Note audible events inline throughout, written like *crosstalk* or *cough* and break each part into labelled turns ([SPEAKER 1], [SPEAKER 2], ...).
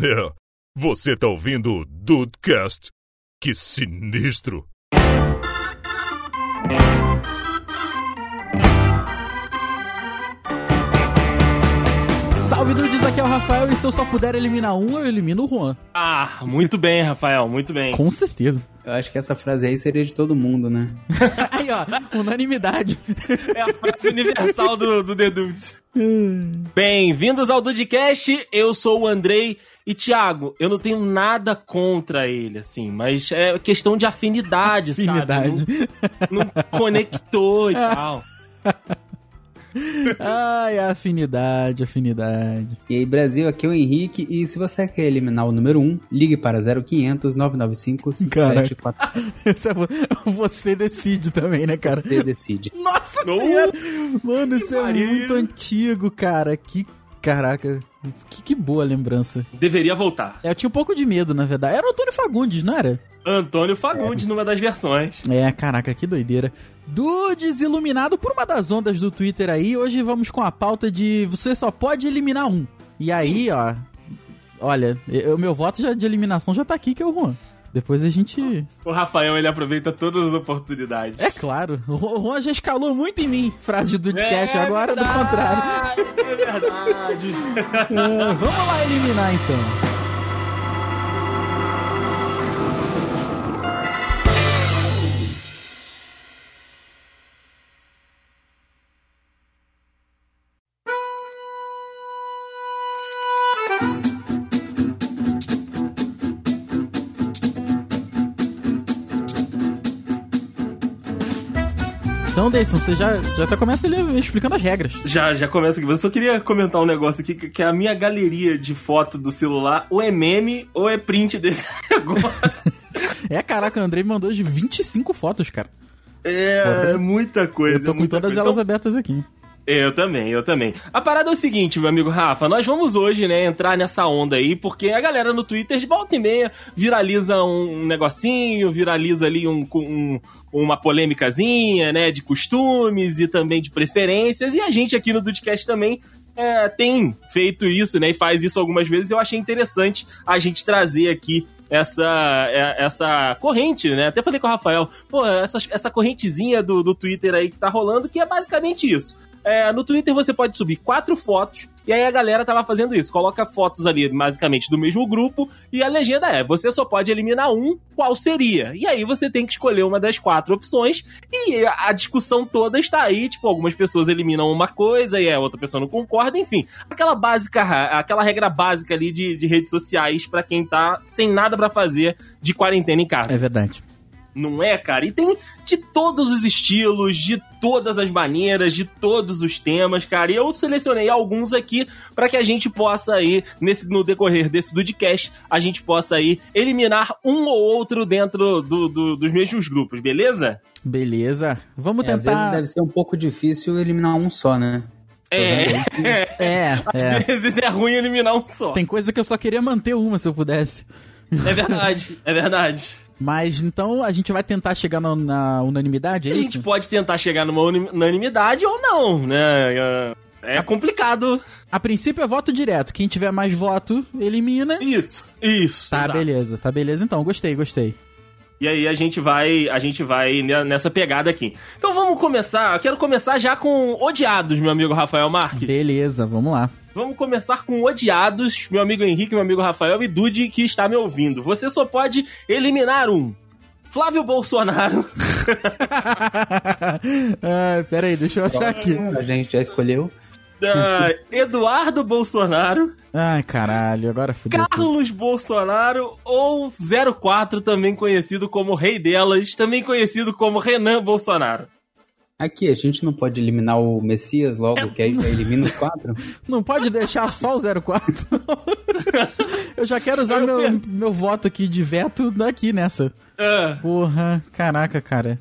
[SPEAKER 1] É, você tá ouvindo o Dudecast? Que sinistro!
[SPEAKER 2] Salve dudes, aqui é o Rafael e se eu só puder eliminar um, eu elimino o Juan.
[SPEAKER 3] Ah, muito bem, Rafael, muito bem.
[SPEAKER 2] Com certeza.
[SPEAKER 4] Eu acho que essa frase aí seria de todo mundo, né?
[SPEAKER 2] *laughs* Aí ó, unanimidade.
[SPEAKER 3] É a frase universal do, do The Dude. Bem-vindos ao Dudecast, eu sou o Andrei. E, Thiago, eu não tenho nada contra ele, assim, mas é questão de afinidade,
[SPEAKER 2] Unanimidade.
[SPEAKER 3] sabe? Não, não conectou e tal.
[SPEAKER 2] Ai, afinidade, afinidade.
[SPEAKER 4] E aí, Brasil, aqui é o Henrique. E se você quer eliminar o número 1, ligue para 0500 995 5747.
[SPEAKER 2] Essa é vo- *laughs* Você decide também, né, cara?
[SPEAKER 4] Você decide.
[SPEAKER 2] Nossa
[SPEAKER 3] Não.
[SPEAKER 2] senhora! Mano, isso é
[SPEAKER 3] pariu.
[SPEAKER 2] muito antigo, cara. Que caraca. Que, que boa lembrança.
[SPEAKER 3] Deveria voltar.
[SPEAKER 2] Eu tinha um pouco de medo, na verdade. Era o Antônio Fagundes, não era?
[SPEAKER 3] Antônio Fagundes, numa das versões.
[SPEAKER 2] É, caraca, que doideira. Dudes iluminado por uma das ondas do Twitter aí. Hoje vamos com a pauta de você só pode eliminar um. E aí, ó. Olha, o meu voto já de eliminação já tá aqui, que é o Juan. Depois a gente.
[SPEAKER 3] O Rafael, ele aproveita todas as oportunidades.
[SPEAKER 2] É claro, o Ju- o Juan já escalou muito em mim, frase do podcast, agora é do
[SPEAKER 3] verdade,
[SPEAKER 2] contrário.
[SPEAKER 3] É verdade.
[SPEAKER 2] Ah, Vamos lá eliminar então. Então, Deison, você já, você já tá começa ele explicando as regras.
[SPEAKER 3] Já, já começa aqui. Eu só queria comentar um negócio aqui, que que a minha galeria de foto do celular ou é meme ou é print desse *laughs* negócio.
[SPEAKER 2] É, caraca, o Andrei me mandou hoje 25 fotos, cara.
[SPEAKER 3] É, é muita coisa.
[SPEAKER 2] Eu tô
[SPEAKER 3] é
[SPEAKER 2] com
[SPEAKER 3] muita
[SPEAKER 2] todas
[SPEAKER 3] coisa.
[SPEAKER 2] elas
[SPEAKER 3] Então,
[SPEAKER 2] abertas aqui.
[SPEAKER 3] eu também, eu também. A parada é o seguinte, meu amigo Rafa, nós vamos hoje, né, entrar nessa onda aí, porque a galera no Twitter, de volta e meia, viraliza um negocinho, viraliza ali um, um- uma polêmicazinha, né, de costumes e também de preferências, e a gente aqui no Dudcast também é, tem feito isso, né, e faz isso algumas vezes, eu achei interessante a gente trazer aqui essa, é, essa corrente, né? Até falei com o Rafael, pô, essa, essa correntezinha do, do Twitter aí que tá rolando, que é basicamente isso. É, no Twitter você pode subir quatro fotos, e aí a galera tava fazendo isso, coloca fotos ali, basicamente, do mesmo grupo, e a legenda é: você só pode eliminar um, qual seria? E aí você tem que escolher uma das quatro opções, e a discussão toda está aí, tipo, algumas pessoas eliminam uma coisa e a outra pessoa não concorda, enfim. Aquela básica, ra- aquela regra básica ali de, de redes sociais pra quem tá sem nada pra fazer de quarentena em casa.
[SPEAKER 2] É verdade.
[SPEAKER 3] Não é, cara? E tem de todos os estilos, de todas as maneiras, de todos os temas, cara. E eu selecionei alguns aqui pra que a gente possa aí, nesse, no decorrer desse Dudcast, a gente possa aí eliminar um ou outro dentro do- do- dos mesmos grupos, beleza?
[SPEAKER 2] Beleza. Vamos
[SPEAKER 4] É, às vezes
[SPEAKER 2] tentar.
[SPEAKER 4] deve ser um pouco difícil eliminar um só, né?
[SPEAKER 3] É, *laughs*
[SPEAKER 2] É, é.
[SPEAKER 3] Às vezes é ruim eliminar um só.
[SPEAKER 2] Tem coisa que eu só queria manter uma se eu pudesse.
[SPEAKER 3] É verdade, é verdade.
[SPEAKER 2] Mas então a gente vai tentar chegar na, na unanimidade, é
[SPEAKER 3] A gente
[SPEAKER 2] isso?
[SPEAKER 3] pode tentar chegar numa uni- unanimidade ou não, né? É
[SPEAKER 2] Tá.
[SPEAKER 3] é complicado.
[SPEAKER 2] A princípio é voto direto. Quem tiver mais voto, elimina.
[SPEAKER 3] Isso, isso.
[SPEAKER 2] Tá,
[SPEAKER 3] exato.
[SPEAKER 2] beleza. Tá, beleza então. Gostei, gostei.
[SPEAKER 3] E aí a gente vai, a gente vai ne- nessa pegada aqui. Então vamos começar. Eu quero começar já com odiados, meu amigo Rafael Marques.
[SPEAKER 2] Beleza, vamos lá. *laughs*
[SPEAKER 3] Vamos começar com odiados, meu amigo Henrique, meu amigo Rafael e Dude que está me ouvindo. Você só pode eliminar um. Flávio Bolsonaro. *laughs*
[SPEAKER 2] Ai, peraí, deixa eu achar *laughs* aqui.
[SPEAKER 4] A gente já escolheu.
[SPEAKER 3] ah, Eduardo Bolsonaro.
[SPEAKER 2] Ai, caralho, agora fudeu. tudo.
[SPEAKER 3] Carlos Bolsonaro ou 04, também conhecido como Rei Delas, também conhecido como Renan Bolsonaro.
[SPEAKER 4] Aqui, a gente não pode eliminar o Messias logo, que aí já elimina os quatro.
[SPEAKER 2] Não pode deixar só o *laughs* 04. eu já quero usar
[SPEAKER 3] Eu
[SPEAKER 2] meu,
[SPEAKER 3] perdi.
[SPEAKER 2] meu voto aqui de veto daqui nessa.
[SPEAKER 3] Ah,
[SPEAKER 2] Porra, caraca, cara.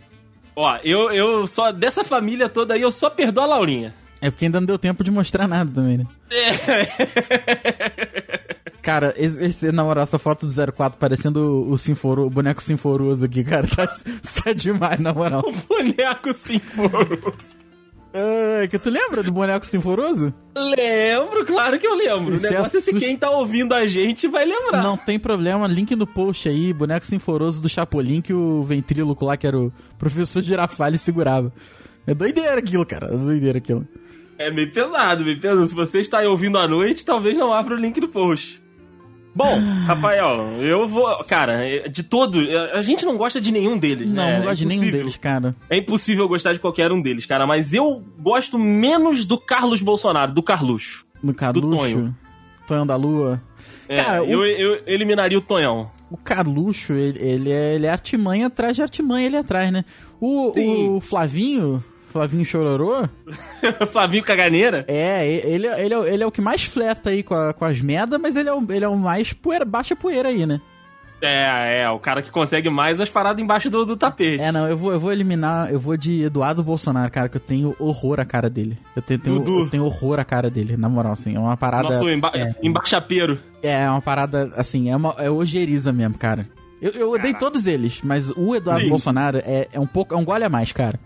[SPEAKER 3] ó, eu, eu só. Dessa família toda aí, eu só perdoo a Laurinha.
[SPEAKER 2] É porque ainda não deu tempo de mostrar nada também, né? Cara, esse, esse, na moral, essa foto do 04 parecendo o, o, Sinforo- o boneco sinforoso aqui, *laughs* tá cara, tá, isso é demais, na moral.
[SPEAKER 3] O boneco sim,
[SPEAKER 2] Ai, É, que tu lembra do boneco sinforoso?
[SPEAKER 3] Lembro, claro que eu lembro.
[SPEAKER 2] Isso
[SPEAKER 3] o negócio
[SPEAKER 2] é
[SPEAKER 3] é se
[SPEAKER 2] assust-
[SPEAKER 3] quem tá ouvindo a gente vai lembrar.
[SPEAKER 2] Não tem problema, link no post aí, boneco sinforoso do Chapolin que o ventríloco lá, que era o professor Girafale, segurava. É doideira aquilo, cara, é doideira aquilo.
[SPEAKER 3] É meio pesado, meio pesado. Se você está aí ouvindo à noite, talvez não abra o link do post.
[SPEAKER 2] *sighs*
[SPEAKER 3] Bom, Rafael, eu vou. Cara, de todo. A gente não gosta de nenhum deles,
[SPEAKER 2] Não,
[SPEAKER 3] né?
[SPEAKER 2] não gosto de nenhum
[SPEAKER 3] Impossível.
[SPEAKER 2] deles, cara.
[SPEAKER 3] É impossível gostar de qualquer um deles, cara. Mas eu gosto menos do Carlos Bolsonaro, do Carluxo.
[SPEAKER 2] No Carluxo, Tonhão.
[SPEAKER 3] Tonho.
[SPEAKER 2] da Lua.
[SPEAKER 3] É,
[SPEAKER 2] Cara, o-
[SPEAKER 3] eu, eu eliminaria o Tonhão. *laughs*
[SPEAKER 2] O Carluxo, ele, ele é, ele é artimanha atrás de artimanha ele atrás, né? O,
[SPEAKER 3] Sim.
[SPEAKER 2] o Flavinho, Flavinho Chororô,
[SPEAKER 3] Flavinho Caganeira?
[SPEAKER 2] é, e- ele, é- ele, é, o- ele é o que mais flerta aí com, a- com as merdas, mas ele é o, ele é o mais poeira, baixa poeira aí, né?
[SPEAKER 3] É, é, o cara que consegue mais as paradas embaixo do, do tapete.
[SPEAKER 2] É, não, eu vou, eu vou eliminar, eu vou de Eduardo Bolsonaro, cara, que eu tenho horror à cara dele. Eu tenho, tenho-
[SPEAKER 3] Dudu.
[SPEAKER 2] eu tenho horror à cara dele, na moral, assim, é uma parada...
[SPEAKER 3] Nosso emba embaixapeiro.
[SPEAKER 2] É, é uma parada, assim, é uma é ojeriza mesmo, cara. Eu, eu odeio todos eles, mas o Eduardo
[SPEAKER 3] Sim.
[SPEAKER 2] Bolsonaro é, é um pouco, é um gole a mais, cara.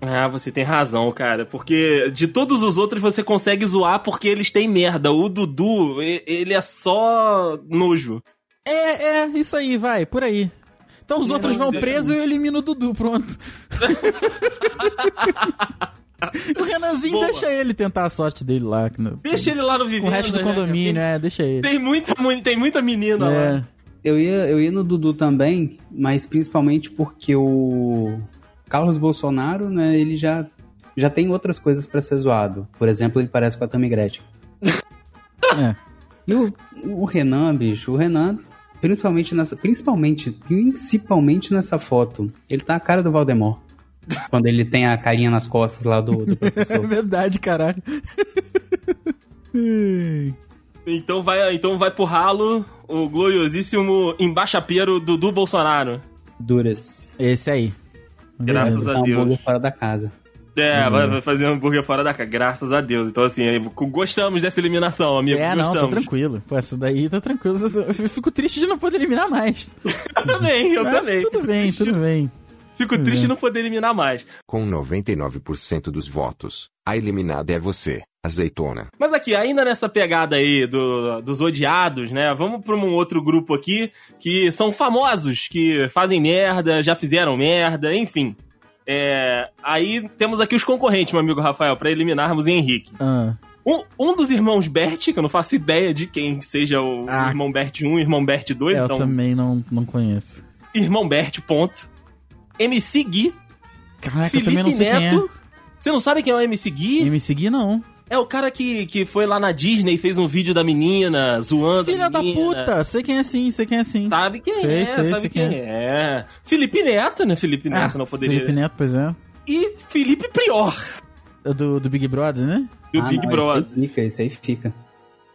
[SPEAKER 3] Ah, você tem razão, cara. Porque de todos os outros você consegue zoar porque eles têm merda. O Dudu, e- ele é só nojo.
[SPEAKER 2] É, é, isso aí, vai, por aí. Então os outros vão
[SPEAKER 3] Deus.
[SPEAKER 2] presos e eu elimino o Dudu,
[SPEAKER 3] *laughs*
[SPEAKER 2] pronto. o Renanzinho
[SPEAKER 3] Boa.
[SPEAKER 2] deixa ele tentar a sorte dele lá. que no-
[SPEAKER 3] Deixa ele lá no vivendo.
[SPEAKER 2] com o resto do
[SPEAKER 3] né?
[SPEAKER 2] condomínio, é, deixa ele.
[SPEAKER 3] Tem, tem muita, mu- tem muita menina lá.
[SPEAKER 2] É,
[SPEAKER 4] Eu ia, eu ia no Dudu também, mas principalmente porque o Carlos Bolsonaro, né, ele já, já tem outras coisas pra ser zoado. Por exemplo, ele parece com a Tammy Gretchen.
[SPEAKER 2] é.
[SPEAKER 4] E o, o Renan, bicho, o Renan, principalmente nessa, principalmente, principalmente nessa foto, ele tá a cara do
[SPEAKER 3] *laughs*
[SPEAKER 4] Valdemar. quando ele tem a carinha nas costas lá do, do
[SPEAKER 2] É
[SPEAKER 3] *laughs*
[SPEAKER 4] professor.
[SPEAKER 2] verdade, caralho.
[SPEAKER 3] Então vai, então vai pro ralo o gloriosíssimo embaixapeiro Dudu Bolsonaro.
[SPEAKER 4] Duras.
[SPEAKER 2] *laughs* Esse aí.
[SPEAKER 3] Graças
[SPEAKER 4] Ele
[SPEAKER 3] a
[SPEAKER 4] tá um
[SPEAKER 3] Deus.
[SPEAKER 4] hambúrguer fora da casa.
[SPEAKER 3] É,
[SPEAKER 2] Uhum.
[SPEAKER 3] vai, vai fazer hambúrguer fora da casa. Graças a Deus. Então, assim, aí, gostamos dessa eliminação, amigo.
[SPEAKER 2] É, não, tô
[SPEAKER 3] gostamos.
[SPEAKER 2] tranquilo. Pô, essa daí tá tranquilo. Eu fico triste de não poder eliminar mais.
[SPEAKER 3] eu também, eu
[SPEAKER 2] Mas
[SPEAKER 3] também.
[SPEAKER 2] Tudo bem, tudo bem.
[SPEAKER 3] Fico triste de não poder eliminar mais.
[SPEAKER 5] Com 99% dos votos, a eliminada é você, azeitona.
[SPEAKER 3] Mas aqui, ainda nessa pegada aí do- dos odiados, né? Vamos pra um outro grupo aqui que são famosos, que fazem merda, já fizeram merda, enfim. É, aí temos aqui os concorrentes, meu amigo Rafael, pra eliminarmos Henrique.
[SPEAKER 2] Ah,
[SPEAKER 3] Um, um dos irmãos Bert, que eu não faço ideia de quem seja o
[SPEAKER 2] Ah.
[SPEAKER 3] irmão Bert 1 e irmão Bert 2,
[SPEAKER 2] é, eu
[SPEAKER 3] então
[SPEAKER 2] também não, não conheço.
[SPEAKER 3] irmão Bert, ponto. MC Gui,
[SPEAKER 2] Caraca, eu
[SPEAKER 3] Felipe
[SPEAKER 2] também não sei
[SPEAKER 3] Neto. Você não sabe quem é o MC Gui?
[SPEAKER 2] quem é. E me seguir, não.
[SPEAKER 3] É o cara que, que foi lá na Disney e fez um vídeo da menina zoando. a
[SPEAKER 2] Filha da
[SPEAKER 3] menina.
[SPEAKER 2] puta! Sei quem é sim, sei quem é sim.
[SPEAKER 3] Sabe quem
[SPEAKER 2] Sei,
[SPEAKER 3] é,
[SPEAKER 2] sei, sei
[SPEAKER 3] sabe quem,
[SPEAKER 2] quem
[SPEAKER 3] é. Felipe Neto, né? Felipe Neto
[SPEAKER 2] Ah,
[SPEAKER 3] não poderia.
[SPEAKER 2] Felipe Neto, pois é.
[SPEAKER 3] E Felipe Prior,
[SPEAKER 2] É Do, do Big Brother, né?
[SPEAKER 3] do
[SPEAKER 4] Ah,
[SPEAKER 3] Big
[SPEAKER 4] não,
[SPEAKER 3] Brother.
[SPEAKER 4] Isso aí fica, isso aí fica.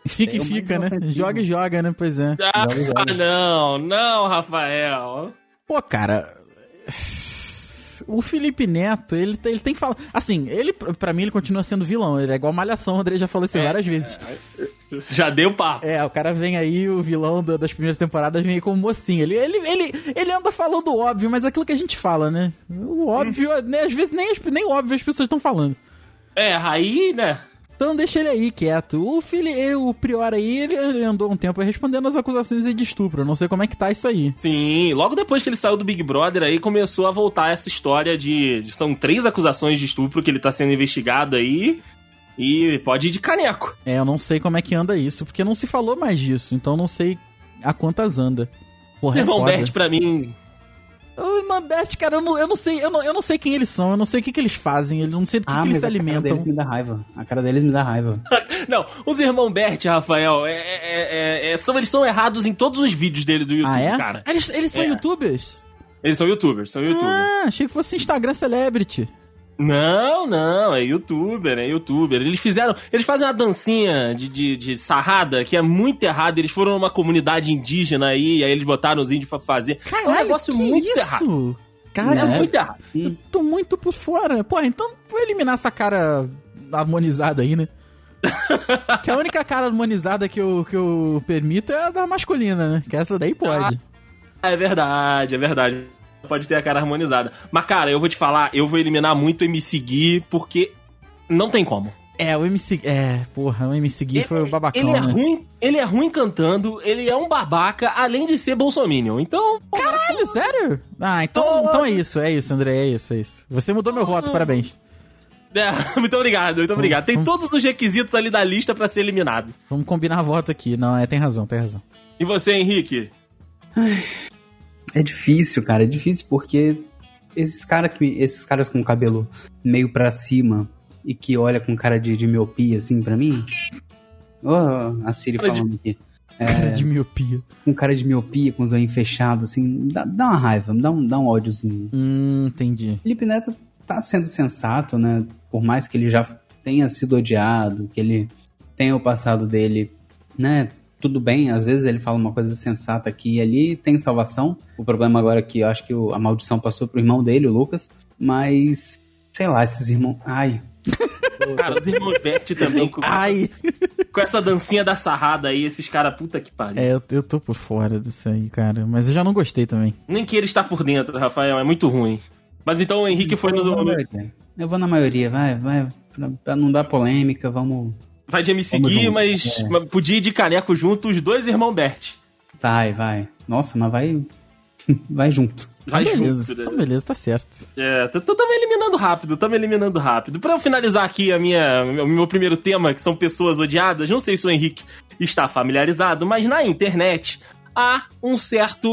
[SPEAKER 2] Fica
[SPEAKER 4] É
[SPEAKER 2] e
[SPEAKER 4] o mais
[SPEAKER 2] fica, né?
[SPEAKER 4] inofensivo.
[SPEAKER 2] Joga e joga, né? Pois é.
[SPEAKER 3] Ah,
[SPEAKER 4] Joga, joga.
[SPEAKER 3] não, não, Rafael.
[SPEAKER 2] Pô, cara. O Felipe Neto, ele, tem- ele tem que falar. Assim, ele, pra mim, ele continua sendo vilão. Ele é igual Malhação, o André já falou isso
[SPEAKER 3] É,
[SPEAKER 2] várias vezes.
[SPEAKER 3] Já deu papo.
[SPEAKER 2] É, o cara vem aí, o vilão da- das primeiras temporadas vem aí como mocinho. Ele, ele, ele, ele anda falando o óbvio, mas é aquilo que a gente fala, né? O óbvio, né? Às vezes nem, as- nem o óbvio as pessoas estão falando.
[SPEAKER 3] É, aí, né?
[SPEAKER 2] Então deixa ele aí quieto. O filho, eh, o Prior aí, ele- ele andou um tempo aí respondendo as acusações aí de estupro. Eu Não sei como é que tá isso aí.
[SPEAKER 3] Sim, logo depois que ele saiu do Big Brother, aí começou a voltar essa história de. de- São três acusações de estupro que ele tá sendo investigado aí. E pode ir de caneco.
[SPEAKER 2] É, eu não sei como é que anda isso, porque não se falou mais disso, então não sei a quantas anda. Porra, é
[SPEAKER 3] Irmão
[SPEAKER 2] foda.
[SPEAKER 3] Bert, pra mim,
[SPEAKER 2] Ô, irmão Bert, cara, eu não, eu não sei, eu não, eu não sei quem eles são, eu não sei o que, que eles fazem, eu não sei do que,
[SPEAKER 4] Ah,
[SPEAKER 2] que eles
[SPEAKER 4] mas
[SPEAKER 2] se
[SPEAKER 4] a cara
[SPEAKER 2] alimentam.
[SPEAKER 4] deles me dá raiva. A cara deles me dá raiva.
[SPEAKER 3] Não, os irmãos Bert, Rafael, é, é- é- é- são, eles são errados em todos os vídeos dele do YouTube,
[SPEAKER 2] ah, é?
[SPEAKER 3] cara.
[SPEAKER 2] Eles, eles são
[SPEAKER 3] É.
[SPEAKER 2] youtubers?
[SPEAKER 3] Eles são youtubers, são youtubers.
[SPEAKER 2] Ah, achei que fosse Instagram Celebrity.
[SPEAKER 3] Não, não, é youtuber, é youtuber. Eles fizeram. Eles fazem uma dancinha de, de, de sarrada que é muito errada. Eles foram numa comunidade indígena aí, aí eles botaram os índios pra fazer.
[SPEAKER 2] Caralho,
[SPEAKER 3] é um negócio
[SPEAKER 2] que
[SPEAKER 3] muito
[SPEAKER 2] isso?
[SPEAKER 3] errado.
[SPEAKER 2] Cara,
[SPEAKER 3] É
[SPEAKER 4] Né?
[SPEAKER 3] muito errado.
[SPEAKER 2] eu tô muito por fora. Pô, então vou eliminar essa cara harmonizada aí, né? *laughs* que a única cara harmonizada que eu, que eu permito é a da masculina, né? Que essa daí pode.
[SPEAKER 3] É verdade, é verdade. Pode ter a cara harmonizada. Mas, cara, eu vou te falar, eu vou eliminar muito o MC Gui, porque Não tem como.
[SPEAKER 2] É, o MC. É, porra, o MC Gui foi o babacão.
[SPEAKER 3] Ele é
[SPEAKER 2] né?
[SPEAKER 3] ruim, ele é ruim cantando, ele é um babaca, além de ser bolsominion. Então,
[SPEAKER 2] Caralho, sério? Ah, então, então é isso, é isso, André, é isso, é isso. Você mudou meu voto, parabéns.
[SPEAKER 3] é, *laughs* muito obrigado, muito obrigado. Tem
[SPEAKER 2] Hum.
[SPEAKER 3] todos os requisitos ali da lista pra ser eliminado.
[SPEAKER 2] Vamos combinar voto aqui. Não, é, tem razão, tem razão.
[SPEAKER 3] E você, Henrique?
[SPEAKER 4] É difícil, cara, é difícil porque esses, cara que, esses caras com o cabelo meio pra cima e que olha com cara de, de miopia, assim, pra mim. Ó, a Siri
[SPEAKER 3] Cara de-
[SPEAKER 4] falando aqui. É,
[SPEAKER 2] Cara É de miopia.
[SPEAKER 4] Com cara de miopia, com os olhinhos fechados, assim, dá, dá uma raiva, dá um, dá um ódiozinho.
[SPEAKER 2] Hum, entendi.
[SPEAKER 4] Felipe Neto tá sendo sensato, né? Por mais que ele já tenha sido odiado, que ele tenha o passado dele, né? Tudo bem, às vezes ele fala uma coisa sensata aqui e ali, tem salvação. O problema agora é que eu acho que o- a maldição passou pro irmão dele, o Lucas, mas sei lá, esses irmãos. Ai.
[SPEAKER 3] Cara, os irmãos Bert também, com,
[SPEAKER 2] Ai,
[SPEAKER 3] com essa dancinha da sarrada aí, esses caras, puta que pariu.
[SPEAKER 2] é, eu, eu tô por fora disso aí, cara. Mas eu já não gostei também.
[SPEAKER 3] Nem que ele está por dentro, Rafael, é muito ruim. Mas então o Henrique foi nos.
[SPEAKER 4] Eu vou na maioria. Eu vou na maioria, vai, vai. Pra, pra não dar polêmica, vamos.
[SPEAKER 3] Vai de MC
[SPEAKER 4] Vamos
[SPEAKER 3] Gui,
[SPEAKER 4] junto,
[SPEAKER 3] mas mas podia ir de caneco junto, os dois irmãos Bert.
[SPEAKER 4] Vai, vai. Nossa, mas vai. *laughs* vai junto.
[SPEAKER 3] Vai
[SPEAKER 2] então, beleza.
[SPEAKER 3] junto, né?
[SPEAKER 2] Então, beleza, tá certo.
[SPEAKER 3] É, tô, tô, tô me eliminando rápido, tô me eliminando rápido. Pra eu finalizar aqui a minha, o meu primeiro tema, que são pessoas odiadas, não sei se o Henrique está familiarizado, mas na internet há um certo.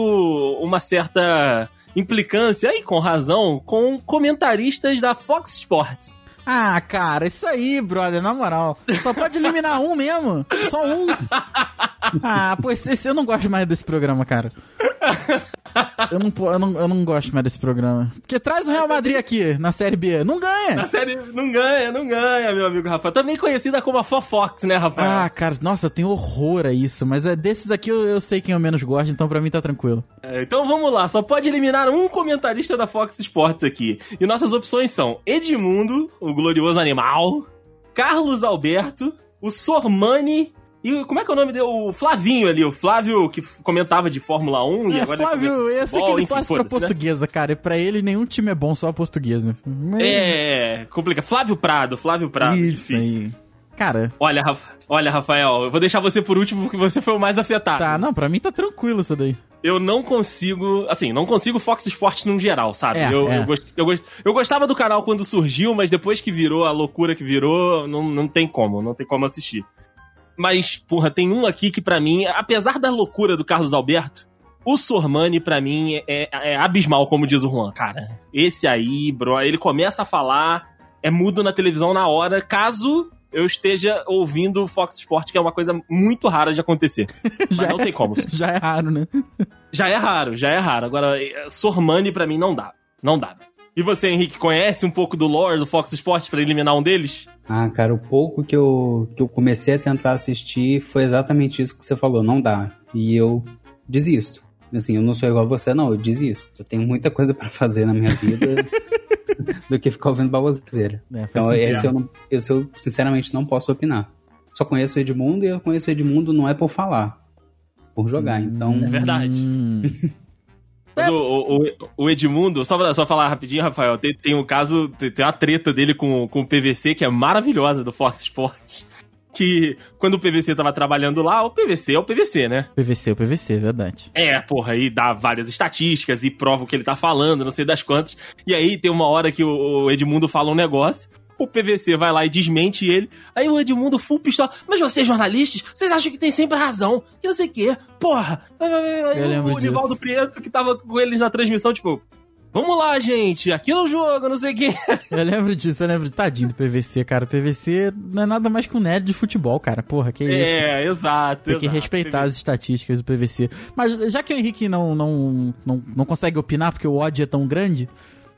[SPEAKER 3] uma certa implicância, e com razão, com comentaristas da Fox Sports.
[SPEAKER 2] Ah, cara, isso aí, brother, na moral. Só pode eliminar um mesmo. Só um. Ah, pois esse, eu não gosto mais desse programa, cara. Eu não, po- eu, não, eu não gosto mais desse programa. Porque traz o Real Madrid aqui, na Série B. Não
[SPEAKER 3] A
[SPEAKER 2] ganha!
[SPEAKER 3] série não ganha, não ganha, meu amigo Rafael. Também conhecida como a Fofox, né, Rafael?
[SPEAKER 2] Ah, cara, nossa, eu tenho horror a isso. Mas é desses aqui eu, eu sei quem eu menos gosto, então pra mim tá tranquilo.
[SPEAKER 3] É, Então vamos lá, só pode eliminar um comentarista da Fox Sports aqui. E nossas opções são Edmundo, o glorioso animal, Carlos Alberto, o Sormani e como é que é o nome dele? O Flavinho ali, o Flávio que f- comentava de Fórmula 1 e
[SPEAKER 2] É,
[SPEAKER 3] agora ele
[SPEAKER 2] Flávio, eu sei que
[SPEAKER 3] futebol,
[SPEAKER 2] ele
[SPEAKER 3] enfim,
[SPEAKER 2] torce pra
[SPEAKER 3] foda-se, né?
[SPEAKER 2] portuguesa, cara. E pra ele nenhum time é bom, só a portuguesa. Mas-
[SPEAKER 3] É, é, complica. Flávio Prado, Flávio Prado.
[SPEAKER 2] isso
[SPEAKER 3] difícil.
[SPEAKER 2] aí. Cara,
[SPEAKER 3] Olha, Rafa- olha, Rafael, eu vou deixar você por último porque você foi o mais afetado.
[SPEAKER 2] tá, não, pra mim tá tranquilo isso daí. *laughs*
[SPEAKER 3] eu não consigo. Assim, não consigo Fox Sports num geral, sabe?
[SPEAKER 2] É,
[SPEAKER 3] eu,
[SPEAKER 2] é.
[SPEAKER 3] Eu, gost- eu gost- eu gostava do canal quando surgiu, mas depois que virou a loucura que virou, não, não tem como, não tem como assistir. Mas, porra, tem um aqui que pra mim, apesar da loucura do Carlos Alberto, o Sormani pra mim é, é abismal, como diz o Juan, cara. Esse aí, bro, ele começa a falar, é mudo na televisão na hora, caso eu esteja ouvindo o Fox Sports, que é uma coisa muito rara de acontecer. Mas
[SPEAKER 2] Já
[SPEAKER 3] não tem
[SPEAKER 2] *laughs*
[SPEAKER 3] como.
[SPEAKER 2] Já é raro, né?
[SPEAKER 3] Já é raro, já é raro. Agora, eh, Sormani pra mim não dá. Não dá. E você, Henrique, conhece um pouco do lore do Fox Sports pra eliminar um deles?
[SPEAKER 4] Ah, cara, o pouco que eu, que eu comecei a tentar assistir foi exatamente isso que você falou, não dá. E eu desisto. Assim, eu não sou igual a você, não, eu desisto. Eu tenho muita coisa pra fazer na minha vida do que ficar ouvindo baboseira.
[SPEAKER 2] É, faz
[SPEAKER 4] Então,
[SPEAKER 2] sentido.
[SPEAKER 4] esse eu, não, esse eu sinceramente não posso opinar. Só conheço o Edmundo e eu conheço o Edmundo não é por falar, por jogar. Então,
[SPEAKER 3] É verdade.
[SPEAKER 2] Hum,
[SPEAKER 3] Mas o, o- o- o Edmundo, só, pra- só falar rapidinho, Rafael, tem, tem um caso, tem, tem uma treta dele com, com o PVC que é maravilhosa do Fox Sports. Que quando o PVC tava trabalhando lá, o PVC é o PVC, né?
[SPEAKER 2] PVC, o PVC, é verdade.
[SPEAKER 3] É, porra, e dá várias estatísticas e prova o que ele tá falando, não sei das quantas. E aí tem uma hora que o o Edmundo fala um negócio, o PVC vai lá e desmente ele. Aí o Edmundo full pistola. Mas vocês, jornalistas, vocês acham que tem sempre razão? Que não sei o quê. Porra! Aí
[SPEAKER 2] Eu lembro
[SPEAKER 3] o Nivaldo
[SPEAKER 2] disso.
[SPEAKER 3] Prieto, que tava com eles na transmissão, tipo. Vamos lá, gente, aqui no jogo, não sei o quê.
[SPEAKER 2] Eu lembro disso, eu lembro. Tadinho do PVC, cara. O PVC não é nada mais que um nerd de futebol, cara. Porra, que isso.
[SPEAKER 3] É, exato.
[SPEAKER 2] Tem que
[SPEAKER 3] exato.
[SPEAKER 2] respeitar as estatísticas do PVC. Mas já que o Henrique não, não, não, não consegue opinar porque o ódio é tão grande,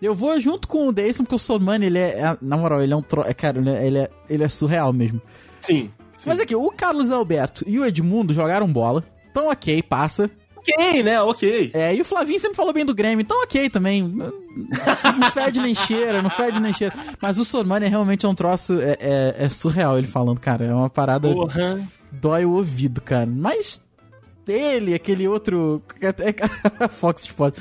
[SPEAKER 2] eu vou junto com o Deison, porque o Sormani, ele é, é- Na moral, ele é um tro... é, Cara, ele é, ele é- ele é surreal mesmo.
[SPEAKER 3] Sim. sim.
[SPEAKER 2] Mas aqui, o Carlos Alberto e o Edmundo jogaram bola. Então, ok, passa.
[SPEAKER 3] ok, né? Ok.
[SPEAKER 2] É, e o Flavinho sempre falou bem do Grêmio, então ok também. Não fede nem cheira, não fede nem cheira. Mas o Sormani é realmente um troço. É, é- é surreal ele falando, cara. É uma parada.
[SPEAKER 3] Porra.
[SPEAKER 2] Dói o ouvido, cara. Mas. *laughs* Ele, aquele outro. é- é- Fox Sport.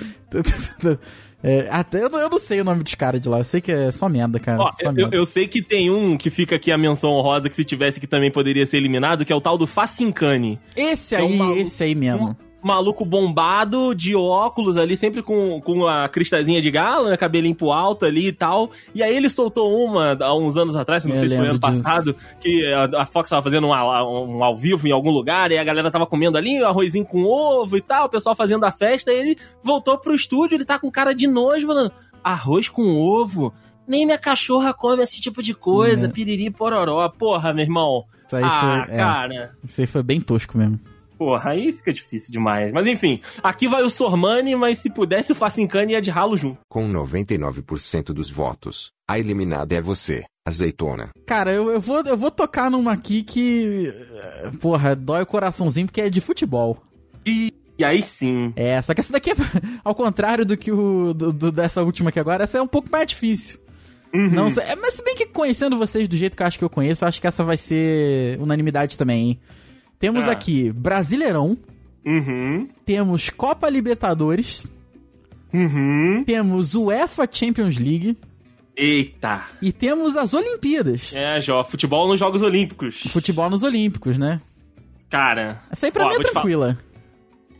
[SPEAKER 2] É, até eu, não- eu não sei o nome dos caras de lá. Eu sei que é só merda, cara.
[SPEAKER 3] Ó,
[SPEAKER 2] só
[SPEAKER 3] eu, eu-
[SPEAKER 2] merda.
[SPEAKER 3] eu sei que tem um que fica aqui a menção honrosa que se tivesse que também poderia ser eliminado, que é o tal do Facincani.
[SPEAKER 2] esse
[SPEAKER 3] é um
[SPEAKER 2] aí,
[SPEAKER 3] maluco-
[SPEAKER 2] esse aí mesmo.
[SPEAKER 3] Maluco bombado, de óculos ali, sempre com, com a cristazinha de galo, né? Cabelinho pro alto ali e tal. E aí ele soltou uma há uns anos atrás, não
[SPEAKER 2] Eu
[SPEAKER 3] sei se foi ano
[SPEAKER 2] lembro disso.
[SPEAKER 3] passado, que a, a Fox tava fazendo um, a- um ao vivo em algum lugar, e a galera tava comendo ali um arrozinho com ovo e tal, o pessoal fazendo a festa, e ele voltou pro estúdio, ele tá com cara de nojo, falando: arroz com ovo. Nem minha cachorra come esse tipo de coisa,
[SPEAKER 2] É.
[SPEAKER 3] piriri pororó. Porra, meu irmão.
[SPEAKER 2] Isso aí,
[SPEAKER 3] ah,
[SPEAKER 2] foi, é,
[SPEAKER 3] cara.
[SPEAKER 2] isso aí foi bem tosco mesmo.
[SPEAKER 3] Porra, aí fica difícil demais. Mas enfim, aqui vai o Sormani, mas se pudesse o Facincani ia de ralo junto.
[SPEAKER 5] Com 99% dos votos, a eliminada é você, azeitona.
[SPEAKER 2] Cara, eu, eu, vou, eu vou tocar numa aqui que. eh, Porra, dói o coraçãozinho porque é de futebol.
[SPEAKER 3] E aí sim.
[SPEAKER 2] É, só que essa daqui é. *laughs* Ao contrário do que o. do- do- dessa última aqui agora, essa é um pouco mais difícil.
[SPEAKER 3] Uhum.
[SPEAKER 2] Não sei. é, Mas se bem que conhecendo vocês do jeito que eu acho que eu conheço, eu acho que essa vai ser unanimidade também, hein? Temos
[SPEAKER 3] Ah.
[SPEAKER 2] aqui Brasileirão,
[SPEAKER 3] Uhum.
[SPEAKER 2] temos Copa Libertadores,
[SPEAKER 3] Uhum.
[SPEAKER 2] temos UEFA Champions League
[SPEAKER 3] Eita.
[SPEAKER 2] e temos as Olimpíadas.
[SPEAKER 3] É, Jó, futebol nos Jogos Olímpicos.
[SPEAKER 2] Futebol nos Olímpicos, né?
[SPEAKER 3] Cara.
[SPEAKER 2] Essa aí pra
[SPEAKER 3] Ó,
[SPEAKER 2] mim é
[SPEAKER 3] vou te falar.
[SPEAKER 2] tranquila.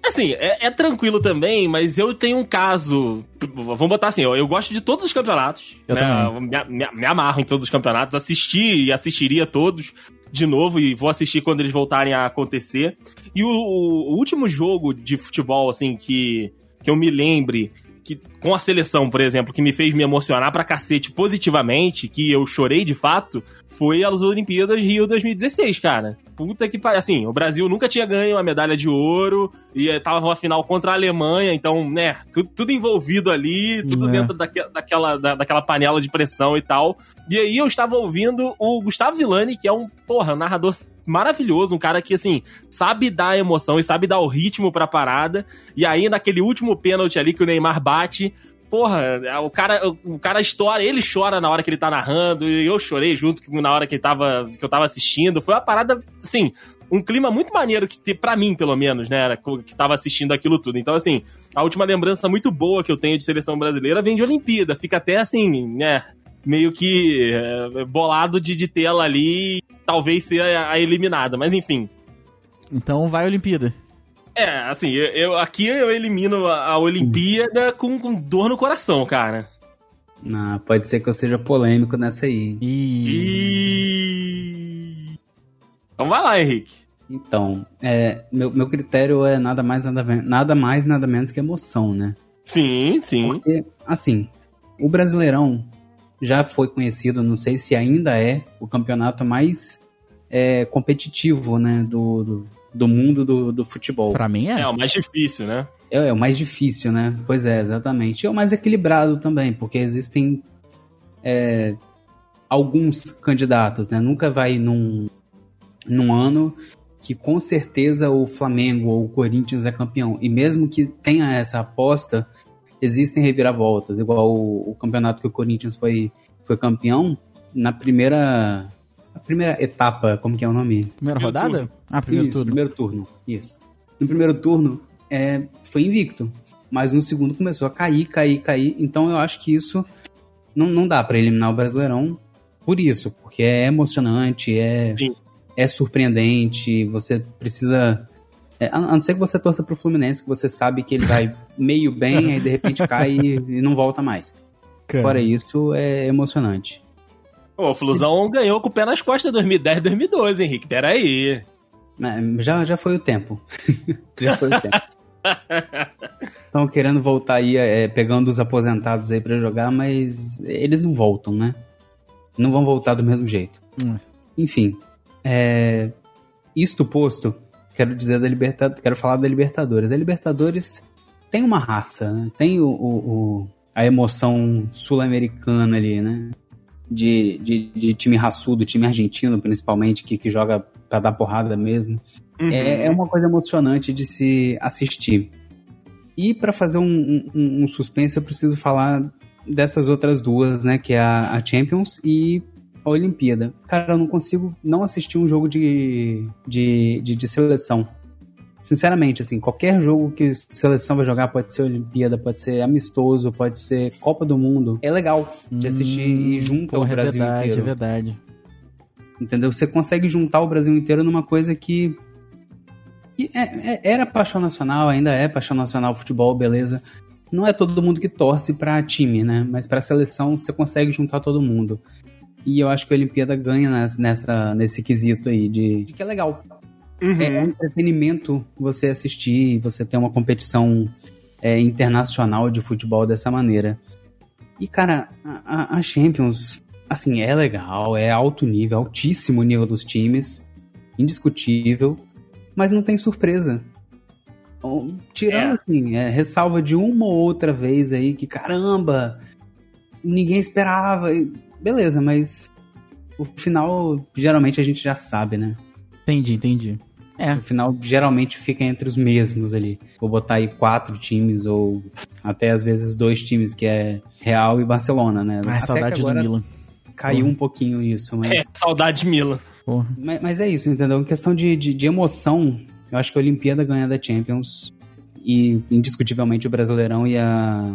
[SPEAKER 3] Assim, é, é tranquilo também, mas eu tenho um caso. p- Vamos botar assim, eu, eu gosto de todos os campeonatos.
[SPEAKER 2] Eu
[SPEAKER 3] né?
[SPEAKER 2] também.
[SPEAKER 3] Me, a- me, me amarro em todos os campeonatos. Assisti e assistiria todos de novo e vou assistir quando eles voltarem a acontecer. E o, o- o último jogo de futebol, assim, que, que eu me lembre. Que, com a seleção, por exemplo, que me fez me emocionar pra cacete positivamente, que eu chorei de fato, foi as Olimpíadas Rio 2016, cara. Puta que pariu. Assim, o Brasil nunca tinha ganho a medalha de ouro e eh, tava uma final contra a Alemanha, então, né, tudo, tudo envolvido ali, tudo
[SPEAKER 2] É.
[SPEAKER 3] dentro daque, daquela, da- daquela panela de pressão e tal. E aí eu estava ouvindo o Gustavo Villani, que é um, porra, um narrador maravilhoso, um cara que, assim, sabe dar emoção e sabe dar o ritmo pra parada. E aí, naquele último pênalti ali que o Neymar bate, Porra, o cara, o cara estoura, ele chora na hora que ele tá narrando, e eu chorei junto na hora que, ele tava, que eu tava assistindo. Foi uma parada, assim, um clima muito maneiro que te- pra mim, pelo menos, né, era co- que tava assistindo aquilo tudo. Então, assim, a última lembrança muito boa que eu tenho de seleção brasileira vem de Olimpíada. Fica até assim, né, meio que é, bolado de, de tê-la ali, e talvez ser a- a eliminada, mas enfim.
[SPEAKER 2] Então vai Olimpíada.
[SPEAKER 3] É, assim, eu, eu- aqui eu elimino a, a Olimpíada com, com dor no coração, cara.
[SPEAKER 4] Ah, pode ser que eu seja polêmico nessa aí.
[SPEAKER 2] E.
[SPEAKER 3] E... Então vai lá, Henrique.
[SPEAKER 4] Então, é, meu, meu critério é nada mais nada, men- nada mais, nada menos que emoção, né?
[SPEAKER 3] Sim, sim.
[SPEAKER 4] Porque, assim, o Brasileirão já foi conhecido, não sei se ainda é, o campeonato mais é, competitivo, né? Do, do, do mundo do, do futebol.
[SPEAKER 2] Pra mim é.
[SPEAKER 3] É, o mais difícil, né?
[SPEAKER 4] É, é o mais difícil, né? Pois é, exatamente. E é o mais equilibrado também, porque existem é, alguns candidatos, né? Nunca vai num, num ano que com certeza o Flamengo ou o Corinthians é campeão. E mesmo que tenha essa aposta, existem reviravoltas, igual o, o campeonato que o Corinthians foi, foi campeão na primeira. A primeira etapa, como que é o nome?
[SPEAKER 2] Primeira
[SPEAKER 3] Primeiro
[SPEAKER 2] rodada? Ah, primeiro
[SPEAKER 4] isso,
[SPEAKER 2] turno.
[SPEAKER 4] primeiro turno. Isso. No primeiro turno, é, foi invicto. Mas no segundo começou a cair, cair, cair. Então eu acho que isso não, não dá pra eliminar o Brasileirão por isso, porque é emocionante, é,
[SPEAKER 3] Sim.
[SPEAKER 4] é surpreendente. Você precisa. é, a a não ser que você torça pro Fluminense, que você sabe que ele vai meio bem, aí de
[SPEAKER 2] *laughs*
[SPEAKER 4] repente cai e, e não volta mais.
[SPEAKER 2] Cara.
[SPEAKER 4] Fora isso, é emocionante.
[SPEAKER 3] Pô, o Flusão ganhou com o pé nas costas 2010, 2012, Henrique. Peraí.
[SPEAKER 4] Mas Já, já foi o tempo. *laughs* já foi o *laughs* tempo. Estão querendo voltar aí, é, pegando os aposentados aí pra jogar, mas eles não voltam, né? Não vão voltar do mesmo jeito.
[SPEAKER 2] Hum.
[SPEAKER 4] Enfim, é, isto posto, quero dizer da Libertadores, quero falar da Libertadores. A Libertadores tem uma raça, né? tem o, o- o- a emoção sul-americana ali, né? De, de, de time raçudo, time argentino principalmente, que, que joga pra dar porrada mesmo. É, é uma coisa emocionante de se assistir. E pra fazer um, um- um- um suspense, eu preciso falar dessas outras duas, né? Que é a, a Champions e a Olimpíada. Cara, eu não consigo não assistir um jogo de, de, de, de seleção. sinceramente, assim, qualquer jogo que a seleção vai jogar, pode ser Olimpíada, pode ser amistoso, pode ser Copa do Mundo, é legal de assistir e junta o
[SPEAKER 2] Porra,
[SPEAKER 4] Brasil
[SPEAKER 2] Hum, é verdade,
[SPEAKER 4] inteiro.
[SPEAKER 2] é verdade.
[SPEAKER 4] Entendeu? Você consegue juntar o Brasil inteiro numa coisa que. que é- é- era paixão nacional, ainda é paixão nacional, futebol, beleza. Não é todo mundo que torce pra time, né? Mas pra seleção você consegue juntar todo mundo. E eu acho que a Olimpíada ganha nas- nessa, nesse quesito aí de, de que é legal. É um entretenimento você assistir, você ter uma competição é, internacional de futebol dessa maneira. E, cara, a, a- a Champions, assim, é legal, é alto nível, altíssimo nível dos times, indiscutível, mas não tem surpresa. Bom, Tirando,
[SPEAKER 3] É.
[SPEAKER 4] assim, é, ressalva de uma ou outra vez aí que, caramba, ninguém esperava. e- Beleza, mas o final, geralmente, a gente já sabe, né?
[SPEAKER 2] Entendi, entendi. É.
[SPEAKER 4] No final, geralmente fica entre os mesmos ali. Vou botar aí quatro times, ou até às vezes dois times, que é Real e Barcelona, né?
[SPEAKER 2] Ai,
[SPEAKER 4] Até
[SPEAKER 2] Ah, saudade
[SPEAKER 4] que
[SPEAKER 2] do
[SPEAKER 4] agora
[SPEAKER 2] Milan.
[SPEAKER 4] Caiu um pouquinho isso, mas
[SPEAKER 3] É, saudade Mila.
[SPEAKER 2] Porra.
[SPEAKER 4] mas, mas é isso, entendeu? Em questão de, de, de emoção, eu acho que a Olimpíada ganha da Champions. E indiscutivelmente o Brasileirão e a,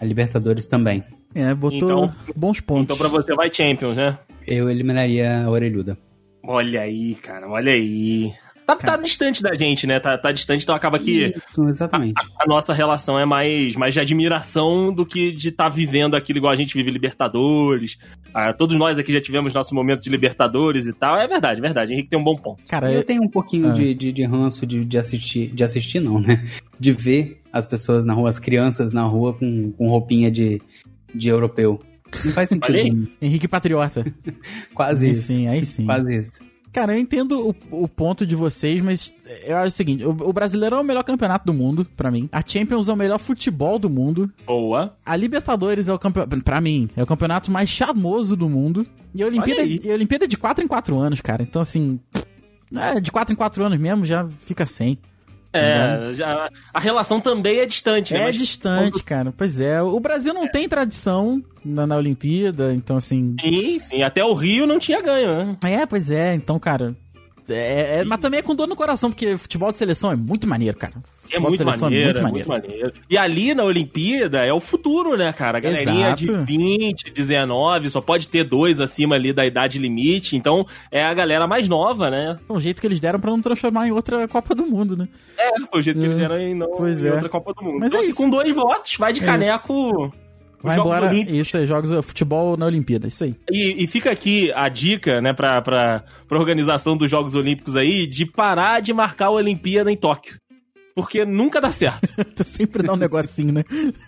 [SPEAKER 4] a Libertadores também.
[SPEAKER 2] É, botou bons pontos.
[SPEAKER 3] Então pra você vai Champions, né?
[SPEAKER 4] Eu eliminaria a Orelhuda.
[SPEAKER 3] Olha aí, cara, olha aí. Tá, tá
[SPEAKER 2] Cara.
[SPEAKER 3] distante da gente, né? Tá, tá distante, então acaba que
[SPEAKER 4] Isso, exatamente.
[SPEAKER 3] a nossa relação é mais, mais de admiração do que de estar vivendo aquilo igual a gente vive Libertadores. Ah, todos nós aqui já tivemos nosso momento de Libertadores e tal. É verdade, é verdade. Henrique tem um bom ponto.
[SPEAKER 2] Cara,
[SPEAKER 4] Eu tenho um pouquinho
[SPEAKER 2] Ah.
[SPEAKER 4] de, de, de ranço de, de assistir, de assistir não, né? De ver as pessoas na rua, as crianças na rua com, com roupinha de, de europeu. Não faz sentido.
[SPEAKER 3] Olha aí.
[SPEAKER 4] nenhum.
[SPEAKER 2] Henrique
[SPEAKER 4] *laughs*
[SPEAKER 2] Patriota.
[SPEAKER 4] Quase
[SPEAKER 2] aí
[SPEAKER 4] isso.
[SPEAKER 2] sim, aí sim.
[SPEAKER 4] Quase isso.
[SPEAKER 2] Cara, eu entendo o, o ponto de vocês, mas eu acho o seguinte: o, o brasileiro é o melhor campeonato do mundo, pra mim. A Champions é o melhor futebol do mundo.
[SPEAKER 3] Boa.
[SPEAKER 2] A Libertadores é o campeonato. Pra mim, é o campeonato mais chamoso do mundo. E a Olimpíada,
[SPEAKER 3] aí.
[SPEAKER 2] e a Olimpíada é de 4 em 4 anos, cara. Então, assim. É, de 4 em 4 anos mesmo, já fica sem.
[SPEAKER 3] É, já, a relação também é distante, né?
[SPEAKER 2] Né? É
[SPEAKER 3] Mas
[SPEAKER 2] distante, cara. Pois é. O Brasil não tem tradição na, na Olimpíada, então, assim.
[SPEAKER 3] Sim, sim. Até o Rio não tinha ganho, né?
[SPEAKER 2] É, pois é. Então, cara. é- é- mas também é com dor no coração, porque futebol de seleção é muito maneiro, cara.
[SPEAKER 3] É
[SPEAKER 2] Futebol de
[SPEAKER 3] muito
[SPEAKER 2] seleção é
[SPEAKER 3] maneiro, é
[SPEAKER 2] muito
[SPEAKER 3] muito maneiro. E ali na Olimpíada é o futuro, né, cara? A galerinha
[SPEAKER 2] Exato.
[SPEAKER 3] de 20, 19, só pode ter dois acima ali da idade limite. Então é a galera mais nova, né?
[SPEAKER 2] É um jeito que eles deram pra não transformar em outra Copa do Mundo, né?
[SPEAKER 3] É, o jeito que eles
[SPEAKER 2] É.
[SPEAKER 3] eram em, não,
[SPEAKER 2] Pois
[SPEAKER 3] em
[SPEAKER 2] é.
[SPEAKER 3] outra Copa do Mundo.
[SPEAKER 2] Mas
[SPEAKER 3] Então,
[SPEAKER 2] é
[SPEAKER 3] aqui
[SPEAKER 2] isso.
[SPEAKER 3] com dois votos, vai de
[SPEAKER 2] É
[SPEAKER 3] caneco. os
[SPEAKER 2] Vai
[SPEAKER 3] Jogos
[SPEAKER 2] embora.
[SPEAKER 3] Olímpicos.
[SPEAKER 2] Isso aí, jogos é, futebol na Olimpíada, isso aí. *laughs*
[SPEAKER 3] E, e fica aqui a dica, né, pra, pra, pra organização dos Jogos Olímpicos aí, de parar de marcar a Olimpíada em Tóquio. Porque nunca dá certo.
[SPEAKER 2] *laughs* Sempre dá um negocinho,
[SPEAKER 3] *laughs*
[SPEAKER 2] né?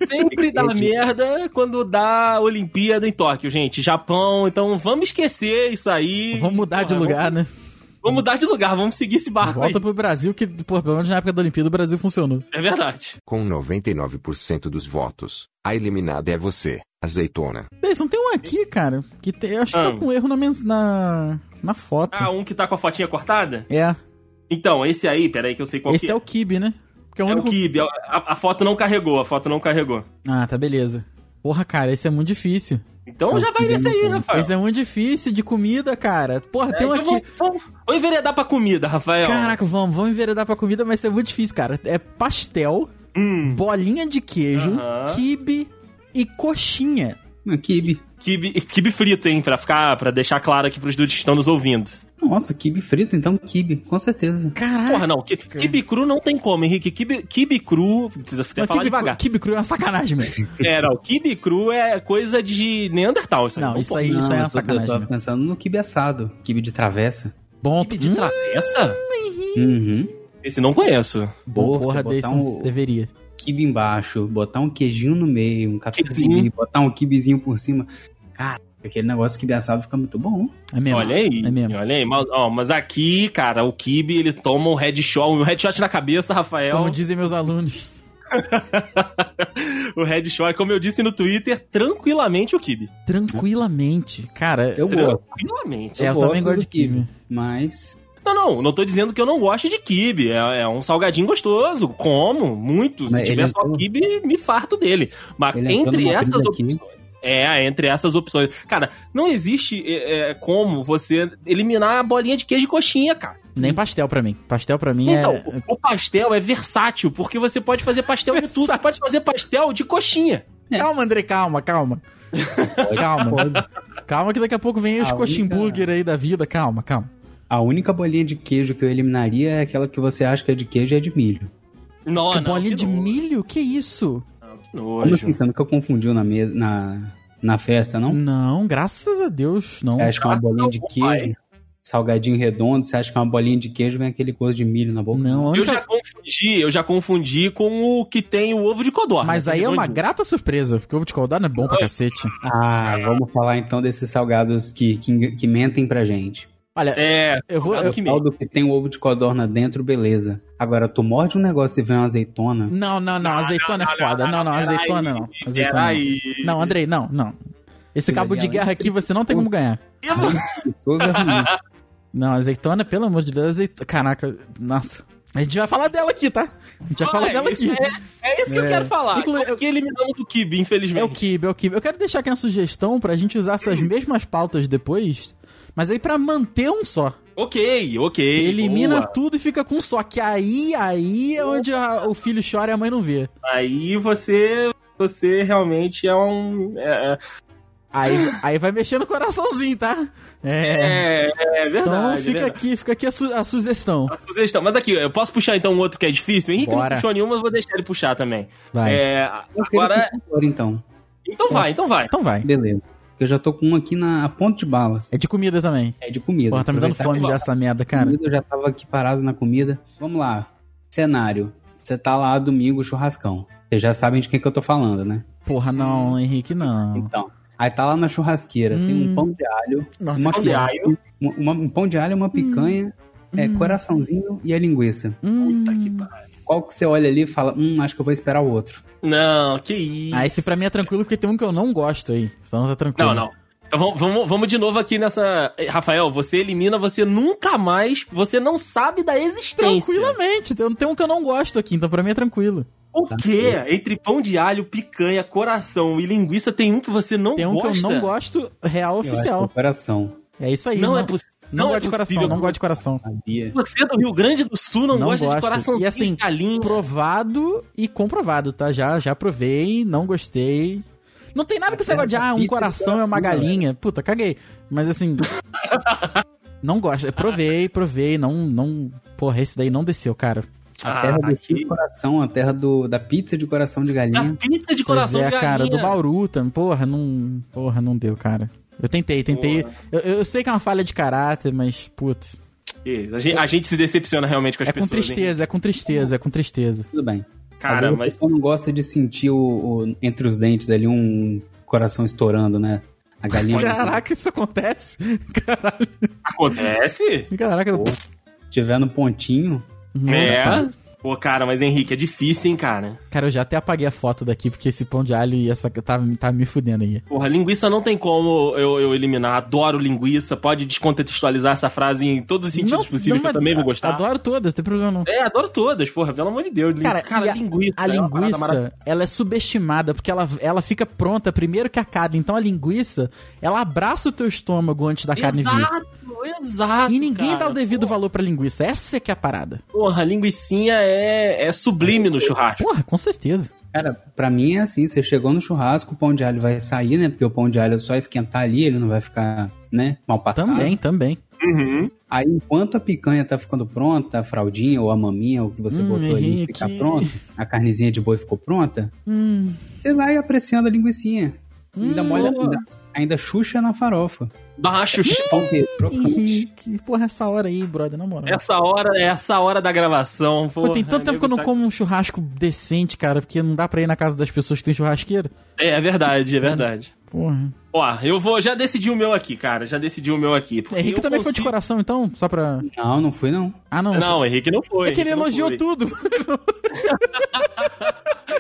[SPEAKER 3] Sempre dá
[SPEAKER 4] Entendi.
[SPEAKER 3] merda quando dá Olimpíada em Tóquio, gente. Japão, então vamos esquecer isso aí.
[SPEAKER 2] Vamos mudar de
[SPEAKER 3] Porra,
[SPEAKER 2] lugar, né?
[SPEAKER 3] Vamos, vamos mudar de lugar, vamos seguir esse barco
[SPEAKER 2] Volta
[SPEAKER 3] aí.
[SPEAKER 2] pro Brasil, que, pô, pelo menos na época da Olimpíada o Brasil funcionou.
[SPEAKER 3] É verdade.
[SPEAKER 5] Com 99% dos votos, a eliminada é você, azeitona.
[SPEAKER 2] Bem, Isso, não tem um aqui, cara, que tem- eu acho que
[SPEAKER 3] Ah.
[SPEAKER 2] tá com erro na, mens- na, na foto.
[SPEAKER 3] Ah, um que tá com a fotinha cortada?
[SPEAKER 2] É,
[SPEAKER 3] Então, esse aí, peraí que eu sei qual
[SPEAKER 2] esse
[SPEAKER 3] que
[SPEAKER 2] é o Kibe, né? Porque é o
[SPEAKER 3] É o
[SPEAKER 2] único...
[SPEAKER 3] Kibe. A, a foto não carregou, a foto não carregou.
[SPEAKER 2] Ah, tá, beleza. Porra, cara, esse é muito difícil.
[SPEAKER 3] Então
[SPEAKER 4] É o
[SPEAKER 3] já vai
[SPEAKER 4] Kibe,
[SPEAKER 3] nesse aí,
[SPEAKER 4] então.
[SPEAKER 3] Rafael.
[SPEAKER 2] Esse é muito difícil de comida, cara. Porra, tem um
[SPEAKER 3] Ah, então
[SPEAKER 2] aqui...
[SPEAKER 3] vamos, é, vamos, vamos enveredar pra comida, Rafael.
[SPEAKER 2] Caraca, vamos, vamos enveredar pra comida, mas isso é muito difícil, cara. É pastel,
[SPEAKER 3] Hum,
[SPEAKER 2] bolinha de queijo,
[SPEAKER 3] Aham.
[SPEAKER 2] quibe e coxinha.
[SPEAKER 4] Meu, Kibe.
[SPEAKER 3] kibe, kibe frito, hein, pra ficar, pra deixar claro aqui pros dudes que estão nos ouvindo.
[SPEAKER 4] Nossa, kibe frito, então kibe, com certeza.
[SPEAKER 2] Caralho.
[SPEAKER 3] Porra, não, ki- kibe cru não tem como, Henrique. Kibe, kibe cru, precisa até
[SPEAKER 2] Mas
[SPEAKER 3] falar
[SPEAKER 2] quibe
[SPEAKER 3] devagar.
[SPEAKER 2] cru- quibe cru é uma sacanagem, mesmo.
[SPEAKER 3] É, não, kibe cru é coisa de Neandertal, isso aí.
[SPEAKER 2] Não, isso
[SPEAKER 3] pode.
[SPEAKER 2] aí, isso aí é
[SPEAKER 4] eu
[SPEAKER 2] uma
[SPEAKER 4] tô- Eu
[SPEAKER 2] sacanagem.
[SPEAKER 4] tava
[SPEAKER 2] mesmo.
[SPEAKER 4] pensando no kibe assado, kibe de travessa.
[SPEAKER 2] Bom,
[SPEAKER 3] Kibe de
[SPEAKER 2] hum,
[SPEAKER 3] travessa?
[SPEAKER 4] Uhum.
[SPEAKER 3] Esse não conheço.
[SPEAKER 2] bom,
[SPEAKER 4] Porra,
[SPEAKER 2] porra
[SPEAKER 4] você
[SPEAKER 2] desse
[SPEAKER 4] botar um-
[SPEAKER 2] deveria.
[SPEAKER 4] Kibe embaixo, botar um queijinho no meio, um catupiry,
[SPEAKER 3] Queijinho.
[SPEAKER 4] botar um kibizinho por cima. Cara, aquele negócio kibe assado fica muito bom.
[SPEAKER 2] É mesmo.
[SPEAKER 3] olha aí,
[SPEAKER 2] É mesmo.
[SPEAKER 3] olha aí. Mas, ó, mas aqui, cara, o kibe, ele toma um headshot, um headshot na cabeça, Rafael.
[SPEAKER 2] Como dizem meus alunos.
[SPEAKER 3] O headshot, como eu disse no Twitter, tranquilamente o kibe.
[SPEAKER 2] Tranquilamente. Cara,
[SPEAKER 4] Eu gosto,
[SPEAKER 3] Tranquilamente.
[SPEAKER 2] é, eu
[SPEAKER 4] gosto
[SPEAKER 2] também gosto
[SPEAKER 4] do
[SPEAKER 2] de quibe.
[SPEAKER 4] mas
[SPEAKER 3] Não, não, não tô dizendo que eu não gosto de kibe. É, é um salgadinho gostoso, como, muito.
[SPEAKER 4] Mas
[SPEAKER 3] Se
[SPEAKER 4] ele
[SPEAKER 3] tiver só
[SPEAKER 4] entrou-
[SPEAKER 3] kibe, me farto dele. Mas
[SPEAKER 4] Ele é entrou
[SPEAKER 3] entre
[SPEAKER 4] numa
[SPEAKER 3] essas
[SPEAKER 4] brisa aqui.
[SPEAKER 3] opções... É, entre essas opções. Cara, não existe é, é, como você eliminar a bolinha de queijo e coxinha, cara.
[SPEAKER 2] Nem pastel pra mim. Pastel pra mim
[SPEAKER 3] Então,
[SPEAKER 2] é.
[SPEAKER 3] o o pastel é versátil, porque você pode fazer pastel de tudo. Você
[SPEAKER 2] Versátil.
[SPEAKER 3] pode fazer pastel de coxinha.
[SPEAKER 4] é.
[SPEAKER 2] Calma, André, calma,
[SPEAKER 4] *laughs*
[SPEAKER 2] calma. calma. Calma que daqui a pouco vem os
[SPEAKER 4] A única-
[SPEAKER 2] coximburger aí da vida. Calma, calma.
[SPEAKER 4] A única bolinha de queijo que eu eliminaria é aquela que você acha que é de queijo e é de milho.
[SPEAKER 2] que
[SPEAKER 3] Não, não,
[SPEAKER 2] Tipo, bolinha
[SPEAKER 3] que
[SPEAKER 2] de
[SPEAKER 3] nojo.
[SPEAKER 2] milho? Que isso?
[SPEAKER 3] Não, que
[SPEAKER 4] Como assim?
[SPEAKER 3] nojo.
[SPEAKER 4] Você nunca confundiu na, mesa, na, na festa, não?
[SPEAKER 2] Não, graças a Deus, não.
[SPEAKER 4] Você acha que é uma
[SPEAKER 3] Graças
[SPEAKER 4] bolinha de
[SPEAKER 3] ao
[SPEAKER 4] queijo, salgadinho redondo, você acha que é uma bolinha de queijo, vem aquele gosto de milho na boca.
[SPEAKER 2] Não, a
[SPEAKER 3] Eu
[SPEAKER 2] única-
[SPEAKER 3] já confundi, eu já confundi com o que tem o ovo de codorna.
[SPEAKER 2] Mas aí é uma
[SPEAKER 3] Redondinho.
[SPEAKER 2] grata surpresa, porque ovo de codorna é bom pra
[SPEAKER 3] Ai.
[SPEAKER 2] cacete.
[SPEAKER 4] Ah, vamos falar então desses salgados que, que, que mentem pra gente.
[SPEAKER 2] Olha,
[SPEAKER 3] É,
[SPEAKER 2] eu vou. eu-
[SPEAKER 3] que
[SPEAKER 4] Tal
[SPEAKER 3] meio.
[SPEAKER 4] do que tem o ovo de codorna dentro, beleza. Agora, tu morde um negócio e vem
[SPEAKER 2] *laughs*
[SPEAKER 4] uma azeitona.
[SPEAKER 2] Não, não, não, azeitona é foda. Não, não, azeitona não. Azeitona não.
[SPEAKER 3] Peraí.
[SPEAKER 2] Não, Andrei, não, não. Esse
[SPEAKER 4] Filha
[SPEAKER 3] é
[SPEAKER 2] cabo de
[SPEAKER 4] dela,
[SPEAKER 2] guerra
[SPEAKER 4] hein?
[SPEAKER 2] aqui você não tem como ganhar.
[SPEAKER 3] Eu-
[SPEAKER 4] Pessoas é ruim.
[SPEAKER 2] Não, azeitona, pelo amor de Deus, azeitona. Caraca, nossa. A gente vai falar dela aqui, tá? A gente vai falar
[SPEAKER 3] Ah,
[SPEAKER 2] dela
[SPEAKER 3] isso
[SPEAKER 2] aqui.
[SPEAKER 3] É, é isso que eu
[SPEAKER 2] É.
[SPEAKER 3] quero falar.
[SPEAKER 2] Inclu-
[SPEAKER 3] Porque eliminamos o Kibe, infelizmente.
[SPEAKER 2] É o Kibe, é o Kibe. Eu quero deixar aqui uma sugestão pra gente usar essas
[SPEAKER 3] Hum.
[SPEAKER 2] mesmas pautas depois, mas aí pra manter um só.
[SPEAKER 3] Ok, ok.
[SPEAKER 2] Elimina
[SPEAKER 3] boa.
[SPEAKER 2] tudo e fica com um só, que aí, aí é onde a- o filho chora e a mãe não vê.
[SPEAKER 3] Aí você. Você realmente é um. É, *laughs*
[SPEAKER 2] Aí, aí vai mexer no coraçãozinho, tá? É.
[SPEAKER 3] é, é verdade.
[SPEAKER 2] então
[SPEAKER 3] é
[SPEAKER 2] fica
[SPEAKER 3] verdade.
[SPEAKER 2] aqui, fica aqui a, su- a sugestão.
[SPEAKER 3] A sugestão. Mas aqui, eu posso puxar então um outro que é difícil? O Henrique
[SPEAKER 2] Bora.
[SPEAKER 3] não puxou nenhuma, eu vou deixar ele puxar também.
[SPEAKER 2] Vai.
[SPEAKER 3] É,
[SPEAKER 4] Eu queria
[SPEAKER 3] agora.
[SPEAKER 4] que tu for, então.
[SPEAKER 3] Então vai, então vai.
[SPEAKER 2] Então vai.
[SPEAKER 4] Beleza. Porque eu já tô com um aqui na a ponto de bala.
[SPEAKER 2] É de comida também.
[SPEAKER 4] É de comida.
[SPEAKER 2] Porra, tá me dando
[SPEAKER 4] Aproveitar
[SPEAKER 2] fome
[SPEAKER 4] que
[SPEAKER 2] já essa merda, cara.
[SPEAKER 4] Comida, eu já tava aqui parado na comida. Vamos lá. Cenário. Você tá lá domingo, churrascão. Vocês já sabem de quem que eu tô falando, né?
[SPEAKER 2] Porra, não, Henrique, não.
[SPEAKER 4] Então. Aí tá lá na churrasqueira. Tem
[SPEAKER 2] Hum.
[SPEAKER 4] um pão de alho.
[SPEAKER 2] Nossa,
[SPEAKER 4] uma
[SPEAKER 3] pão de
[SPEAKER 4] picanha,
[SPEAKER 3] alho.
[SPEAKER 4] uma- uma- um pão de alho, uma picanha, é,
[SPEAKER 2] Hum.
[SPEAKER 4] coraçãozinho e a linguiça.
[SPEAKER 2] hum.
[SPEAKER 3] Puta que pariu.
[SPEAKER 4] Qual que você olha ali e fala, hum, acho que eu vou esperar o outro.
[SPEAKER 3] Não, que isso.
[SPEAKER 2] Ah, esse pra mim é tranquilo, porque tem um que eu não gosto aí. Então tá tranquilo.
[SPEAKER 3] Não, não. Então vamos, vamos, vamos de novo aqui nessa. eh, Rafael, você elimina, você nunca mais. Você não sabe da existência.
[SPEAKER 2] Tranquilamente. Tem, tem um que eu não gosto aqui, então pra mim é tranquilo.
[SPEAKER 3] O quê? Entre pão de alho, picanha, coração e linguiça tem um que você não
[SPEAKER 2] Tem um
[SPEAKER 3] gosta?
[SPEAKER 2] que eu não gosto, real
[SPEAKER 4] Eu acho que é o
[SPEAKER 2] oficial.
[SPEAKER 4] coração.
[SPEAKER 2] É isso aí.
[SPEAKER 3] Não, é possível.
[SPEAKER 2] Não,
[SPEAKER 3] Não é
[SPEAKER 2] gosto de coração,
[SPEAKER 3] possível.
[SPEAKER 2] não gosto de coração.
[SPEAKER 4] Sabia?
[SPEAKER 3] Você do Rio Grande do Sul não,
[SPEAKER 2] Não
[SPEAKER 3] gosta
[SPEAKER 2] gosto.
[SPEAKER 3] de coraçãozinho
[SPEAKER 2] E assim,
[SPEAKER 3] de galinha.
[SPEAKER 2] Provado e comprovado, tá? Já, já provei, não gostei. Não tem nada que você gosta de, ah, um coração é uma galinha. Puta, caguei. Mas assim. *laughs* não gosto. Eu Provei, provei, não, não. Porra, esse daí não desceu, cara.
[SPEAKER 4] A terra
[SPEAKER 3] Ah,
[SPEAKER 4] do
[SPEAKER 3] que-
[SPEAKER 4] que... coração, a terra do, da pizza de coração de
[SPEAKER 3] Da
[SPEAKER 4] galinha.
[SPEAKER 3] pizza de
[SPEAKER 2] Pois
[SPEAKER 3] coração
[SPEAKER 2] é,
[SPEAKER 3] de galinha.
[SPEAKER 2] cara, do Bauru também. Porra, não. Porra, não deu, cara. Eu tentei, tentei. Eu, eu sei que é uma falha de caráter, mas, putz.
[SPEAKER 3] É, A gente, a gente se decepciona realmente com as
[SPEAKER 2] É com
[SPEAKER 3] pessoas. hein?
[SPEAKER 2] tristeza, é com tristeza, é com tristeza.
[SPEAKER 4] Tudo bem. Às
[SPEAKER 3] Cara,
[SPEAKER 4] vezes
[SPEAKER 3] mas.
[SPEAKER 4] a pessoa não gosta de sentir o, o- entre os dentes ali um coração estourando, né? A galinha.
[SPEAKER 2] Caraca, isso acontece? *laughs* Caralho.
[SPEAKER 3] Acontece?
[SPEAKER 2] Caraca, eu-
[SPEAKER 4] Se tiver no pontinho,
[SPEAKER 2] Não,
[SPEAKER 3] É. Pô, cara, mas Henrique, é difícil, hein, cara.
[SPEAKER 2] Cara, eu já até apaguei a foto daqui, porque esse pão de alho e essa tá, tá me fudendo aí.
[SPEAKER 3] Porra, linguiça não tem como eu, eu eliminar. Adoro linguiça. Pode descontextualizar essa frase em todos os sentidos possíveis, tipo, que eu
[SPEAKER 2] mas
[SPEAKER 3] também vou gostar.
[SPEAKER 2] é Adoro todas, não tem problema não.
[SPEAKER 3] É, adoro todas, porra, pelo amor de Deus. Lin-
[SPEAKER 2] Cara, e a-
[SPEAKER 3] linguiça.
[SPEAKER 2] A
[SPEAKER 3] é uma parada maravilhosa.
[SPEAKER 2] linguiça, ela é subestimada, porque ela, ela fica pronta primeiro que a carne. Então a linguiça, ela abraça o teu estômago antes da carne vir.
[SPEAKER 3] Exato, exato.
[SPEAKER 2] E ninguém
[SPEAKER 3] cara.
[SPEAKER 2] dá o devido valor pra linguiça. Essa é que é a parada.
[SPEAKER 3] Porra, linguicinha é, é sublime no churrasco.
[SPEAKER 2] Porra, com certeza.
[SPEAKER 4] cara, pra mim é assim: você chegou no churrasco, o pão de alho vai sair, né? Porque o pão de alho é só esquentar ali, ele não vai ficar, né? Mal
[SPEAKER 3] tá
[SPEAKER 4] passado.
[SPEAKER 2] Também, também.
[SPEAKER 3] Uhum.
[SPEAKER 4] Aí, enquanto a picanha tá ficando pronta, a fraldinha ou a maminha, o que você
[SPEAKER 2] Hum,
[SPEAKER 4] botou ali
[SPEAKER 2] Henrique.
[SPEAKER 4] fica pronta, a carnezinha de boi ficou pronta,
[SPEAKER 2] Hum,
[SPEAKER 4] você vai apreciando a linguiçinha. ainda
[SPEAKER 2] Hum.
[SPEAKER 4] molha, ainda, ainda xuxa na farofa.
[SPEAKER 3] Dá uma xuxa.
[SPEAKER 4] Pão de crocante.
[SPEAKER 2] Henrique, porra, é essa hora aí, brother, na moral.
[SPEAKER 3] Essa hora, essa hora da gravação.
[SPEAKER 2] Pô,
[SPEAKER 3] Porra,
[SPEAKER 2] tem tanto tempo que eu não
[SPEAKER 3] tá-
[SPEAKER 2] como um churrasco decente, cara, porque não dá pra ir na casa das pessoas que tem churrasqueira.
[SPEAKER 3] É, é verdade, é verdade.
[SPEAKER 2] Porra.
[SPEAKER 3] Ó, eu vou. Já decidi o meu aqui, cara. Já decidi o meu aqui. porque
[SPEAKER 2] Henrique
[SPEAKER 3] eu
[SPEAKER 2] também foi de
[SPEAKER 3] consigo-
[SPEAKER 2] coração, então? Só pra.
[SPEAKER 4] Não, não fui não.
[SPEAKER 2] Ah, não.
[SPEAKER 3] Não, Henrique não foi.
[SPEAKER 2] é que ele
[SPEAKER 3] Henrique não
[SPEAKER 2] elogiou
[SPEAKER 3] foi.
[SPEAKER 2] tudo.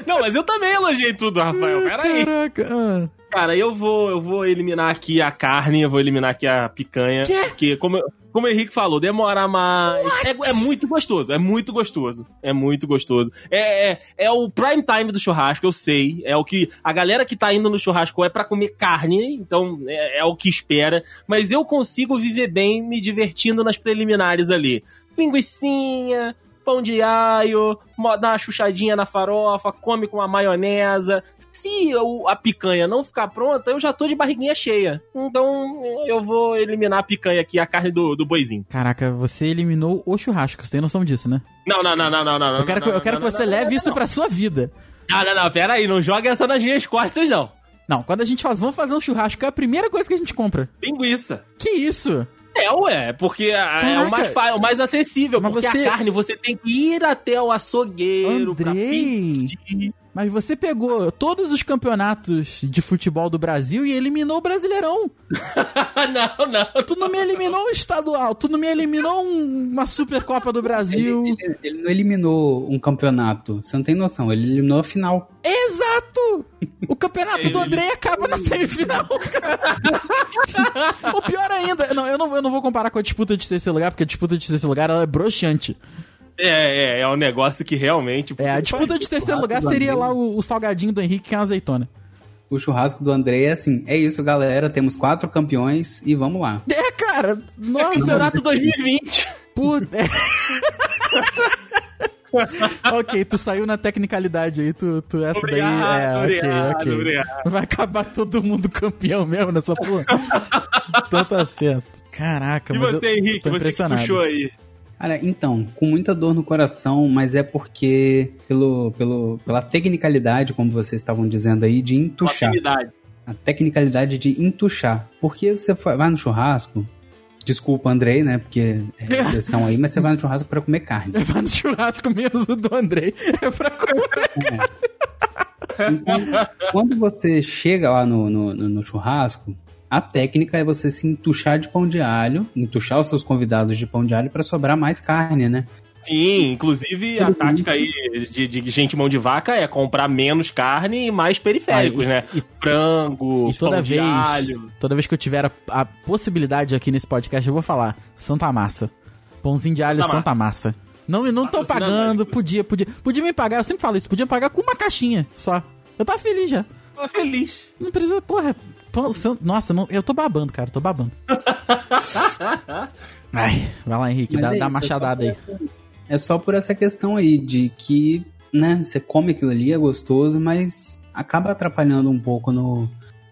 [SPEAKER 3] Não, mas eu também elogiei tudo, Rafael. Peraí.
[SPEAKER 2] Caraca. ah.
[SPEAKER 3] Cara, eu vou, eu vou eliminar aqui a carne, eu vou eliminar aqui a picanha.
[SPEAKER 2] Quê?
[SPEAKER 3] Porque como eu, como o Henrique falou, demora mais. É, é muito gostoso, é muito gostoso. É muito gostoso. É, é, é o prime time do churrasco, eu sei. É o que. A galera que tá indo no churrasco é pra comer carne, então é, é o que espera. Mas eu consigo viver bem me divertindo nas preliminares ali. Linguicinha, pão de alho, mo- dá uma chuchadinha na farofa, come com uma maionesa. Se eu- a picanha não ficar pronta, eu já tô de barriguinha cheia. Então eu vou eliminar a picanha aqui, a carne do, do boizinho.
[SPEAKER 2] Caraca, você eliminou o churrasco, você tem noção disso, né?
[SPEAKER 3] Não, não, não, não, não, não.
[SPEAKER 2] Eu quero
[SPEAKER 3] não,
[SPEAKER 2] que,
[SPEAKER 3] não,
[SPEAKER 2] eu quero
[SPEAKER 3] não,
[SPEAKER 2] que
[SPEAKER 3] não,
[SPEAKER 2] você
[SPEAKER 3] não,
[SPEAKER 2] leve
[SPEAKER 3] não,
[SPEAKER 2] isso
[SPEAKER 3] não.
[SPEAKER 2] pra sua vida.
[SPEAKER 3] Não, não, não, pera aí, não joga essa nas minhas costas, não.
[SPEAKER 2] Não, quando a gente faz, vamos fazer um churrasco, é a primeira coisa que a gente compra.
[SPEAKER 3] Linguiça.
[SPEAKER 2] Que isso?
[SPEAKER 3] É, ué, porque a- é
[SPEAKER 2] Caraca.
[SPEAKER 3] o mais, fa- o mais acessível,
[SPEAKER 2] Mas
[SPEAKER 3] porque
[SPEAKER 2] você-
[SPEAKER 3] a carne você tem que ir até o açougueiro pra
[SPEAKER 2] Andrei.
[SPEAKER 3] pedir.
[SPEAKER 2] Mas você pegou todos os campeonatos de futebol do Brasil e eliminou o Brasileirão.
[SPEAKER 3] *laughs* não, não.
[SPEAKER 2] Tu não me eliminou um estadual, tu não me eliminou um- uma Supercopa do
[SPEAKER 4] Ele,
[SPEAKER 3] *laughs*
[SPEAKER 2] Brasil.
[SPEAKER 4] ele- ele não eliminou um campeonato. Você não tem noção. Ele eliminou a final.
[SPEAKER 2] Exato! O campeonato do Andrei acaba na semifinal, cara. *laughs* o pior ainda. Não eu, não, eu não vou comparar com a disputa de terceiro lugar, porque a disputa de terceiro lugar ela é broxante.
[SPEAKER 3] É, é, é um negócio que realmente.
[SPEAKER 2] É, a disputa de terceiro lugar
[SPEAKER 4] do
[SPEAKER 2] seria
[SPEAKER 4] Andrei.
[SPEAKER 2] lá o, o salgadinho do Henrique, que é uma azeitona.
[SPEAKER 4] O churrasco do André é assim. É isso, galera. Temos quatro campeões e vamos lá.
[SPEAKER 2] É, cara, nossa,
[SPEAKER 3] Campeonato 2020.
[SPEAKER 2] *laughs* puta. *laughs* ok, tu saiu na tecnicalidade aí, tu, tu essa daí. É,
[SPEAKER 3] obrigado,
[SPEAKER 2] ok, ok.
[SPEAKER 3] obrigado.
[SPEAKER 2] Vai acabar todo mundo campeão mesmo nessa porra. Tanto acerto. Caraca,
[SPEAKER 3] E
[SPEAKER 2] mas
[SPEAKER 3] você,
[SPEAKER 2] eu
[SPEAKER 3] Henrique,
[SPEAKER 2] tô
[SPEAKER 3] você que
[SPEAKER 2] impressionado.
[SPEAKER 3] puxou aí.
[SPEAKER 4] Cara, então, com muita dor no coração, mas é porque, pelo, pelo, pela tecnicalidade, como vocês estavam dizendo aí, de entuchar.
[SPEAKER 3] Proximidade.
[SPEAKER 4] A tecnicalidade de entuchar. Porque você fa- vai no churrasco, desculpa, Andrei, né? Porque é exceção aí, mas você vai no churrasco pra comer carne.
[SPEAKER 2] Levar É no churrasco mesmo do Andrei. É pra comer.
[SPEAKER 4] Então, quando você chega lá no, no, no- no churrasco, a técnica é você se entuchar de pão de alho, entuchar os seus convidados de pão de alho pra sobrar mais carne, né?
[SPEAKER 3] Sim, inclusive a tática aí de, de gente mão de vaca é comprar menos carne e mais periféricos, né?
[SPEAKER 2] e-
[SPEAKER 3] Frango,
[SPEAKER 2] E toda
[SPEAKER 3] pão de
[SPEAKER 2] vez,
[SPEAKER 3] alho.
[SPEAKER 2] toda vez que eu tiver a, a possibilidade aqui nesse podcast, eu vou falar Santa Massa. Pãozinho de alho é
[SPEAKER 3] Santa
[SPEAKER 2] Santa Massa. Não, não estão
[SPEAKER 3] Patrocina
[SPEAKER 2] pagando,
[SPEAKER 3] nós.
[SPEAKER 2] podia, podia. Podia me pagar, eu sempre falo isso, podia pagar com uma caixinha só. Eu tava feliz já.
[SPEAKER 3] Tô feliz.
[SPEAKER 2] Não precisa, porra. Pão, san- nossa, não- eu tô babando, cara, tô
[SPEAKER 4] *laughs*
[SPEAKER 2] babando. Ai, vai lá, Henrique,
[SPEAKER 4] Mas
[SPEAKER 2] dá,
[SPEAKER 4] é
[SPEAKER 2] dá
[SPEAKER 4] isso,
[SPEAKER 2] uma machadada
[SPEAKER 4] é
[SPEAKER 2] aí.
[SPEAKER 4] só por essa- É só por essa questão aí de que, né, você come aquilo ali, é gostoso, mas acaba atrapalhando um pouco no,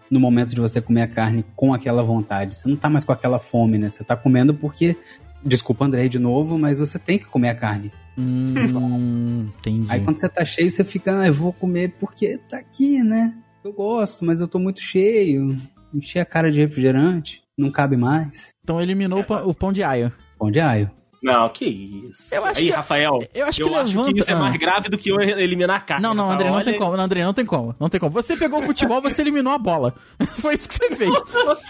[SPEAKER 4] no momento de você comer a carne com aquela vontade. Você não tá mais com aquela fome, né? Você tá comendo porque. Desculpa, Andrei, de novo, mas você tem que comer a carne.
[SPEAKER 2] Hum, entendi.
[SPEAKER 4] Aí quando você tá cheio, você fica, ah, eu vou comer porque tá aqui, né? Eu gosto, mas eu tô muito cheio. Enchi a cara de refrigerante, não cabe mais.
[SPEAKER 2] Então eliminou o pão, o pão de alho.
[SPEAKER 4] Pão de alho.
[SPEAKER 3] Não, que isso.
[SPEAKER 2] Eu acho
[SPEAKER 3] aí,
[SPEAKER 2] que-
[SPEAKER 3] Rafael,
[SPEAKER 2] Eu acho
[SPEAKER 3] eu
[SPEAKER 2] que
[SPEAKER 3] acho
[SPEAKER 2] levanta.
[SPEAKER 3] que isso é
[SPEAKER 2] Ah.
[SPEAKER 3] mais grave do que eu eliminar carne.
[SPEAKER 2] Não, não,
[SPEAKER 3] Rafael,
[SPEAKER 2] André, não tem
[SPEAKER 3] Ah, olha-
[SPEAKER 2] como. Não, André, não tem como. Não tem como. Você pegou o futebol, você eliminou a bola. *laughs* Foi isso que você fez.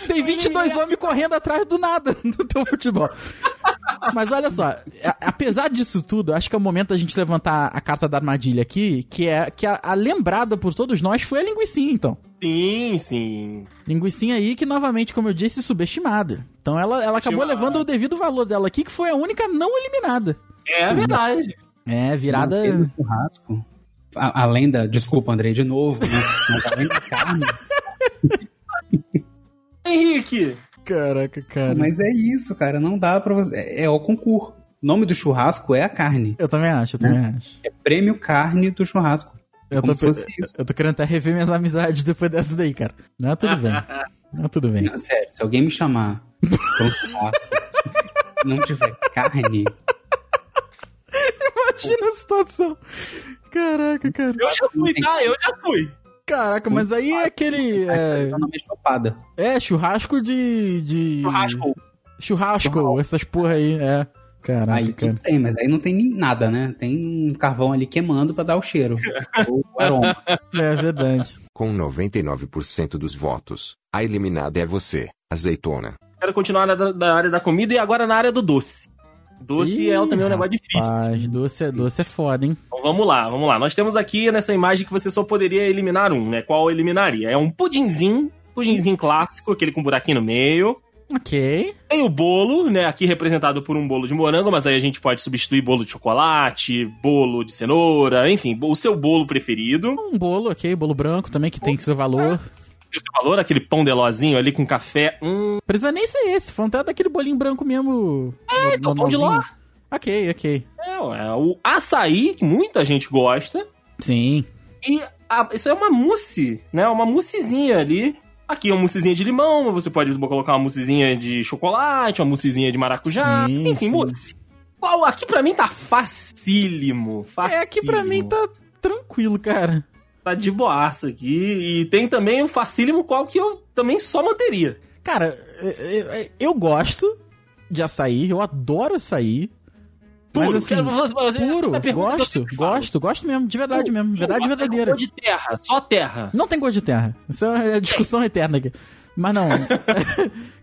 [SPEAKER 2] Tem 22 homens correndo atrás do nada *laughs* do teu futebol. Mas olha só, a- apesar disso tudo, acho que é o momento da gente levantar a carta da armadilha aqui, que é que a, a lembrada por todos nós foi a linguicinha, então.
[SPEAKER 3] Sim, sim.
[SPEAKER 2] Linguicinha aí que, novamente, como eu disse, subestimada. Então ela, ela acabou
[SPEAKER 3] Subestimada.
[SPEAKER 2] levando o devido valor dela aqui, que foi a única não eliminada.
[SPEAKER 3] É verdade.
[SPEAKER 2] É, virada.
[SPEAKER 4] Manteiga no churrasco. A- além da. Desculpa, Andrei, de novo, né? Mas além da carne.
[SPEAKER 3] Henrique,
[SPEAKER 2] Caraca, cara.
[SPEAKER 4] *laughs* Mas é isso, cara. Não dá pra você. É, é o concurso. O nome do churrasco é a carne.
[SPEAKER 2] Eu também acho, eu também acho.
[SPEAKER 4] É prêmio carne do churrasco. É
[SPEAKER 2] Eu
[SPEAKER 4] como
[SPEAKER 2] tô,
[SPEAKER 4] se fosse
[SPEAKER 2] pe-
[SPEAKER 4] isso.
[SPEAKER 2] eu tô querendo até rever minhas *laughs* amizades depois dessa daí, cara. Não, é tudo bem. Não, é tudo bem.
[SPEAKER 4] Não, sério, se alguém me chamar pra um *laughs* churrasco e não tiver carne,
[SPEAKER 2] *laughs* Imagina a situação. Caraca, cara.
[SPEAKER 3] eu já fui, tá? Eu já
[SPEAKER 2] Hum.
[SPEAKER 3] fui.
[SPEAKER 2] Caraca, mas aí é aquele. É,
[SPEAKER 4] meu nome é chopada.
[SPEAKER 2] é, churrasco de. de...
[SPEAKER 3] Churrasco.
[SPEAKER 2] Churrasco, essas porra aí, é. Caraca,
[SPEAKER 4] Aí
[SPEAKER 2] cara.
[SPEAKER 4] tudo tem, mas aí não tem nem nada, né? Tem um carvão ali queimando pra dar o *laughs* cheiro. ou o aroma.
[SPEAKER 2] É *laughs* verdade.
[SPEAKER 5] Com 99% dos votos, a eliminada é você, azeitona.
[SPEAKER 3] Quero continuar na da, da área da comida e agora na área do doce. Doce
[SPEAKER 2] Ih,
[SPEAKER 3] é também um negócio difícil.
[SPEAKER 2] Paz, doce é doce é foda, hein?
[SPEAKER 3] Então vamos lá, vamos lá. Nós temos aqui nessa imagem que você só poderia eliminar um, né? Qual eliminaria? É um pudinzinho, pudinzinho clássico, aquele com buraquinho no meio.
[SPEAKER 2] Ok.
[SPEAKER 3] Tem o bolo, né? Aqui representado por um bolo de morango, mas aí a gente pode substituir bolo de chocolate, bolo de cenoura, enfim, o seu bolo preferido.
[SPEAKER 2] Um bolo, ok. Bolo branco também, que tem seu valor.
[SPEAKER 3] Tem o seu valor, aquele pão delozinho ali com café. Hum,
[SPEAKER 2] Precisa nem ser esse. Foi um tanto daquele bolinho branco mesmo. É,
[SPEAKER 3] então pão de ló.
[SPEAKER 2] Ok, ok.
[SPEAKER 3] é, ué, o açaí, que muita gente gosta.
[SPEAKER 2] Sim.
[SPEAKER 3] E a- isso é uma mousse, né? Uma moussezinha ali. Aqui é uma moussezinha de limão, mas você pode colocar uma moussezinha de chocolate, uma moussezinha de maracujá,
[SPEAKER 2] Sim,
[SPEAKER 3] enfim,
[SPEAKER 2] sim.
[SPEAKER 3] mousse. Uau, aqui pra mim tá facílimo, facílimo.
[SPEAKER 2] É, aqui pra mim tá tranquilo, cara.
[SPEAKER 3] Tá de boaça aqui. E tem também o facílimo qual que eu também só manteria.
[SPEAKER 2] Cara, é- é- é- eu gosto de açaí, eu adoro açaí.
[SPEAKER 3] Puro.
[SPEAKER 2] mas assim,
[SPEAKER 3] Quero- você- você- essa é a
[SPEAKER 2] puro,
[SPEAKER 3] pergunta que eu
[SPEAKER 2] gosto,
[SPEAKER 3] sempre falo.
[SPEAKER 2] gosto, gosto mesmo, de verdade mesmo, verdade
[SPEAKER 3] Eu gosto de
[SPEAKER 2] verdadeira.
[SPEAKER 3] cor de terra, só terra.
[SPEAKER 2] Não tem gosto de terra. Isso é a discussão eterna aqui. Mas
[SPEAKER 3] *laughs*
[SPEAKER 2] não.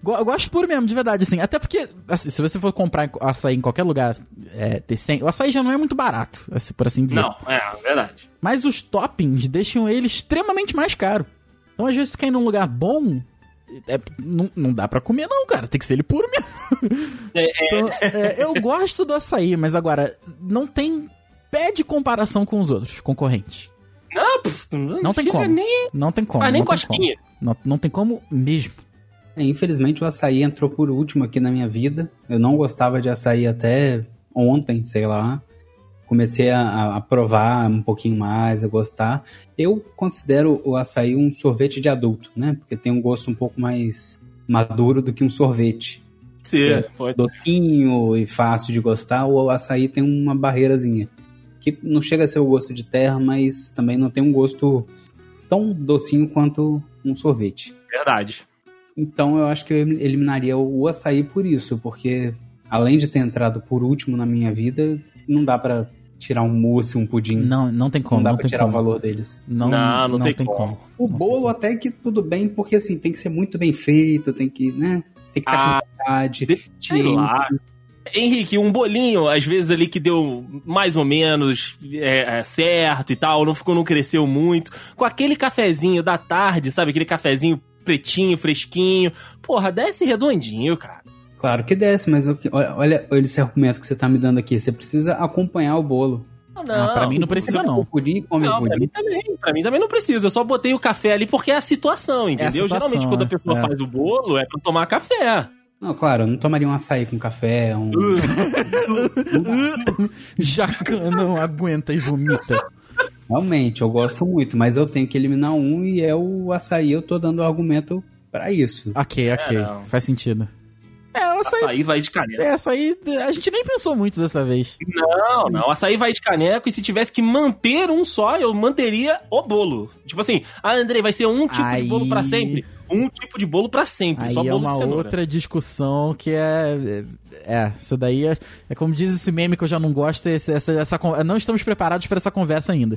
[SPEAKER 2] Go- eu gosto puro mesmo, de verdade, assim. Até porque, assim, se você for comprar açaí em qualquer lugar, é, ter 100, o açaí já não é muito barato, assim, por assim dizer.
[SPEAKER 3] Não, é verdade.
[SPEAKER 2] Mas os toppings deixam ele extremamente mais caro. Então, às vezes, tu quer ir num lugar bom, é, não, não dá pra comer, não, cara. Tem que ser ele puro mesmo. Então, é, eu gosto do açaí, mas agora, não tem pé de comparação com os outros concorrentes.
[SPEAKER 3] Não, pff,
[SPEAKER 2] Não tem
[SPEAKER 3] chega
[SPEAKER 2] como.
[SPEAKER 3] Nem,
[SPEAKER 2] Não tem como.
[SPEAKER 3] faz nem
[SPEAKER 2] não tem como.
[SPEAKER 3] cosquinha.
[SPEAKER 2] Não, não tem como mesmo.
[SPEAKER 4] É, infelizmente o açaí entrou por último aqui na minha vida. Eu não gostava de açaí até ontem, sei lá. Comecei a- a, a provar um pouquinho mais, a gostar. Eu considero o açaí um sorvete de adulto, né? Porque tem um gosto um pouco mais maduro do que um sorvete. É
[SPEAKER 3] Pode ser, pode
[SPEAKER 4] Docinho e fácil de gostar, o açaí tem uma barreirazinha. Que não chega a ser o gosto de terra, mas também não tem um gosto tão docinho quanto um sorvete.
[SPEAKER 3] verdade.
[SPEAKER 4] Então eu acho que eu eliminaria o açaí por isso, porque além de ter entrado por último na minha vida, não dá pra tirar um mousse, um pudim. Não,
[SPEAKER 2] Não, não tem como.
[SPEAKER 4] dá
[SPEAKER 2] Não,
[SPEAKER 4] pra
[SPEAKER 2] tem
[SPEAKER 4] tirar
[SPEAKER 2] como.
[SPEAKER 4] o valor deles.
[SPEAKER 2] Não, não, tem, como.
[SPEAKER 4] O bolo até que tudo bem, porque assim, tem que ser muito bem feito, tem que, né? Tem que estar
[SPEAKER 3] Ah,
[SPEAKER 4] com vontade.
[SPEAKER 3] Sei lá. Henrique, um bolinho, às vezes ali que deu mais ou menos é, é, certo e tal, não ficou, não cresceu muito. Com aquele cafezinho da tarde, sabe? Aquele cafezinho pretinho, fresquinho. Porra, desce redondinho, cara.
[SPEAKER 4] Claro que desce, mas o que- olha, olha esse argumento que você tá me dando aqui. Você precisa acompanhar o bolo.
[SPEAKER 3] Não,
[SPEAKER 2] Ah, pra mim não
[SPEAKER 4] Você
[SPEAKER 2] precisa,
[SPEAKER 4] vai
[SPEAKER 2] não. é
[SPEAKER 4] com pudim, come
[SPEAKER 3] Não,
[SPEAKER 4] pudim.
[SPEAKER 3] pra mim também. Pra mim também não precisa. Eu só botei o café ali porque é a situação, entendeu?
[SPEAKER 2] situação,
[SPEAKER 3] Geralmente quando a pessoa
[SPEAKER 2] é.
[SPEAKER 3] faz o bolo é pra tomar café.
[SPEAKER 4] Não, claro, eu não tomaria um açaí com café, um...
[SPEAKER 2] Jacan não aguenta e vomita.
[SPEAKER 4] Realmente, eu gosto muito, mas eu tenho que eliminar um e é o açaí, eu tô dando argumento pra isso.
[SPEAKER 2] Ok, ok.
[SPEAKER 3] É, não.
[SPEAKER 2] Faz sentido. É, o açaí.
[SPEAKER 3] Açaí vai de caneta.
[SPEAKER 2] É, açaí. A gente nem pensou muito dessa vez.
[SPEAKER 3] Não, não. Açaí vai de caneco e se tivesse que manter um só, eu manteria o bolo. Tipo assim, ah, Andrei, vai ser um tipo
[SPEAKER 2] Aí-
[SPEAKER 3] de bolo pra sempre. Um tipo de bolo pra sempre,
[SPEAKER 2] Aí
[SPEAKER 3] só
[SPEAKER 2] é
[SPEAKER 3] bolo de
[SPEAKER 2] uma
[SPEAKER 3] cenoura.
[SPEAKER 2] outra discussão que é. É, isso daí é, é como diz esse meme que eu já não gosto. é esse- essa, essa con- não estamos preparados pra essa conversa ainda.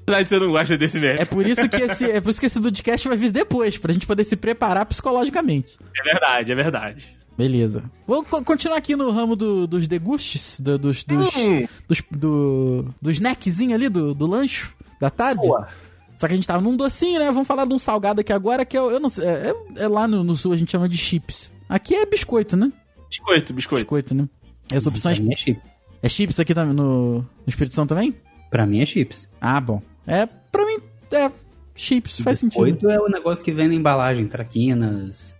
[SPEAKER 3] Apesar de você não gosta desse mesmo,
[SPEAKER 2] É por isso que esse, é por isso que esse podcast vai vir depois, pra gente poder se preparar psicologicamente.
[SPEAKER 3] é verdade, é verdade.
[SPEAKER 2] Beleza. Vamos co- continuar aqui no ramo do- dos degustes, do- dos, dos,
[SPEAKER 3] Hum,
[SPEAKER 2] dos, do, do snackzinho ali, do, do lancho da tarde.
[SPEAKER 3] boa.
[SPEAKER 2] Só que a gente tava num docinho, né? Vamos falar de um salgado aqui agora, que eu, eu não sei. É, é- é lá no, no sul a gente chama de chips. Aqui é biscoito, né?
[SPEAKER 3] Biscoito, biscoito.
[SPEAKER 2] Biscoito, né? E as opções.
[SPEAKER 4] Pra mim é chips.
[SPEAKER 2] É chips aqui tam- no, no Espírito Santo também?
[SPEAKER 4] Pra mim é chips.
[SPEAKER 2] Ah, bom. É, pra mim, é. Chips, faz sentido.
[SPEAKER 4] Biscoito é o negócio que vem na embalagem, traquinas,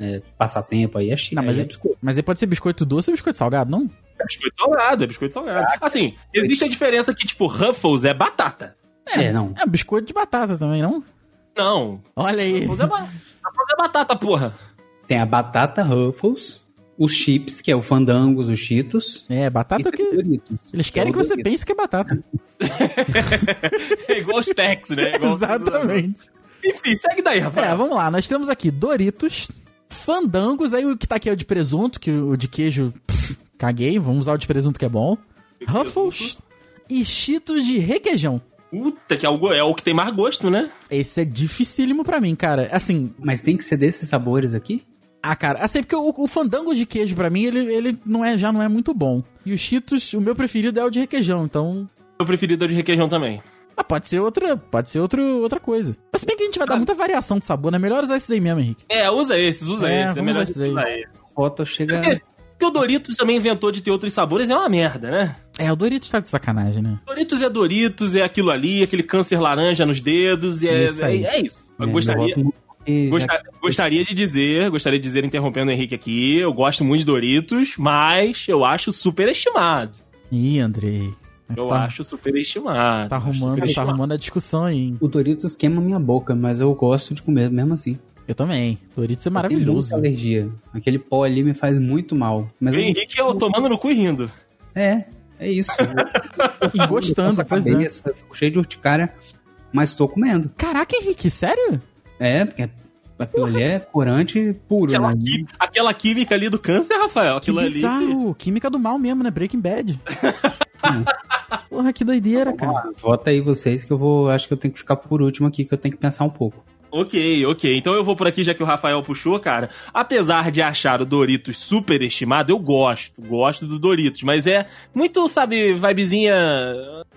[SPEAKER 4] é, passatempo, aí é chips.
[SPEAKER 2] Não, mas
[SPEAKER 4] aí
[SPEAKER 2] é-
[SPEAKER 4] é biscoito.
[SPEAKER 2] Mas aí pode ser biscoito doce ou biscoito salgado, não?
[SPEAKER 3] É biscoito salgado, é biscoito salgado. Assim, existe a diferença que, tipo, Ruffles é batata.
[SPEAKER 4] É, não.
[SPEAKER 2] É biscoito de batata também, não?
[SPEAKER 3] Não,
[SPEAKER 2] Olha aí.
[SPEAKER 3] Ruffles é, ba- Ruffles é batata, porra. *laughs*
[SPEAKER 4] Tem a batata Ruffles, os chips, que é o Fandangos, os Cheetos.
[SPEAKER 2] É, batata
[SPEAKER 4] e tem *laughs*
[SPEAKER 2] que.
[SPEAKER 4] Doritos.
[SPEAKER 2] Eles querem que você pense que é batata.
[SPEAKER 3] É igual os Tex, né? É igual-
[SPEAKER 2] Exatamente.
[SPEAKER 3] Enfim, segue daí, Rafael.
[SPEAKER 2] É, vamos lá. Nós temos aqui Doritos, Fandangos, aí o que tá aqui é o de presunto, que o de queijo, pff, caguei, vamos usar o de presunto que é bom. Ruffles e Cheetos de requeijão.
[SPEAKER 3] Puta, que é o, go- é o que tem mais gosto, né?
[SPEAKER 2] Esse é dificílimo pra mim, cara. Assim,
[SPEAKER 4] Mas tem que ser desses sabores aqui?
[SPEAKER 2] ah, cara, assim, porque o, o fandango de queijo pra mim, ele, ele não é, já não é muito bom. E o Cheetos, o meu preferido é o de requeijão, então
[SPEAKER 3] Meu preferido é o de requeijão também.
[SPEAKER 2] Mas pode ser outra, pode ser outro, outra coisa. Mas se bem que a gente
[SPEAKER 3] Ah.
[SPEAKER 2] vai dar muita variação de sabor, né? Melhor usar esses aí mesmo, Henrique.
[SPEAKER 3] É, usa esses, usa
[SPEAKER 2] É,
[SPEAKER 3] esses. É
[SPEAKER 2] vamos
[SPEAKER 3] melhor
[SPEAKER 2] esses aí.
[SPEAKER 3] usar esses.
[SPEAKER 4] Otto chega.
[SPEAKER 3] Porque o Doritos também inventou de ter outros sabores, é uma merda, né?
[SPEAKER 2] É, o Doritos tá de sacanagem, né?
[SPEAKER 3] Doritos é Doritos, é aquilo ali, aquele câncer laranja nos dedos, e é,
[SPEAKER 2] Isso aí.
[SPEAKER 3] é- é isso. Eu
[SPEAKER 4] né,
[SPEAKER 3] gostaria,
[SPEAKER 4] meu voto é-
[SPEAKER 3] gostar- gostaria de dizer, gostaria de dizer, interrompendo o Henrique aqui, eu gosto muito de Doritos, mas eu acho superestimado.
[SPEAKER 2] Ih, Andrei. É que
[SPEAKER 3] Eu
[SPEAKER 2] tá,
[SPEAKER 3] acho superestimado.
[SPEAKER 2] Tá arrumando, tá
[SPEAKER 3] Superestimado.
[SPEAKER 2] arrumando a discussão aí, hein?
[SPEAKER 4] O Doritos queima minha boca, mas eu gosto de comer mesmo assim.
[SPEAKER 2] Eu também. Doritos é
[SPEAKER 4] Eu
[SPEAKER 2] maravilhoso.
[SPEAKER 4] tenho muita alergia. Aquele pó ali me faz muito mal. Mas
[SPEAKER 3] O
[SPEAKER 4] eu-
[SPEAKER 3] Henrique eu tomando no cu e rindo.
[SPEAKER 4] é, é isso.
[SPEAKER 2] *laughs* E gostando,
[SPEAKER 4] Nossa
[SPEAKER 2] pois é.
[SPEAKER 4] cabeça, eu Fico cheio de urticária, mas tô comendo.
[SPEAKER 2] Caraca, Henrique, sério?
[SPEAKER 4] É, porque aquilo ali é corante puro,
[SPEAKER 3] Aquela,
[SPEAKER 4] né?
[SPEAKER 3] qui- aquela química ali do câncer, Rafael.
[SPEAKER 2] Que
[SPEAKER 3] Aquilo ali. sim.
[SPEAKER 2] bizarro. Química do mal mesmo, né? Breaking
[SPEAKER 3] *laughs*
[SPEAKER 2] Bad. Porra, que doideira, cara.
[SPEAKER 4] Ah, vota aí vocês que eu vou. Acho que eu tenho que ficar por último aqui, que eu tenho que pensar um pouco.
[SPEAKER 3] Ok, ok. Então eu vou por aqui, já que o Rafael puxou, cara. Apesar de achar o Doritos superestimado, eu gosto. Gosto do Doritos. Mas é muito, sabe, vibezinha.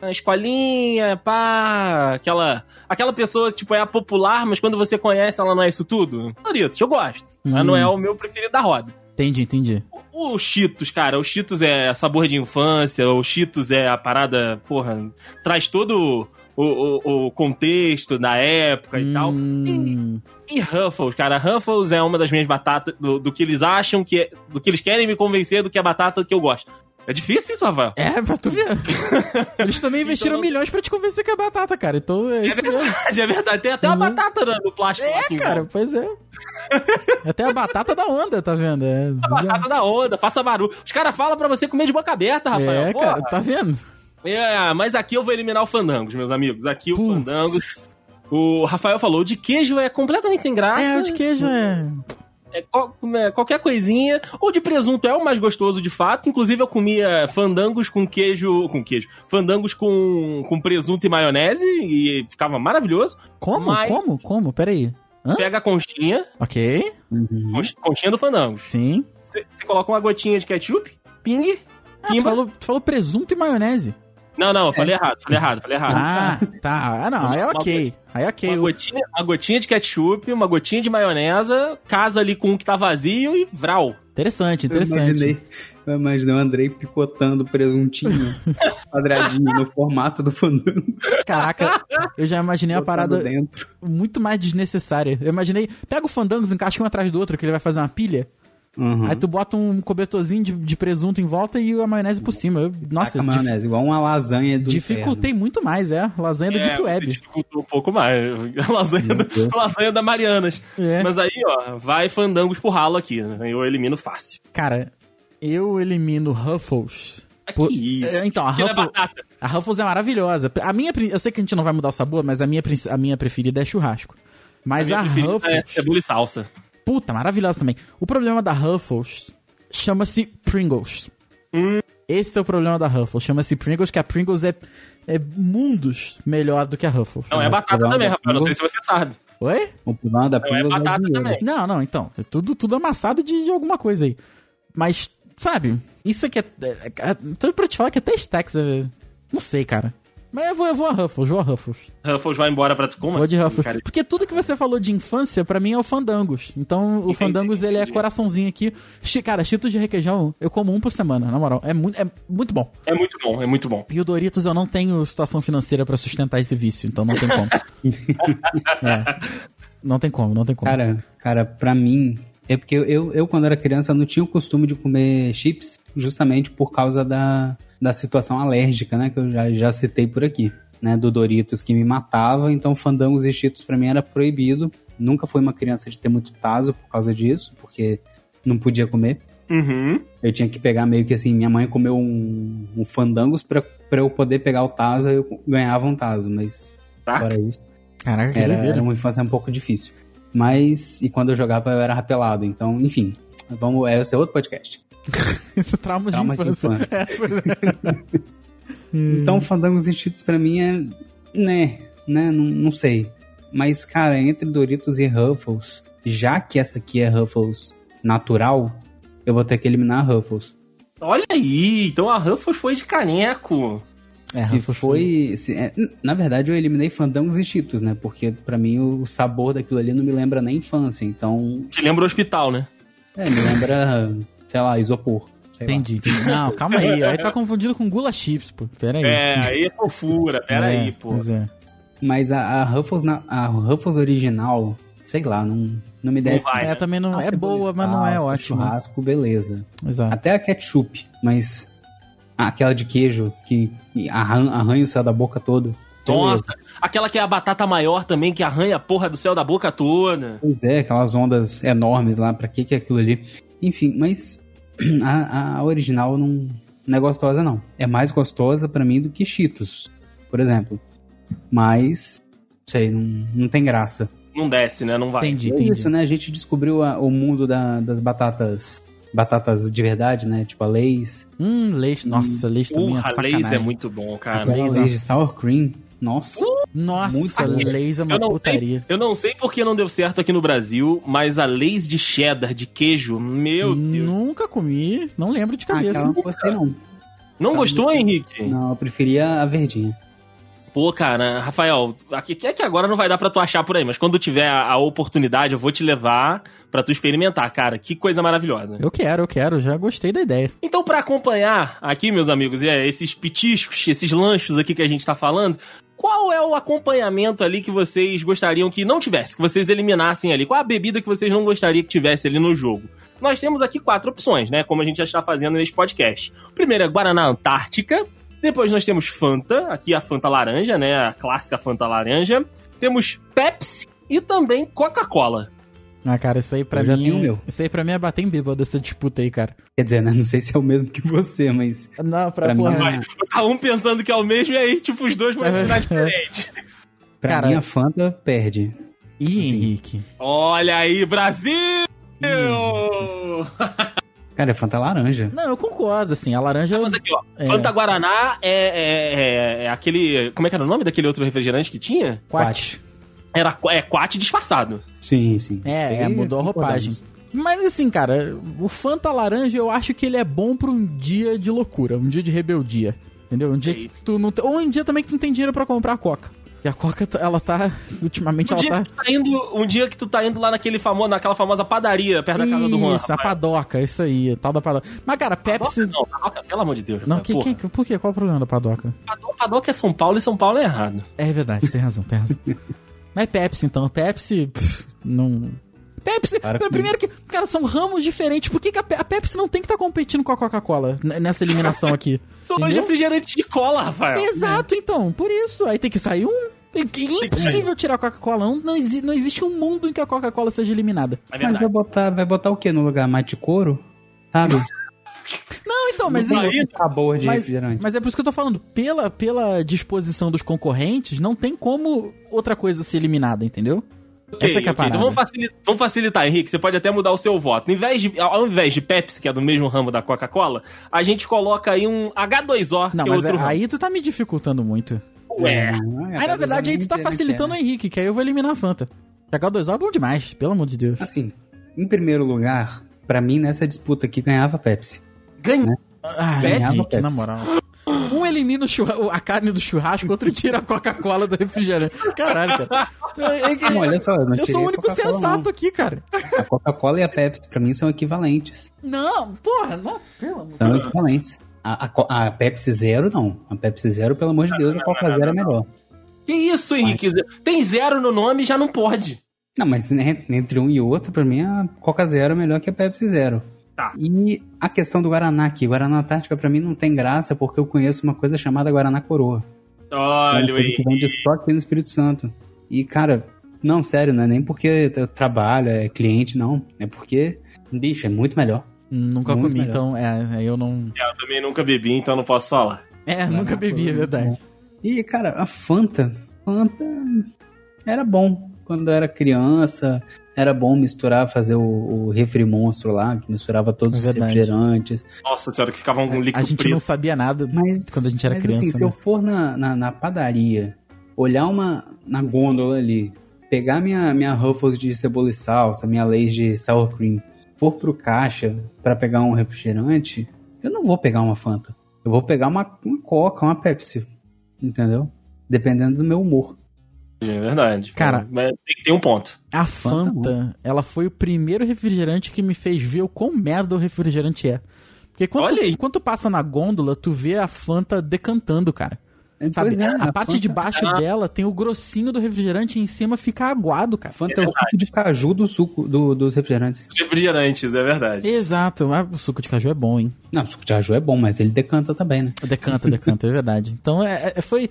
[SPEAKER 3] ah, Escolinha, pá. Aquela, aquela pessoa que, tipo, é a popular, mas quando você conhece, ela não é isso tudo. Doritos, eu gosto. Mas não
[SPEAKER 2] Hum.
[SPEAKER 3] é o meu preferido da roda.
[SPEAKER 2] Entendi, entendi.
[SPEAKER 3] O o Cheetos, cara, o Cheetos é sabor de infância, o Cheetos é a parada, porra, traz todo o, o- o contexto da época e tal. E,
[SPEAKER 2] Hum,
[SPEAKER 3] e Ruffles, cara, Ruffles é uma das minhas batatas, do, do que eles acham que é, do que eles querem me convencer do que é a batata que eu gosto. É difícil isso, Rafael. *laughs*
[SPEAKER 2] É, pra tu ver. Eles também investiram
[SPEAKER 3] não-
[SPEAKER 2] milhões pra te convencer que é batata, cara. Então é isso mesmo.
[SPEAKER 3] Então É verdade, tem até uma
[SPEAKER 2] Uhum.
[SPEAKER 3] batata no- no plástico. lá que
[SPEAKER 2] É,
[SPEAKER 3] envolve.
[SPEAKER 2] cara, pois é. Até a batata da onda, tá vendo? É, bizarro.
[SPEAKER 3] Batata da onda, faça barulho. Os caras falam pra você comer de boca aberta, Rafael.
[SPEAKER 2] é
[SPEAKER 3] Porra.
[SPEAKER 2] cara, tá vendo?
[SPEAKER 3] É, mas aqui eu vou eliminar o Fandangos, meus amigos. Aqui o
[SPEAKER 2] Putz.
[SPEAKER 3] Fandangos. O Rafael falou, o de queijo é completamente sem graça.
[SPEAKER 2] É, o de queijo é.
[SPEAKER 3] É co- né, qualquer coisinha. O de presunto é o mais gostoso de fato. Inclusive eu comia fandangos com queijo... Com queijo. Fandangos com, com presunto e maionese e ficava maravilhoso.
[SPEAKER 2] Como?
[SPEAKER 3] Mas-
[SPEAKER 2] Como? Como? Peraí. Hã? Uhum.
[SPEAKER 3] Pega a conchinha,
[SPEAKER 2] Ok,
[SPEAKER 3] conch- conchinha do Fandangos.
[SPEAKER 2] sim.
[SPEAKER 3] Você você coloca uma gotinha de ketchup, ping,
[SPEAKER 2] Ah, tu
[SPEAKER 3] pimba.
[SPEAKER 2] falou, tu falou presunto e maionese.
[SPEAKER 3] Não, não, eu falei errado, falei errado, falei errado.
[SPEAKER 2] Ah, tá. Ah, não, aí é
[SPEAKER 3] Uma
[SPEAKER 2] ok. Aí é ok.
[SPEAKER 3] Uma
[SPEAKER 2] O-
[SPEAKER 3] gotinha, uma gotinha de ketchup, uma gotinha de maionesa, casa ali com um que tá vazio e vral.
[SPEAKER 2] Interessante,
[SPEAKER 4] Eu
[SPEAKER 2] interessante.
[SPEAKER 4] imaginei, eu imaginei o Andrei picotando
[SPEAKER 3] *laughs*
[SPEAKER 4] presuntinho quadradinho no formato do fandango.
[SPEAKER 2] Caraca, eu já imaginei uma
[SPEAKER 4] botando
[SPEAKER 2] parada
[SPEAKER 4] dentro.
[SPEAKER 2] muito mais desnecessária. Eu imaginei, pega o fandangos, encaixa um atrás do outro, que ele vai fazer uma pilha.
[SPEAKER 4] Uhum.
[SPEAKER 2] Aí tu bota um cobertorzinho de, de presunto em volta e a maionese por cima. Eu- nossa,
[SPEAKER 4] Taca
[SPEAKER 2] dif-
[SPEAKER 4] maionese, igual uma lasanha do
[SPEAKER 2] dificultei muito mais, é. Lasanha da
[SPEAKER 3] É,
[SPEAKER 2] Deep
[SPEAKER 3] você
[SPEAKER 2] Web.
[SPEAKER 3] Dificultou um pouco mais. *laughs* A lasanha,
[SPEAKER 4] Meu
[SPEAKER 3] da,
[SPEAKER 4] Deus.
[SPEAKER 3] lasanha da Marianas.
[SPEAKER 2] É.
[SPEAKER 3] Mas aí, ó, vai fandangos pro ralo aqui. né? Eu elimino fácil.
[SPEAKER 2] Cara, eu elimino Ruffles.
[SPEAKER 3] Ah,
[SPEAKER 2] Pô,
[SPEAKER 3] que isso.
[SPEAKER 2] é, então, a
[SPEAKER 3] Aquilo é
[SPEAKER 2] Ruffles,
[SPEAKER 3] batata.
[SPEAKER 2] a Ruffles é maravilhosa. A minha, pre- eu sei que a gente não vai mudar o sabor, mas a minha, pre- a minha preferida é churrasco. Mas a,
[SPEAKER 3] Minha preferida é
[SPEAKER 2] Ruffles,
[SPEAKER 3] cebola e salsa.
[SPEAKER 2] puta, maravilhosa também. O problema da Ruffles chama-se Pringles.
[SPEAKER 3] Hum.
[SPEAKER 2] Esse é o problema da Ruffles, chama-se Pringles, que a Pringles é, é mundos melhor do que a Ruffles.
[SPEAKER 3] Não, é batata
[SPEAKER 4] Não,
[SPEAKER 3] também,
[SPEAKER 4] não.
[SPEAKER 3] rapaz. Não sei se você sabe.
[SPEAKER 2] Oi?
[SPEAKER 4] O pulmão da
[SPEAKER 3] Não, é
[SPEAKER 4] pinga vai
[SPEAKER 3] batata
[SPEAKER 4] dinheiro.
[SPEAKER 3] também.
[SPEAKER 2] Não, não, então. é Tudo, tudo amassado de, de alguma coisa aí. Mas, sabe, isso aqui é. é, é tô pra te falar que até Stacks é. Não sei, cara. Mas eu vou, eu vou a Ruffles, vou a Ruffles.
[SPEAKER 3] Ruffles vai embora pra Tucumã.
[SPEAKER 2] vou de Ruffles.
[SPEAKER 3] assim, Cara,
[SPEAKER 2] Porque tudo que você falou de infância, pra mim é o Fandangos. Então, o
[SPEAKER 3] Entendi,
[SPEAKER 2] Fandangos, ele é
[SPEAKER 3] entendi.
[SPEAKER 2] coraçãozinho aqui. Chi- Cara, Cheetos de requeijão, eu como um por semana, na moral. É, mu é muito bom.
[SPEAKER 3] É muito bom, é muito bom.
[SPEAKER 2] E o Doritos, eu não tenho situação financeira pra sustentar esse vício, então não tem como. é. Não tem como, não tem como.
[SPEAKER 4] Cara, cara, pra mim. É porque eu, eu, eu, quando era criança, não tinha o costume de comer chips, justamente por causa da, da situação alérgica, né? Que eu já, já citei por aqui, né? Do Doritos que me matava. Então, fandangos e cheetos pra mim era proibido. Nunca fui uma criança de ter muito taso por causa disso, porque não podia comer.
[SPEAKER 3] Uhum.
[SPEAKER 4] Eu tinha que pegar meio que assim, minha mãe comeu um, um fandangos pra, pra eu poder pegar o taso, aí eu ganhava um taso, mas
[SPEAKER 3] Tá.
[SPEAKER 4] fora isso.
[SPEAKER 2] Caraca, que
[SPEAKER 4] Era,
[SPEAKER 2] doideira.
[SPEAKER 4] era uma infância um pouco difícil. Mas, e quando eu jogava eu era rapelado, então, enfim. Vamos, esse é outro podcast.
[SPEAKER 2] Isso, traumas
[SPEAKER 4] Trauma
[SPEAKER 2] de
[SPEAKER 4] de
[SPEAKER 2] infância.
[SPEAKER 4] infância.
[SPEAKER 2] *laughs* É, pois é.
[SPEAKER 4] *laughs* Então, Fandangos e Cheetos pra mim é. né, né, não, não sei. Mas, cara, entre Doritos e Ruffles, já que essa aqui é Ruffles natural, eu vou ter que eliminar a Ruffles.
[SPEAKER 3] Olha aí, então a Ruffles foi de caneco.
[SPEAKER 2] É,
[SPEAKER 4] se
[SPEAKER 2] Rafa
[SPEAKER 4] foi. se- é, na verdade, eu eliminei fandangos e cheetos, né? Porque pra mim o sabor daquilo ali não me lembra nem infância. Então,
[SPEAKER 3] Te lembra o hospital, né?
[SPEAKER 4] é, me lembra, sei lá, isopor. sei lá.
[SPEAKER 2] Entendi. Não, calma aí. Aí tá confundido com gula chips, pô. Pera aí.
[SPEAKER 3] É, aí é fofura, pera
[SPEAKER 2] É,
[SPEAKER 3] aí, pô.
[SPEAKER 2] pois é.
[SPEAKER 4] Mas a, a Ruffles na- a Ruffles original, sei lá, não, não me desce.
[SPEAKER 3] vai.
[SPEAKER 2] É, também não.
[SPEAKER 4] Ah,
[SPEAKER 2] é boa, mas não é
[SPEAKER 4] salsa,
[SPEAKER 2] ótima.
[SPEAKER 4] Churrasco, beleza.
[SPEAKER 2] Exato.
[SPEAKER 4] Até a ketchup, mas aquela de queijo que arran- arranha o céu da boca todo.
[SPEAKER 3] Nossa, aquela que é a batata maior também, que arranha a porra do céu da boca toda.
[SPEAKER 4] Pois é, aquelas ondas enormes lá, pra que que é aquilo ali? Enfim, mas *clears throat* a, a original não, não é gostosa não. É mais gostosa pra mim do que Cheetos, por exemplo. Mas, não sei, não, não tem graça.
[SPEAKER 3] Não desce, né? Não vai.
[SPEAKER 2] Entendi,
[SPEAKER 4] É
[SPEAKER 2] entendi.
[SPEAKER 4] isso, né? A gente descobriu a- o mundo da- das batatas, batatas de verdade, né? Tipo a Lay's,
[SPEAKER 2] Hum, leite. Nossa, leite também é
[SPEAKER 3] Porra, Lays
[SPEAKER 2] sacanagem.
[SPEAKER 3] é muito bom, cara.
[SPEAKER 4] aquela
[SPEAKER 2] Lay's,
[SPEAKER 4] Lay's de sour cream. Nossa,
[SPEAKER 2] Nossa,
[SPEAKER 4] muito bom.
[SPEAKER 2] leite é uma
[SPEAKER 3] Eu não
[SPEAKER 2] putaria.
[SPEAKER 3] Eu não sei por que não deu certo aqui no Brasil, mas a Lays de cheddar, de queijo, meu Deus.
[SPEAKER 2] Nunca comi, não lembro de cabeça.
[SPEAKER 4] aquela não gostei não.
[SPEAKER 3] Não gostou, Henrique?
[SPEAKER 4] Não, eu preferia a verdinha.
[SPEAKER 3] Pô, cara, Rafael, aqui que é que agora não vai dar pra tu achar por aí, mas quando tiver a, a oportunidade, eu vou te levar pra tu experimentar, cara. Que coisa maravilhosa.
[SPEAKER 2] Eu quero, eu quero, já gostei da ideia.
[SPEAKER 3] Então, pra acompanhar aqui, meus amigos, e é, esses petiscos, esses lanchos aqui que a gente tá falando, qual é o acompanhamento ali que vocês gostariam que não tivesse, que vocês eliminassem ali? Qual a bebida que vocês não gostariam que tivesse ali no jogo? Nós temos aqui quatro opções, né? Como a gente já está fazendo nesse podcast. Primeiro é Guaraná Antártica. Depois nós temos Fanta, aqui a Fanta Laranja, né? A clássica Fanta Laranja. Temos Pepsi e também Coca-Cola.
[SPEAKER 2] Ah, cara, isso aí pra
[SPEAKER 4] Eu já
[SPEAKER 2] mim.
[SPEAKER 4] tenho o meu.
[SPEAKER 2] Isso aí pra mim é bater em bêbado essa disputa aí, cara.
[SPEAKER 4] Quer dizer, né? *laughs* Não sei se é o mesmo que você, mas
[SPEAKER 2] Não, pra, é-
[SPEAKER 4] pra mim,
[SPEAKER 2] porra. né?
[SPEAKER 4] a-
[SPEAKER 3] Tá um pensando que é o mesmo e aí, tipo, os dois vão virar diferente.
[SPEAKER 4] pra
[SPEAKER 2] Cara,
[SPEAKER 4] mim a Fanta perde.
[SPEAKER 2] Ih,
[SPEAKER 4] Assim.
[SPEAKER 2] Henrique.
[SPEAKER 3] Olha aí, Brasil!
[SPEAKER 2] Ih, Henrique.
[SPEAKER 4] Cara, é Fanta laranja.
[SPEAKER 2] Não, eu concordo, assim, a laranja.
[SPEAKER 3] Ah, Mas aqui, ó,
[SPEAKER 2] é,
[SPEAKER 3] Fanta Guaraná é, é- é- é aquele. Como é que era o nome daquele outro refrigerante que tinha?
[SPEAKER 2] é, quate.
[SPEAKER 3] Era qu- é, quate disfarçado.
[SPEAKER 4] Sim, sim.
[SPEAKER 2] É,
[SPEAKER 4] Tem-
[SPEAKER 2] é, mudou a roupagem. Mas assim, cara, o Fanta laranja eu acho que ele é bom pra um dia de loucura, um dia de rebeldia. Entendeu? Um dia
[SPEAKER 3] Sei.
[SPEAKER 2] que tu não tem. Ou um dia também que tu não tem dinheiro pra comprar a Coca. E a Coca, tá- ela tá. Ultimamente
[SPEAKER 3] Um
[SPEAKER 2] ela
[SPEAKER 3] dia,
[SPEAKER 2] tá.
[SPEAKER 3] que tu tá indo, um dia que tu tá indo lá naquele famo, naquela famosa padaria perto da casa do Juan.
[SPEAKER 2] Isso, a padoca, isso aí, tal da padoca. Mas, cara, Pepsi.
[SPEAKER 3] Padoca, não, padoca, pelo amor de Deus.
[SPEAKER 2] Não,
[SPEAKER 3] Rafael,
[SPEAKER 2] que, é?
[SPEAKER 3] porra.
[SPEAKER 2] que, por quê? Qual o problema da padoca?
[SPEAKER 3] Padoca, padoca é São Paulo e São Paulo é errado.
[SPEAKER 2] É verdade, tem razão, tem
[SPEAKER 3] *laughs*
[SPEAKER 2] razão. Mas Pepsi, então. Pepsi, pff, não... Pepsi,
[SPEAKER 4] Para
[SPEAKER 2] pr-
[SPEAKER 4] com
[SPEAKER 2] primeiro que, cara, são ramos diferentes. Por que, que a, Pe- a Pepsi não tem que estar competindo com a Coca-Cola n- nessa eliminação aqui?
[SPEAKER 3] São dois
[SPEAKER 2] Entendeu?
[SPEAKER 3] refrigerantes de cola, Rafael.
[SPEAKER 2] Exato, então, por isso. Aí tem que sair um. É que- é impossível tirar a Coca-Cola. Não, não, exi- não existe um mundo em que a Coca-Cola seja eliminada.
[SPEAKER 3] É
[SPEAKER 4] Mas
[SPEAKER 3] verdade.
[SPEAKER 4] vai botar, vai botar o que no lugar? Mais de couro?
[SPEAKER 2] *laughs*
[SPEAKER 4] Sabe?
[SPEAKER 2] Não, então, mas.
[SPEAKER 3] Não,
[SPEAKER 2] isso-
[SPEAKER 3] aí-
[SPEAKER 4] Sabor de
[SPEAKER 2] Mas-
[SPEAKER 4] refrigerante.
[SPEAKER 2] Mas é por isso que eu tô falando, pela, pela disposição dos concorrentes, não tem como outra coisa ser eliminada, entendeu?
[SPEAKER 3] Ok,
[SPEAKER 2] Essa que é a
[SPEAKER 3] ok.
[SPEAKER 2] parada.
[SPEAKER 3] Então vamos facilitar, vamos facilitar, Henrique. Você pode até mudar o seu voto. Em vez de- ao invés de Pepsi, que é do mesmo ramo da Coca-Cola, a gente coloca aí um H2O,
[SPEAKER 2] Não,
[SPEAKER 3] que é
[SPEAKER 2] mas
[SPEAKER 3] outro
[SPEAKER 2] é-
[SPEAKER 3] ramo.
[SPEAKER 2] aí é. tu tá me dificultando muito.
[SPEAKER 3] Ué.
[SPEAKER 4] Ah,
[SPEAKER 2] Aí, na verdade, aí tu tá
[SPEAKER 4] inteira
[SPEAKER 2] facilitando o
[SPEAKER 4] quer,
[SPEAKER 2] Henrique, que aí eu vou eliminar a Fanta. Chegar o 2 é bom demais, pelo amor de Deus.
[SPEAKER 4] né? Assim, em primeiro lugar, pra mim, nessa disputa aqui, ganhava a Pepsi.
[SPEAKER 3] Ganha.
[SPEAKER 2] Ah,
[SPEAKER 4] Pepsi?
[SPEAKER 2] Henrique,
[SPEAKER 4] Pepsi.
[SPEAKER 2] na moral. Um elimina o churra- o- a carne do churrasco, outro tira a Coca-Cola do refrigerante. Caralho, cara. É, Eu, eu-
[SPEAKER 4] Não, olha só, eu não
[SPEAKER 2] eu sou
[SPEAKER 4] tirei
[SPEAKER 2] o
[SPEAKER 4] a
[SPEAKER 2] único
[SPEAKER 4] Coca-Cola,
[SPEAKER 2] sensato aqui, cara.
[SPEAKER 4] não. A Coca-Cola e a Pepsi, pra mim, são equivalentes.
[SPEAKER 2] Não, porra, não, pelo amor de
[SPEAKER 4] São equivalentes. A, a Co- a Pepsi Zero, não. A Pepsi Zero, pelo amor de Deus, a Coca Zero é melhor.
[SPEAKER 3] Que isso, Henrique? Tem zero no nome, já não pode.
[SPEAKER 4] Não, mas né, entre um e outro, pra mim, a Coca Zero é melhor que a Pepsi Zero.
[SPEAKER 3] Tá.
[SPEAKER 4] E a questão do Guaraná aqui. Guaraná Antártica, pra mim, não tem graça, porque eu conheço uma coisa chamada Guaraná Coroa. É
[SPEAKER 3] Olha,
[SPEAKER 4] Uma coisa
[SPEAKER 2] um
[SPEAKER 4] que vende
[SPEAKER 3] Henrique.
[SPEAKER 4] só aqui no Espírito Santo. E, cara, não, sério, não é nem porque eu trabalho, é cliente, não. É porque, bicho, é muito melhor.
[SPEAKER 2] Nunca
[SPEAKER 4] Muito
[SPEAKER 2] comi,
[SPEAKER 4] melhor.
[SPEAKER 2] então, é, eu não.
[SPEAKER 3] É, Eu também nunca bebi, então não posso falar.
[SPEAKER 2] É, nunca bebi, é verdade.
[SPEAKER 4] E, cara, a Fanta, Fanta era bom. Quando eu era criança, era bom misturar, fazer o, o refri monstro lá, que misturava todos
[SPEAKER 2] É
[SPEAKER 4] os
[SPEAKER 2] verdade.
[SPEAKER 4] refrigerantes.
[SPEAKER 3] Nossa senhora, que ficava um
[SPEAKER 2] É, A
[SPEAKER 3] líquido
[SPEAKER 2] gente
[SPEAKER 3] preto.
[SPEAKER 2] não sabia nada
[SPEAKER 4] Mas,
[SPEAKER 2] quando a gente era
[SPEAKER 4] mas
[SPEAKER 2] criança.
[SPEAKER 4] assim, se
[SPEAKER 2] né?
[SPEAKER 4] eu for na, na, na padaria, olhar uma na gôndola ali, pegar minha, minha Ruffles de cebola e salsa, minha Lay's de sour cream, for pro caixa pra pegar um refrigerante, eu não vou pegar uma Fanta. Eu vou pegar uma, uma Coca, uma Pepsi. entendeu? Dependendo do meu humor.
[SPEAKER 3] É verdade.
[SPEAKER 2] Cara-
[SPEAKER 3] Mas tem que ter um ponto.
[SPEAKER 2] A
[SPEAKER 4] Fanta,
[SPEAKER 2] Fanta, ela foi o primeiro refrigerante que me fez ver o quão merda o refrigerante é. Porque quando,
[SPEAKER 3] Olha aí.
[SPEAKER 2] quando tu passa na gôndola, tu vê a Fanta decantando, cara. Sabe?
[SPEAKER 4] Pois é,
[SPEAKER 2] a, parte
[SPEAKER 4] Fanta-
[SPEAKER 2] de baixo
[SPEAKER 3] Ah.
[SPEAKER 2] dela tem o grossinho do refrigerante e em cima fica aguado,
[SPEAKER 4] A
[SPEAKER 2] cara.
[SPEAKER 4] Fanta é, o suco de caju do suco do- dos refrigerantes.
[SPEAKER 3] Refrigerantes, é verdade.
[SPEAKER 2] Exato. mas o suco de caju é bom, hein?
[SPEAKER 4] Não, o suco de caju é bom, mas ele decanta também, né?
[SPEAKER 2] Decanta, decanta, é verdade. Então é, é- foi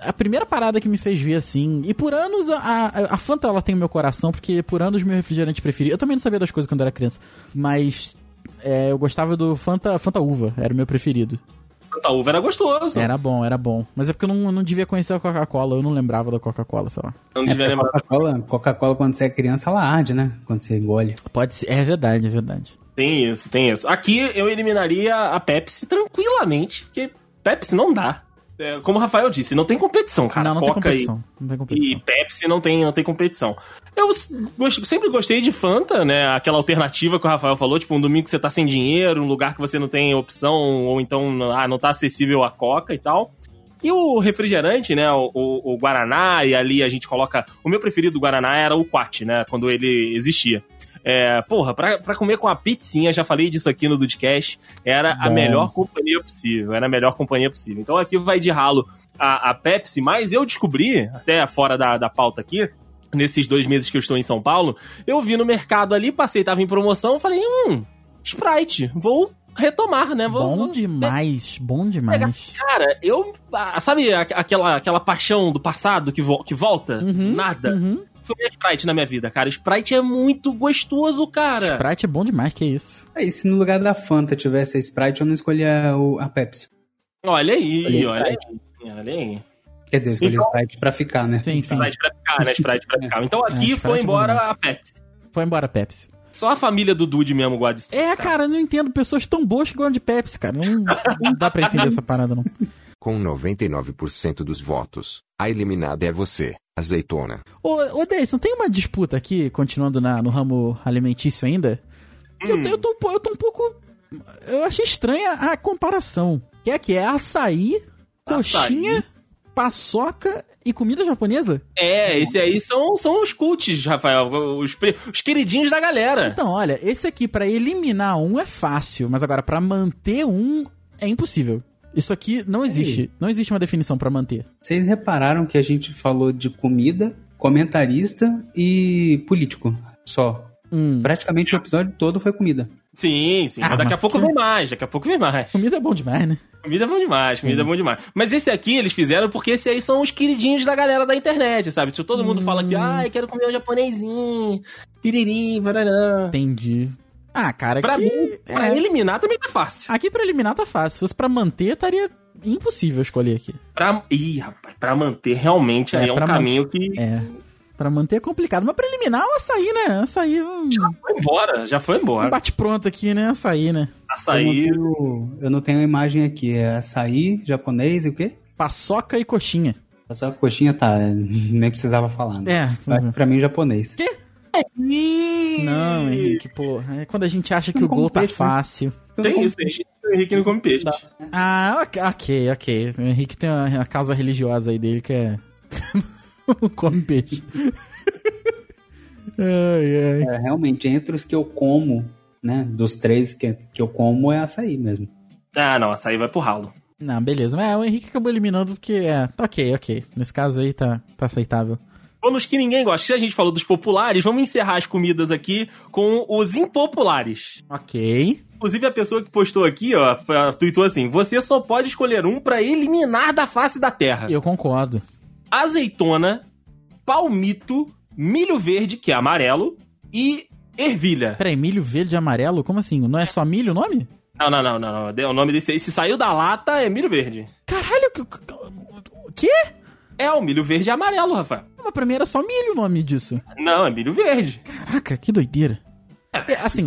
[SPEAKER 2] a primeira parada que me fez ver assim. E por anos a, a, a Fanta ela tem o meu coração, porque por anos meu refrigerante preferido. Eu também não sabia das coisas quando era criança, mas é, eu gostava do Fanta, Fanta Uva, era o meu preferido.
[SPEAKER 3] Fanta uva era gostoso.
[SPEAKER 2] Era bom, era bom. Mas é porque eu não, eu não devia conhecer a Coca-Cola, eu não lembrava da Coca-Cola, sei lá.
[SPEAKER 3] Não
[SPEAKER 2] *laughs*
[SPEAKER 3] devia lembrar.
[SPEAKER 4] É, Coca-Cola, Coca-Cola, quando você é criança, ela arde, né? Quando você engole.
[SPEAKER 2] Pode ser, é verdade, é verdade.
[SPEAKER 3] Tem isso, tem isso. Aqui eu eliminaria a Pepsi tranquilamente, porque Pepsi não dá. É, como o Rafael disse, não tem competição, cara.
[SPEAKER 2] não, não tem
[SPEAKER 3] Coca e-
[SPEAKER 2] competição, não tem
[SPEAKER 3] E
[SPEAKER 2] competição.
[SPEAKER 3] Pepsi não tem, não tem competição. Eu s- gost- sempre gostei de Fanta, né? Aquela alternativa que o Rafael falou, tipo, um domingo que você tá sem dinheiro, um lugar que você não tem opção, ou então ah, não tá acessível a Coca e tal. E o refrigerante, né? O, o- o Guaraná, e ali a gente coloca. O meu preferido do Guaraná era o Quat, né? Quando ele existia. É, porra, pra, pra comer com a pizzinha, já falei disso aqui no Dudcast, era a
[SPEAKER 4] Bom.
[SPEAKER 3] melhor companhia possível. Era a melhor companhia possível. Então aqui vai de ralo a, a Pepsi, mas eu descobri, até fora da, da pauta aqui, nesses dois meses que eu estou em São Paulo, eu vi no mercado ali, passei, tava em promoção, falei, hum, Sprite, vou retomar, né? Vou,
[SPEAKER 2] Bom
[SPEAKER 3] vou-
[SPEAKER 2] demais, bom demais.
[SPEAKER 3] Cara, eu. ah, Sabe a- aquela, aquela paixão do passado que, vo- que volta? do
[SPEAKER 2] Uhum,
[SPEAKER 3] Nada.
[SPEAKER 2] Uhum.
[SPEAKER 3] Foi um Sprite na minha vida, cara. Sprite é muito gostoso, cara.
[SPEAKER 2] Sprite é bom demais, que isso.
[SPEAKER 4] Aí, se no lugar da Fanta tivesse a Sprite, eu não escolhia o- a Pepsi.
[SPEAKER 3] Olha aí,
[SPEAKER 4] Olha
[SPEAKER 3] olha aí. Olha aí.
[SPEAKER 4] Quer dizer, eu escolhi a Sprite pra ficar, né?
[SPEAKER 2] Sim, sim.
[SPEAKER 3] Sprite pra ficar, né? Sprite pra ficar. Então aqui
[SPEAKER 2] Sprite
[SPEAKER 3] foi
[SPEAKER 2] é bom
[SPEAKER 3] embora
[SPEAKER 2] demais.
[SPEAKER 3] a Pepsi.
[SPEAKER 2] Foi embora, Pepsi.
[SPEAKER 3] Só a família do Dude mesmo tipo. guarda isso.
[SPEAKER 2] É, cara, eu não entendo pessoas tão boas que gostam de Pepsi, cara. Não, não dá pra entender essa parada, não.
[SPEAKER 5] Com 99% dos votos, a eliminada é você, azeitona.
[SPEAKER 2] Ô, ô Deison, tem uma disputa aqui, continuando na- no ramo alimentício ainda, que eu,
[SPEAKER 3] Hum.
[SPEAKER 2] tô- eu tô, um po- eu tô um pouco... Eu achei estranha a comparação. Que é que é açaí, coxinha, paçoca e comida japonesa?
[SPEAKER 3] É, esse aí são, são os cults, Rafael. Os, pre- os queridinhos da galera.
[SPEAKER 2] Então, olha, esse aqui pra eliminar um é fácil, mas agora pra manter um é impossível. Isso aqui não existe. Não existe uma definição pra manter.
[SPEAKER 4] Vocês repararam que a gente falou de comida, comentarista e político só.
[SPEAKER 2] Hum.
[SPEAKER 4] Praticamente o episódio todo foi comida.
[SPEAKER 3] Sim, sim.
[SPEAKER 2] Ah,
[SPEAKER 3] mas daqui a
[SPEAKER 2] mas
[SPEAKER 3] pouco
[SPEAKER 2] que-
[SPEAKER 3] vem mais, daqui a pouco vem mais.
[SPEAKER 2] Comida é bom demais, né?
[SPEAKER 3] Comida é bom demais, comida é bom demais. Mas esse aqui eles fizeram porque esse aí são os queridinhos da galera da internet, sabe? Tipo, Todo mundo fala
[SPEAKER 2] Hum.
[SPEAKER 3] que, ai, quero comer um japonesinho, piriri, varará.
[SPEAKER 2] Entendi. Ah, cara,
[SPEAKER 3] Pra
[SPEAKER 2] aqui,
[SPEAKER 3] mim,
[SPEAKER 2] é.
[SPEAKER 3] Pra eliminar também tá fácil.
[SPEAKER 2] aqui pra eliminar tá fácil. Se fosse pra manter, estaria impossível escolher aqui.
[SPEAKER 3] Pra... Ih, rapaz, pra manter realmente aí
[SPEAKER 2] É,
[SPEAKER 3] é, um
[SPEAKER 2] pra man-
[SPEAKER 3] caminho que
[SPEAKER 2] É. Pra manter é complicado, mas pra eliminar o açaí, né? Açaí, um,
[SPEAKER 3] foi embora, já foi
[SPEAKER 2] um
[SPEAKER 3] embora.
[SPEAKER 2] bate-pronto aqui, né? Açaí, né?
[SPEAKER 3] Açaí,
[SPEAKER 4] Eu não tenho, eu não tenho a imagem aqui. É açaí, japonês e o quê?
[SPEAKER 2] Paçoca e coxinha.
[SPEAKER 4] Só a coxinha tá, *laughs* nem precisava falar, né?
[SPEAKER 2] É.
[SPEAKER 4] Mas pra mim, japonês.
[SPEAKER 2] Não, Henrique, porra. É quando a gente acha que
[SPEAKER 4] Não
[SPEAKER 2] o gol tá
[SPEAKER 4] compete, né?
[SPEAKER 2] fácil.
[SPEAKER 3] tem isso, Henrique- o Henrique não come peixe.
[SPEAKER 2] Ah, ok, ok, ok. O Henrique tem uma, uma causa religiosa aí dele que é. *laughs* Não come peixe. ai, ai.
[SPEAKER 4] É, realmente, entre os que eu como, né? Dos três que, que eu como é açaí mesmo.
[SPEAKER 3] Ah, não, açaí vai pro ralo.
[SPEAKER 2] Não, beleza. Mas é, o Henrique acabou eliminando porque é. tá Ok, ok. Nesse caso aí tá, tá aceitável.
[SPEAKER 3] Vamos que ninguém gosta. Se a gente falou dos populares, vamos encerrar as comidas aqui com os impopulares.
[SPEAKER 2] Ok.
[SPEAKER 3] Inclusive, a pessoa que postou aqui, ó, fa- tweetou assim: Você só pode escolher um pra eliminar da face da terra:
[SPEAKER 2] Eu concordo.
[SPEAKER 3] azeitona, palmito, milho verde, que é amarelo, e ervilha.
[SPEAKER 2] Peraí, milho verde e amarelo? Como assim? Não é só milho o nome?
[SPEAKER 3] Não, não, não, não, não. O nome desse aí, se saiu da lata, é milho verde.
[SPEAKER 2] Caralho, que. o quê?
[SPEAKER 3] É o milho verde e amarelo, Rafa.
[SPEAKER 2] Mas pra mim era só milho o nome disso.
[SPEAKER 3] Não, é milho verde.
[SPEAKER 2] Caraca, que doideira. É, assim,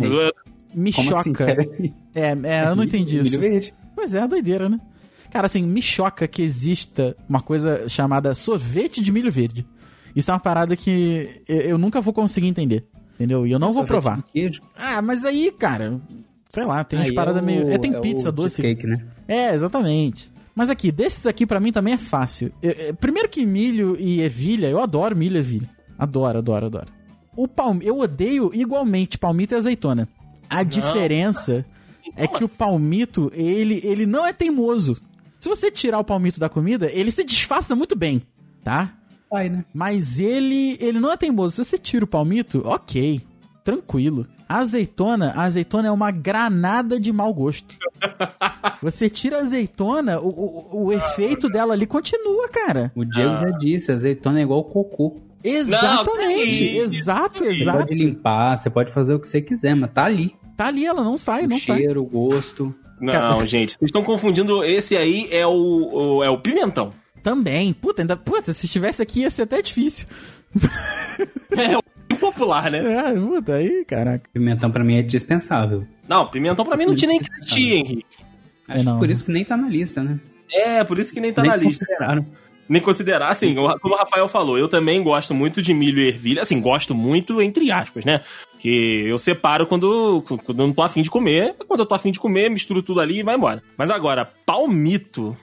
[SPEAKER 2] me
[SPEAKER 4] Como assim?
[SPEAKER 2] choca.
[SPEAKER 4] Peraí.
[SPEAKER 2] é, é, eu não entendi isso.
[SPEAKER 4] Milho verde.
[SPEAKER 2] Pois é, doideira, né? Cara, assim, me choca que exista uma coisa chamada sorvete de milho verde. Isso é uma parada que eu, eu nunca vou conseguir entender. Entendeu? E eu não vou provar.
[SPEAKER 4] Queijo.
[SPEAKER 2] Ah, mas aí, cara, sei lá, tem umas
[SPEAKER 4] Aí
[SPEAKER 2] paradas
[SPEAKER 4] é o-
[SPEAKER 2] meio. É, tem
[SPEAKER 4] é o
[SPEAKER 2] pizza doce.
[SPEAKER 4] cheesecake, né?
[SPEAKER 2] É, exatamente. Mas aqui, desses aqui pra mim também é fácil. Eu- eu- primeiro que milho e ervilha, eu adoro milho e ervilha. Adoro, adoro, adoro. O palm... Eu odeio igualmente palmito e azeitona. A diferença é que o palmito, ele, ele não é teimoso. Se você tirar o palmito da comida, ele se disfarça muito bem, tá?
[SPEAKER 4] Vai, né?
[SPEAKER 2] Mas ele, ele não é teimoso. Se você tira o palmito, ok. Tranquilo. A azeitona, a azeitona é uma granada de mau gosto.
[SPEAKER 3] *laughs*
[SPEAKER 2] Você tira a azeitona, o, o, o efeito dela ali continua, cara.
[SPEAKER 4] O Diego
[SPEAKER 2] Ah.
[SPEAKER 4] já disse, azeitona é igual cocô.
[SPEAKER 2] Exatamente.
[SPEAKER 3] peraí.
[SPEAKER 2] exato,
[SPEAKER 4] Você
[SPEAKER 2] exato.
[SPEAKER 4] pode limpar, você pode fazer o que você quiser, mas tá ali.
[SPEAKER 2] Tá ali, ela não sai,
[SPEAKER 4] o
[SPEAKER 2] não sai.
[SPEAKER 4] cheiro, o gosto.
[SPEAKER 3] Não,
[SPEAKER 2] Cara-
[SPEAKER 3] gente, vocês estão confundindo. Esse aí é o, o- é o pimentão. *laughs*
[SPEAKER 2] Também. Puta, ainda. Puta, se estivesse aqui ia ser até difícil. *laughs*
[SPEAKER 3] É o popular, né?
[SPEAKER 2] É, puta, aí, caraca.
[SPEAKER 4] Pimentão pra mim é dispensável.
[SPEAKER 3] Não, pimentão pra mim não tinha nem que existir, Henrique.
[SPEAKER 4] Acho
[SPEAKER 2] É, não,
[SPEAKER 4] que por
[SPEAKER 2] né?
[SPEAKER 4] isso que nem tá na lista, né?
[SPEAKER 3] É, por isso que nem tá
[SPEAKER 4] nem
[SPEAKER 3] na lista.
[SPEAKER 4] consideraram.
[SPEAKER 3] Nem considerar, assim, o- como o Rafael falou, eu também gosto muito de milho e ervilha, assim, gosto muito, entre aspas, né? Que eu separo quando, quando eu não tô afim de comer, quando eu tô afim de comer, misturo tudo ali e vai embora. Mas agora, palmito.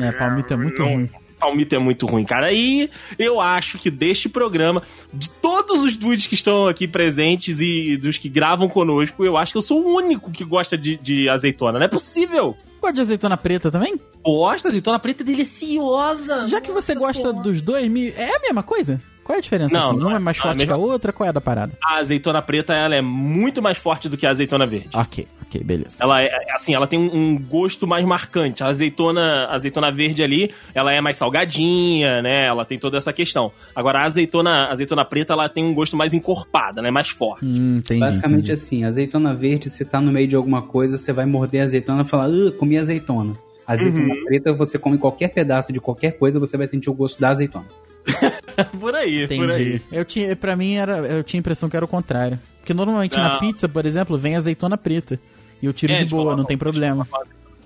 [SPEAKER 2] É, palmito é muito ruim.
[SPEAKER 3] Palmito é muito ruim, cara. E eu acho que deste programa, de todos os dudes que estão aqui presentes e dos que gravam conosco, eu acho que eu sou o único que gosta de, de azeitona. Não é possível!
[SPEAKER 2] Gosta de azeitona preta também?
[SPEAKER 3] Gosta, azeitona preta é deliciosa!
[SPEAKER 2] Já que você
[SPEAKER 3] Nossa
[SPEAKER 2] gosta
[SPEAKER 3] senhora.
[SPEAKER 2] dos dois, me- é a mesma coisa? Qual é a diferença?
[SPEAKER 3] Não,
[SPEAKER 2] assim?
[SPEAKER 3] não
[SPEAKER 2] Uma
[SPEAKER 3] é.
[SPEAKER 2] é mais
[SPEAKER 3] Não, é
[SPEAKER 2] forte que a outra? Qual é a da parada?
[SPEAKER 3] A azeitona preta, ela é muito mais forte do que a azeitona verde.
[SPEAKER 2] Ok, ok, beleza.
[SPEAKER 3] Ela é, assim, ela tem um, um gosto mais marcante. A azeitona, a azeitona verde ali, ela é mais salgadinha, né? Ela tem toda essa questão. Agora, a azeitona, a azeitona preta, ela tem um gosto mais encorpada, né? Mais forte.
[SPEAKER 2] Hum, entendi.
[SPEAKER 4] Basicamente
[SPEAKER 2] entendi.
[SPEAKER 4] assim, azeitona verde, se tá no meio de alguma coisa, você vai morder a azeitona e falar, "Ah, comi azeitona. Azeitona
[SPEAKER 3] Uhum.
[SPEAKER 4] preta, você come qualquer pedaço de qualquer coisa, você vai sentir o gosto da azeitona.
[SPEAKER 3] *laughs* por aí, é por aí.
[SPEAKER 2] Entendi. Eu tinha, pra mim, era, eu tinha a impressão que era o contrário. Porque normalmente na
[SPEAKER 3] Não.
[SPEAKER 2] pizza, por exemplo, vem azeitona preta. E eu tiro
[SPEAKER 3] É,
[SPEAKER 2] de
[SPEAKER 3] eles
[SPEAKER 2] boa, não
[SPEAKER 3] colocam-
[SPEAKER 2] tem problema.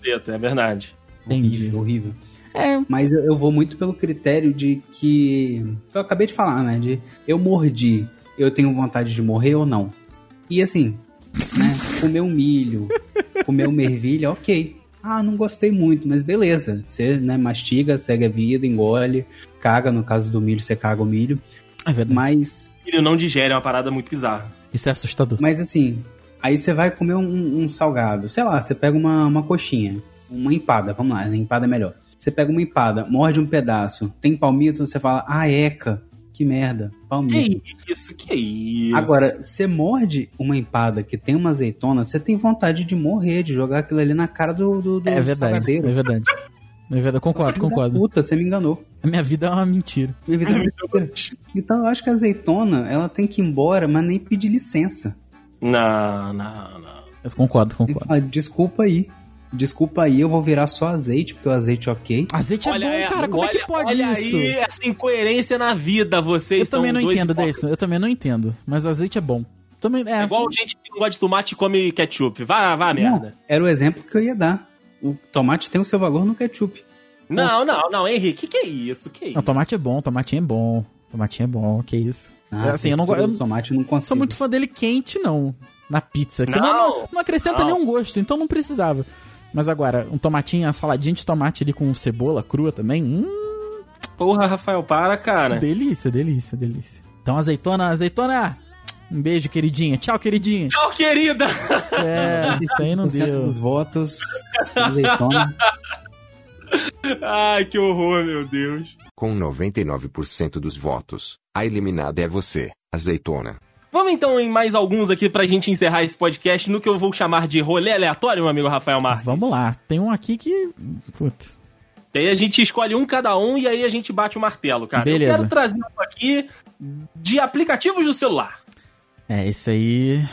[SPEAKER 3] Preta, é verdade.
[SPEAKER 2] Entendi.
[SPEAKER 4] Horrível, horrível.
[SPEAKER 2] É,
[SPEAKER 4] Mas eu, eu vou muito pelo critério de que. Eu acabei de falar, né? De eu mordi, eu tenho vontade de morrer ou não. E assim, né? Comer um
[SPEAKER 2] *laughs*
[SPEAKER 4] milho, comer uma ervilha, ok. Ah, não gostei muito, mas beleza. Você, né, mastiga, segue a vida, engole, caga. No caso do milho, você caga o milho.
[SPEAKER 2] é verdade.
[SPEAKER 4] Mas,
[SPEAKER 3] Filho não digere, é uma parada muito bizarra.
[SPEAKER 2] Isso é assustador.
[SPEAKER 4] mas assim, aí você vai comer um, um salgado. Sei lá, você pega uma, uma coxinha, uma empada, vamos lá, empada é melhor. Você pega uma empada, morde um pedaço, tem palmito, você fala, ah, eca, que merda, palmito.
[SPEAKER 3] Que isso, que é isso.
[SPEAKER 4] Agora, você morde uma empada que tem uma azeitona, você tem vontade de morrer, de jogar aquilo ali na cara do, do, do
[SPEAKER 2] É verdade, é
[SPEAKER 4] salgadeiro.
[SPEAKER 2] verdade. É verdade, eu concordo,
[SPEAKER 4] Filho da
[SPEAKER 2] concordo.
[SPEAKER 4] Puta, você me enganou.
[SPEAKER 2] A minha vida é uma mentira.
[SPEAKER 4] Minha
[SPEAKER 2] *laughs*
[SPEAKER 4] vida é mentira. Então eu acho que a azeitona, ela tem que ir embora, mas nem pedir licença.
[SPEAKER 3] Não, não, não.
[SPEAKER 2] Eu concordo,
[SPEAKER 4] Tem que
[SPEAKER 2] concordo.
[SPEAKER 4] falar, Ah, desculpa aí. Desculpa aí, eu vou virar só azeite, porque o azeite é ok.
[SPEAKER 2] Azeite é bom, cara. Como é que
[SPEAKER 3] olha-
[SPEAKER 2] pode
[SPEAKER 3] olha
[SPEAKER 2] isso?
[SPEAKER 3] aí essa incoerência na vida, vocês
[SPEAKER 2] Eu
[SPEAKER 3] são
[SPEAKER 2] também não
[SPEAKER 3] dois
[SPEAKER 2] entendo,
[SPEAKER 3] hipócritas.
[SPEAKER 2] Deison. Eu também não entendo. Mas azeite é bom. Também, é,
[SPEAKER 3] É igual gente que não gosta de tomate e come ketchup. Vá, vá, Ah, merda.
[SPEAKER 4] Era o exemplo que eu ia dar. O tomate tem o seu valor no ketchup.
[SPEAKER 3] Não, não, não, Henrique, que que é isso? Que é isso?
[SPEAKER 2] Não, tomate é bom, tomatinho é bom. Tomatinho é bom, que isso.
[SPEAKER 4] Ah,
[SPEAKER 2] assim, eu não
[SPEAKER 4] textura
[SPEAKER 2] go- eu
[SPEAKER 4] do
[SPEAKER 2] não-
[SPEAKER 4] tomate eu não
[SPEAKER 2] Não sou
[SPEAKER 4] consigo.
[SPEAKER 2] muito fã dele quente, não. Na pizza. Que não,
[SPEAKER 3] Não,
[SPEAKER 2] não- não acrescenta
[SPEAKER 3] não.
[SPEAKER 2] nenhum gosto, então não precisava. Mas agora, um tomatinho, uma saladinha de tomate ali com cebola crua também. Hum,
[SPEAKER 3] Porra, Rafael, para,
[SPEAKER 2] É.
[SPEAKER 3] cara.
[SPEAKER 2] delícia, delícia, delícia. Então, azeitona, azeitona! Um beijo, queridinha. Tchau, queridinha.
[SPEAKER 3] Tchau,
[SPEAKER 2] *laughs*
[SPEAKER 3] querida! *laughs*
[SPEAKER 2] É, isso aí não
[SPEAKER 4] 100%
[SPEAKER 2] deu.
[SPEAKER 4] dos votos, *laughs* azeitona.
[SPEAKER 3] Ai, que horror, meu Deus.
[SPEAKER 5] Com 99% dos votos, a eliminada é você, azeitona.
[SPEAKER 3] Vamos então em mais alguns aqui pra gente encerrar esse podcast no que eu vou chamar de rolê aleatório, meu amigo Rafael Marques.
[SPEAKER 2] Vamos lá, tem um aqui que. Puta.
[SPEAKER 3] E aí a gente escolhe um cada um e aí a gente bate o martelo, cara.
[SPEAKER 2] Beleza.
[SPEAKER 3] Eu quero trazer um aqui de aplicativos do celular.
[SPEAKER 2] É, isso aí.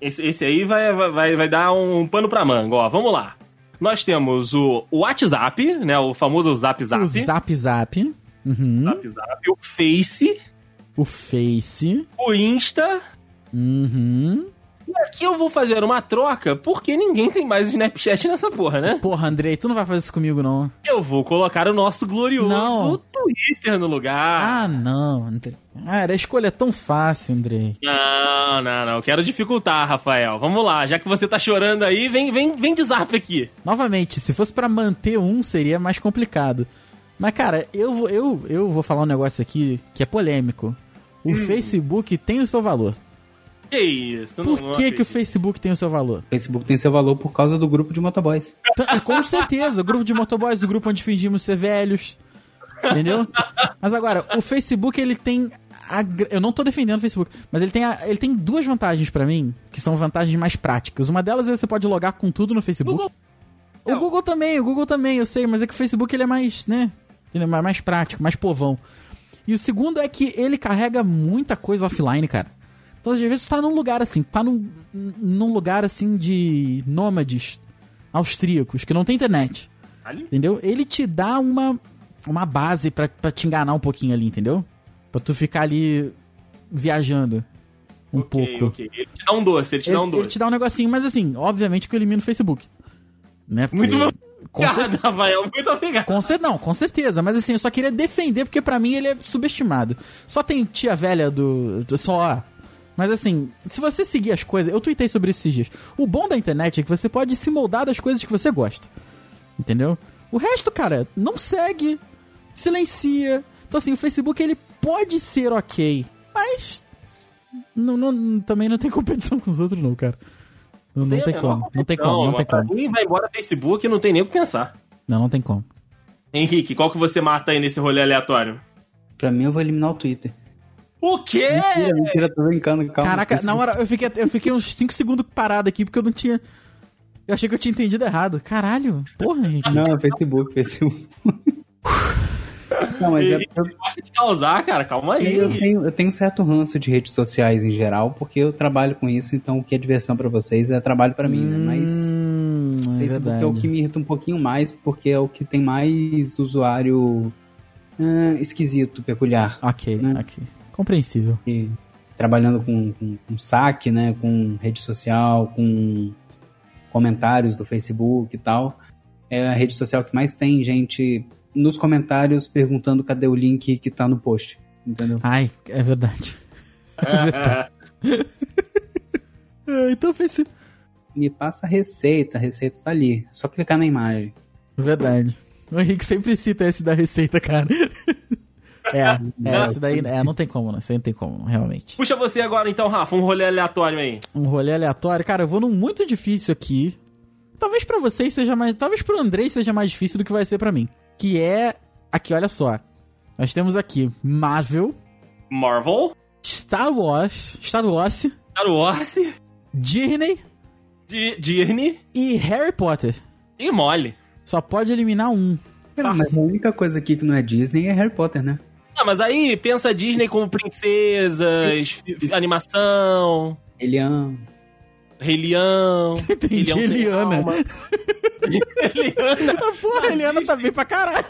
[SPEAKER 3] Esse, esse aí vai, vai, vai dar um pano pra manga, ó. Vamos lá. Nós temos o WhatsApp, né? O famoso Zap Zap.
[SPEAKER 2] O zap zap. Uhum.
[SPEAKER 3] Zap Zap. O Face,
[SPEAKER 2] O face.
[SPEAKER 3] o Insta
[SPEAKER 2] Uhum.
[SPEAKER 3] e aqui eu vou fazer uma troca porque ninguém tem mais Snapchat nessa porra, né?
[SPEAKER 2] Porra, Andrei, tu não vai fazer isso comigo, não.
[SPEAKER 3] Eu vou colocar o nosso glorioso
[SPEAKER 2] Não.
[SPEAKER 3] Twitter no lugar.
[SPEAKER 2] Ah, não, Andrei. Ah, era a escolha tão fácil, Andrei.
[SPEAKER 3] Não, não, não. Quero dificultar, Rafael. Vamos lá, já que você tá chorando aí, vem, vem, vem de zap aqui.
[SPEAKER 2] Novamente, se fosse pra manter um, seria mais complicado. Mas, cara, eu vou, eu, eu vou falar um negócio aqui que é polêmico.
[SPEAKER 3] Hum.
[SPEAKER 2] O Facebook tem o seu valor.
[SPEAKER 3] Que isso, não- não
[SPEAKER 2] Por que, que o
[SPEAKER 3] acredito.
[SPEAKER 2] Facebook tem o seu valor?
[SPEAKER 4] O Facebook tem seu valor por causa do grupo de motoboys.
[SPEAKER 2] Tá, Com certeza, o grupo de motoboys, o grupo onde fingimos ser velhos. Entendeu? Mas agora, o Facebook, ele tem. a gr- eu não tô defendendo o Facebook, mas ele tem, a- ele tem duas vantagens pra mim, que são vantagens mais práticas. Uma delas é que você pode logar com tudo no Facebook.
[SPEAKER 3] Google.
[SPEAKER 2] O Google também, o Google também, eu sei, mas é que o Facebook ele é mais, né? Ele é mais mais prático, mais povão. E o segundo é que ele carrega muita coisa offline, cara. Então, às vezes, tu tá num lugar assim, tá num, num lugar assim de nômades austríacos, que não tem internet.
[SPEAKER 3] Ali?
[SPEAKER 2] Entendeu? Ele te dá uma, uma base pra, pra te enganar um pouquinho ali, entendeu? Pra tu ficar ali viajando um
[SPEAKER 3] Ok,
[SPEAKER 2] pouco.
[SPEAKER 3] ok. Ele te dá um doce, ele te
[SPEAKER 2] Ele,
[SPEAKER 3] dá um doce.
[SPEAKER 2] ele te dá um negocinho, mas assim, obviamente que eu elimino o Facebook. Né? Porque-
[SPEAKER 3] Muito bom.
[SPEAKER 2] Com cer-
[SPEAKER 3] Obrigado, Rafael. Muito obrigado.
[SPEAKER 2] com cer- não, com certeza, mas assim, eu só queria defender porque pra mim ele é subestimado. Só tem tia velha do, do- só. Mas assim, se você seguir as coisas, eu tuitei sobre isso esses dias. O bom da internet é que você pode se moldar das coisas que você gosta. Entendeu? O resto, cara, não segue, silencia. Então assim, o Facebook ele pode ser OK, mas não, não- também não tem competição com os outros não, cara. Não, não tem como, não tá tem como, não tem como.
[SPEAKER 3] E vai embora é Facebook, não tem nem o que pensar.
[SPEAKER 2] Não, não tem como.
[SPEAKER 3] Henrique, qual que você mata aí nesse rolê aleatório?
[SPEAKER 4] Pra mim, eu vou eliminar o Twitter.
[SPEAKER 3] O quê?
[SPEAKER 2] Uhum.
[SPEAKER 4] Mentira, mentira, tô brincando, calma.
[SPEAKER 2] Caraca, é na
[SPEAKER 4] Facebook.
[SPEAKER 2] hora eu fiquei, eu fiquei uns 5 segundos parado aqui porque eu não tinha. Eu achei que eu tinha entendido errado. Caralho, porra, Henrique.
[SPEAKER 4] Não, é Facebook, Facebook. *laughs* Não, mas é,
[SPEAKER 3] Henrique gosta de causar, cara. Calma
[SPEAKER 2] É
[SPEAKER 3] aí.
[SPEAKER 4] eu, tenho, eu tenho um certo ranço de redes sociais em geral, porque eu trabalho com isso, então o que é diversão pra vocês é trabalho pra mim, né? Mas
[SPEAKER 2] Hum, é
[SPEAKER 4] Facebook
[SPEAKER 2] verdade.
[SPEAKER 4] é o que me irrita um pouquinho mais, porque é o que tem mais usuário ah, esquisito, peculiar.
[SPEAKER 2] Ok,
[SPEAKER 4] né?
[SPEAKER 2] ok. Compreensível.
[SPEAKER 4] E trabalhando com, com, com saque, né? Com rede social, com comentários do Facebook e tal. É a rede social que mais tem gente nos comentários perguntando cadê o link que tá no post. Entendeu?
[SPEAKER 2] Ai, é verdade. *laughs* É, então fez isso.
[SPEAKER 4] Me passa a receita, a receita tá ali. É só clicar na imagem.
[SPEAKER 2] Verdade. O Henrique sempre cita esse da receita, cara. É, é, esse daí. É, não tem como, né? Isso aí não tem como, realmente.
[SPEAKER 3] Puxa você agora então, Rafa, um rolê aleatório aí.
[SPEAKER 2] um rolê aleatório. Cara, eu vou num muito difícil aqui. Talvez pra vocês seja mais. Talvez pro Andrei seja mais difícil do que vai ser pra mim. Que é. Aqui, olha só. Nós temos aqui Marvel,
[SPEAKER 3] Marvel,
[SPEAKER 2] Star Wars, Star Wars,
[SPEAKER 3] Star Wars,
[SPEAKER 2] Disney
[SPEAKER 3] Di- Disney
[SPEAKER 2] e Harry Potter.
[SPEAKER 3] e Mole.
[SPEAKER 2] Só pode eliminar um. *laughs*
[SPEAKER 4] Cara, mas a única coisa aqui que não é Disney é Harry Potter, né?
[SPEAKER 3] Ah, mas aí pensa Disney como princesas, fi- fi- animação,
[SPEAKER 4] Ele ama.
[SPEAKER 3] Rei Leão.
[SPEAKER 2] *laughs*
[SPEAKER 3] Rei
[SPEAKER 2] Entendi,
[SPEAKER 3] Leão é um sem
[SPEAKER 2] Eliana.
[SPEAKER 3] alma. Eliana.
[SPEAKER 2] *laughs* Porra, Eliana tá bem pra caralho.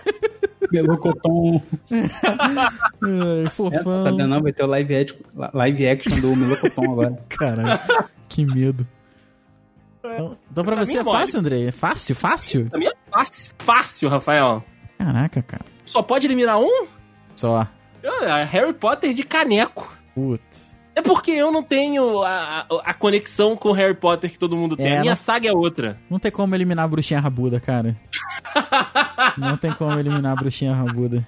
[SPEAKER 4] Pelo Coton.
[SPEAKER 2] Ai,
[SPEAKER 4] É, tá sabendo
[SPEAKER 2] fofão.
[SPEAKER 4] não? Vai ter o live, act- live action do Melocoton agora.
[SPEAKER 2] Caralho, *laughs* que medo. Então, então pra,
[SPEAKER 3] Pra
[SPEAKER 2] você
[SPEAKER 3] mim é
[SPEAKER 2] é
[SPEAKER 3] mole.
[SPEAKER 2] fácil, Andrei? É fácil, fácil?
[SPEAKER 3] Pra mim é fácil, fácil, Rafael.
[SPEAKER 2] Caraca, cara.
[SPEAKER 3] Só pode eliminar um?
[SPEAKER 2] Só.
[SPEAKER 3] Ah, Harry Potter de caneco.
[SPEAKER 2] Putz.
[SPEAKER 3] É porque eu não tenho a, a- a conexão com Harry Potter que todo mundo tem.
[SPEAKER 2] É,
[SPEAKER 3] a minha
[SPEAKER 2] não-
[SPEAKER 3] saga é outra.
[SPEAKER 2] Não tem como eliminar a bruxinha rabuda,
[SPEAKER 3] *laughs*
[SPEAKER 2] cara. Não tem como eliminar a bruxinha rabuda.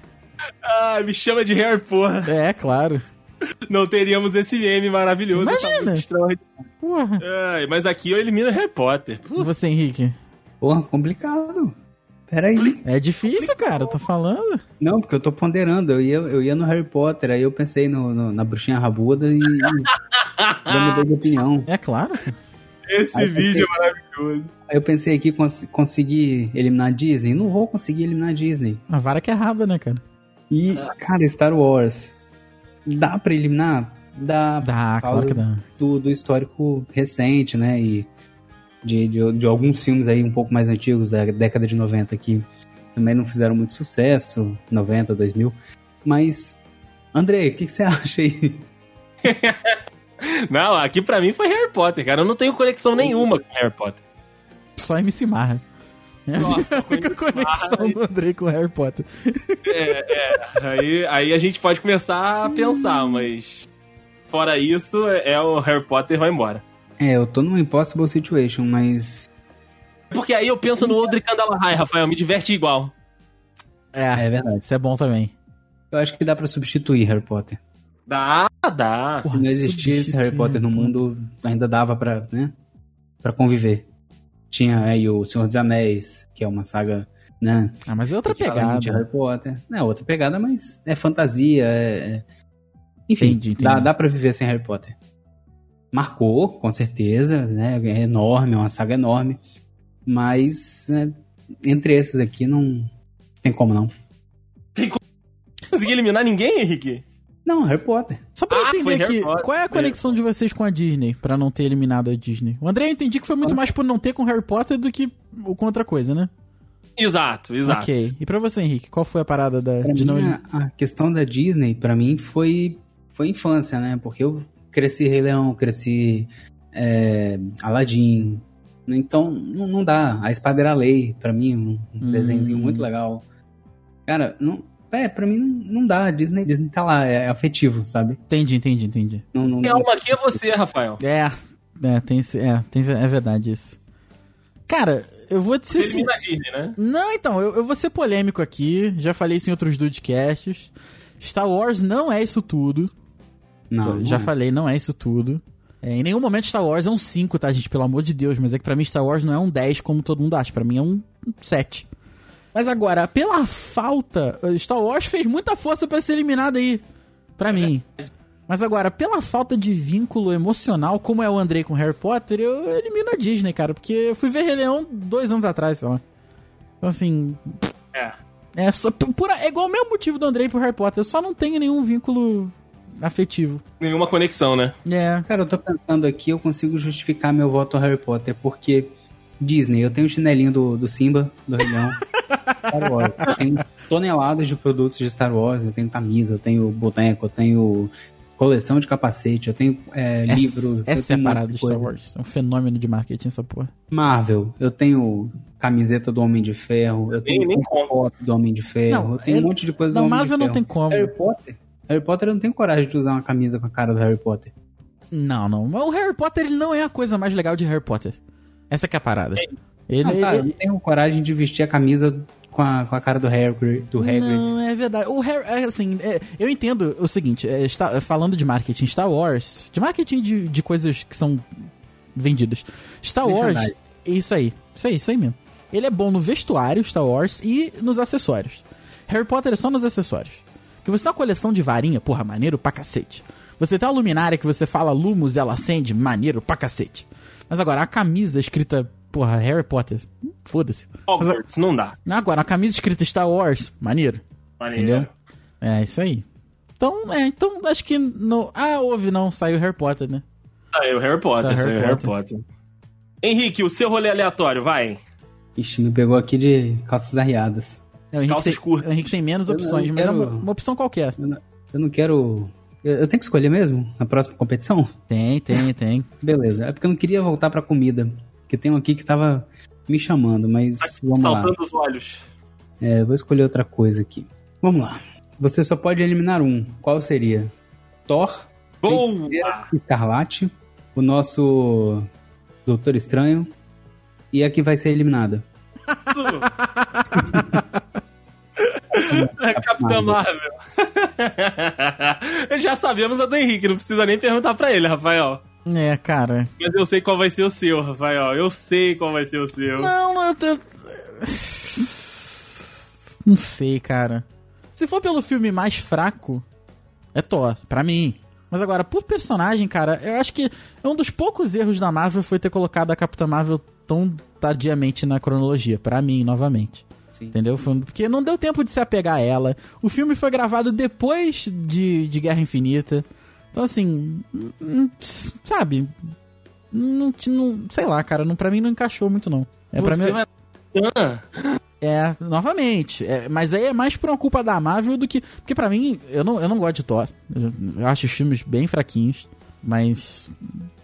[SPEAKER 3] Ah, me chama de Harry Porra.
[SPEAKER 2] É, claro.
[SPEAKER 3] Não teríamos esse meme maravilhoso. essa
[SPEAKER 2] Imagina.
[SPEAKER 3] música extraordinária.
[SPEAKER 2] Porra.
[SPEAKER 3] Ai, mas aqui eu elimino Harry Potter.
[SPEAKER 2] E você, Henrique?
[SPEAKER 4] Porra, complicado. Peraí.
[SPEAKER 2] É difícil, cara, eu tô falando.
[SPEAKER 4] Não, porque eu tô ponderando. Eu ia, eu ia no Harry Potter, aí eu pensei no, no- na bruxinha rabuda e. e eu mudei de opinião.
[SPEAKER 2] É claro.
[SPEAKER 3] Esse
[SPEAKER 4] Ai,
[SPEAKER 3] vídeo é maravilhoso.
[SPEAKER 4] Aí eu pensei aqui, cons consegui eliminar a Disney? Não vou conseguir eliminar a Disney.
[SPEAKER 2] A vara que é raba, né, cara?
[SPEAKER 4] E, cara, Star Wars. Dá pra eliminar? Dá.
[SPEAKER 2] Dá, claro que dá.
[SPEAKER 4] do, do histórico recente, né? E de, de, de alguns filmes aí um pouco mais antigos, da década de 90, que também não fizeram muito sucesso, *laughs* 90, 2000. Mas, Andrei, o que, que você acha aí?
[SPEAKER 3] Não, aqui pra mim foi Harry Potter, cara. Eu não tenho conexão nenhuma com Harry Potter.
[SPEAKER 2] Só MC Marra. É
[SPEAKER 3] Nossa,
[SPEAKER 2] a única
[SPEAKER 3] com MC Marra
[SPEAKER 2] conexão do Andrei com Harry Potter.
[SPEAKER 3] Aí, aí a gente pode começar a pensar, mas fora isso, é o Harry Potter vai embora.
[SPEAKER 4] É, eu tô numa impossible situation, mas.
[SPEAKER 3] Porque aí eu penso no Odri Kandalahai, Rafael, me diverte igual.
[SPEAKER 2] É,
[SPEAKER 4] É verdade.
[SPEAKER 2] isso é bom também.
[SPEAKER 4] Eu acho que dá pra substituir Harry Potter.
[SPEAKER 3] Dá, dá.
[SPEAKER 4] Se não existisse Harry Potter no mundo, ainda dava pra, né? Pra conviver. Tinha aí o Senhor dos Anéis, que é uma saga, né?
[SPEAKER 2] Ah, mas é outra
[SPEAKER 4] que fala muito de
[SPEAKER 2] pegada.
[SPEAKER 4] Harry Potter. É outra pegada, mas é fantasia, é... é- Enfim,
[SPEAKER 2] Entendi, entendi.
[SPEAKER 4] Dá, dá pra viver sem Harry Potter. Marcou, com certeza, né? É enorme, é uma saga enorme. Mas é, entre esses aqui não tem como não.
[SPEAKER 3] Consegui eliminar ninguém, Henrique?
[SPEAKER 4] Não, Harry Potter.
[SPEAKER 2] Só pra eu
[SPEAKER 3] Ah, foi
[SPEAKER 2] entender
[SPEAKER 3] Harry
[SPEAKER 2] aqui,
[SPEAKER 3] Potter,
[SPEAKER 2] qual é a
[SPEAKER 3] foi
[SPEAKER 2] conexão de vocês com a Disney, pra não ter eliminado a Disney? O André eu entendi que foi
[SPEAKER 3] Ah.
[SPEAKER 2] muito mais por não ter com Harry Potter do que com outra coisa, né?
[SPEAKER 3] Exato, exato.
[SPEAKER 2] Ok. E pra você, Henrique, qual foi a parada da,
[SPEAKER 4] Pra
[SPEAKER 2] de não...
[SPEAKER 4] mim, a, a questão da Disney, pra mim, foi, foi infância, né? Porque eu cresci Rei Leão, cresci é, Aladdin. Então, não, não dá. A Espada era a Lei, pra mim, um
[SPEAKER 2] Hum.
[SPEAKER 4] desenhozinho muito legal. Cara, não, é, pra mim não, não dá. A Disney, Disney tá lá, é afetivo, sabe?
[SPEAKER 2] Entendi, entendi, entendi.
[SPEAKER 4] Não, não,
[SPEAKER 3] Tem
[SPEAKER 4] não-
[SPEAKER 3] alma aqui é você, Rafael.
[SPEAKER 2] É, é, tem, esse- é, tem, é verdade isso. Cara, eu vou te ser
[SPEAKER 3] Você
[SPEAKER 2] sin-
[SPEAKER 3] elimina a Disney, né?
[SPEAKER 2] Não, então, eu, eu vou ser polêmico aqui. Já falei isso em outros Dudecasts. Star Wars não é isso tudo.
[SPEAKER 4] não,
[SPEAKER 2] já
[SPEAKER 4] não é.
[SPEAKER 2] falei, não é isso tudo. É, em nenhum momento Star Wars é um 5, tá, gente? Pelo amor de Deus. Mas é que pra mim Star Wars não é um 10 como todo mundo acha. Pra mim é um 7. Mas agora, pela falta... eh, Star Wars fez muita força pra ser eliminado aí. Pra mim. Mas agora, pela falta de vínculo emocional, como é o Andrei com Harry Potter, eu elimino a Disney, cara. Porque eu fui ver Rei Leão dois anos atrás, sei lá. Então, assim,
[SPEAKER 3] É.
[SPEAKER 2] é, só p- pura, é igual o mesmo motivo do Andrei pro Harry Potter. Eu só não tenho nenhum vínculo afetivo.
[SPEAKER 3] Nenhuma conexão, né?
[SPEAKER 2] É.
[SPEAKER 4] Cara, eu tô pensando aqui, eu consigo justificar meu voto ao Harry Potter, porque Disney, eu tenho o chinelinho do, do Simba, do Rei Leão, Star Wars. Eu tenho toneladas de produtos de Star Wars, eu tenho camisa, eu tenho boneco, eu tenho coleção de capacete, eu tenho é,
[SPEAKER 2] Essa,
[SPEAKER 4] livro. eu
[SPEAKER 2] essa é a
[SPEAKER 4] tenho um monte
[SPEAKER 2] parada
[SPEAKER 4] de
[SPEAKER 2] do
[SPEAKER 4] coisa.
[SPEAKER 2] Star Wars. É um fenômeno de marketing essa porra.
[SPEAKER 4] Marvel, eu tenho camiseta do Homem de Ferro, eu
[SPEAKER 3] Nem,
[SPEAKER 4] tenho um
[SPEAKER 3] nem conta.
[SPEAKER 4] foto do Homem de Ferro,
[SPEAKER 2] Não,
[SPEAKER 4] eu tenho
[SPEAKER 2] é-
[SPEAKER 4] um monte de coisa do
[SPEAKER 2] Na
[SPEAKER 4] Homem
[SPEAKER 2] Marvel
[SPEAKER 4] de
[SPEAKER 2] não
[SPEAKER 4] Ferro.
[SPEAKER 2] tem como.
[SPEAKER 4] Harry Potter? Harry Potter eu não tenho coragem de usar uma camisa com a cara do Harry Potter.
[SPEAKER 2] Não, não. Mas o Harry Potter ele não é a coisa mais legal de Harry Potter. Essa que é a parada. Ele,
[SPEAKER 4] Ah, tá, eu
[SPEAKER 2] ele-
[SPEAKER 4] não tenho coragem de vestir a camisa com a, com a cara do Harry, do Hagrid.
[SPEAKER 2] Não, é verdade. O Harry, é, assim, é, eu entendo o seguinte, é, está, falando de marketing Star Wars, de marketing de, de coisas que são vendidas. Star Wars,
[SPEAKER 4] Merchandising.
[SPEAKER 2] isso aí, isso aí, isso aí mesmo. Ele é bom no vestuário Star Wars e nos acessórios. Harry Potter é só nos acessórios. Porque você tem uma coleção de varinha, porra, maneiro pra cacete. Você tem uma luminária que você fala Lumos, ela acende, maneiro pra cacete. Mas agora, a camisa escrita, porra, Harry Potter, foda-se.
[SPEAKER 3] Hogwarts, não dá.
[SPEAKER 2] Agora, a camisa escrita Star Wars, maneiro.
[SPEAKER 3] Maneiro.
[SPEAKER 2] Entendeu? É, isso aí. Então, é, então acho que no... Ah, houve não, saiu Harry Potter, né?
[SPEAKER 3] Saiu Tá, é Harry Potter,
[SPEAKER 2] Saiu
[SPEAKER 3] saiu
[SPEAKER 2] Harry
[SPEAKER 3] Harry Potter. Henrique, o seu rolê aleatório, vai.
[SPEAKER 4] Ixi, me pegou aqui de calças arriadas.
[SPEAKER 2] Não, É, o Henrique
[SPEAKER 3] Calças
[SPEAKER 2] tem,
[SPEAKER 3] curtas.
[SPEAKER 2] o Henrique tem menos
[SPEAKER 4] Eu
[SPEAKER 2] opções,
[SPEAKER 4] não
[SPEAKER 2] mas é uma,
[SPEAKER 4] quero-
[SPEAKER 2] uma opção qualquer.
[SPEAKER 4] Eu não quero. Eu, eu tenho que escolher mesmo? Na próxima competição?
[SPEAKER 2] Tem, tem, tem. *laughs*
[SPEAKER 4] Beleza. É porque eu não queria voltar pra comida. Que tem um aqui que tava me chamando, mas vamos lá.
[SPEAKER 3] Saltando os olhos.
[SPEAKER 4] É, vou escolher outra coisa aqui. Vamos lá. Você só pode eliminar um. Qual seria? Thor,
[SPEAKER 3] *laughs* Boa!
[SPEAKER 4] Escarlate, o nosso Doutor Estranho e a que vai ser eliminada.
[SPEAKER 3] É Capitã Marvel. *laughs* Já sabemos a do Henrique, não precisa nem perguntar pra ele, Rafael.
[SPEAKER 2] É, cara.
[SPEAKER 3] Mas eu sei qual vai ser o seu, Rafael. Eu sei qual vai ser o seu.
[SPEAKER 2] Não, não, eu tô... *sighs* Não sei, cara. Se for pelo filme mais fraco, é Thor, pra mim. Mas agora, por personagem, cara, eu acho que um dos poucos erros da Marvel foi ter colocado a Capitã Marvel tão tardiamente na cronologia, pra mim, novamente.
[SPEAKER 4] Sim.
[SPEAKER 2] Entendeu? Foi- um- Porque não deu tempo de se apegar a ela. O filme foi gravado depois de, de Guerra Infinita. Então, assim. hum, hum, s- Sabe? Não, te- não. Sei lá, cara. Não, pra mim não encaixou muito, não. É, pra
[SPEAKER 3] Você
[SPEAKER 2] mim,
[SPEAKER 3] vai- Ah,
[SPEAKER 2] é novamente. É, mas aí é mais por uma culpa da Marvel do que. Porque pra mim, eu não, eu não gosto de Thor. Eu, eu acho os filmes bem fraquinhos. Mas.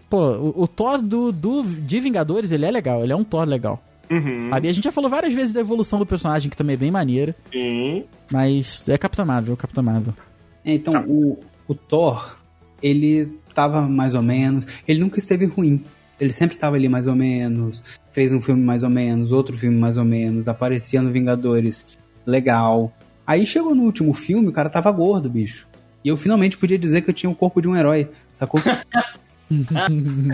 [SPEAKER 2] Pô, o, o Thor do, do, de Vingadores, ele é legal, ele é um Thor legal.
[SPEAKER 3] Uhum.
[SPEAKER 2] Sabe? E a gente já falou várias vezes da evolução do personagem, que também é bem maneira.
[SPEAKER 3] Sim.
[SPEAKER 2] Mas é Capitã Marvel, Capitã Marvel.
[SPEAKER 4] É, então,
[SPEAKER 2] Tá.
[SPEAKER 4] o, o Thor, ele tava mais ou menos. Ele nunca esteve ruim. Ele sempre tava ali mais ou menos. Fez um filme mais ou menos, outro filme mais ou menos. Aparecia no Vingadores. Legal. Aí chegou no último filme, o cara tava gordo, bicho. E eu finalmente podia dizer que eu tinha o corpo de um herói,
[SPEAKER 2] *laughs*
[SPEAKER 4] sacou?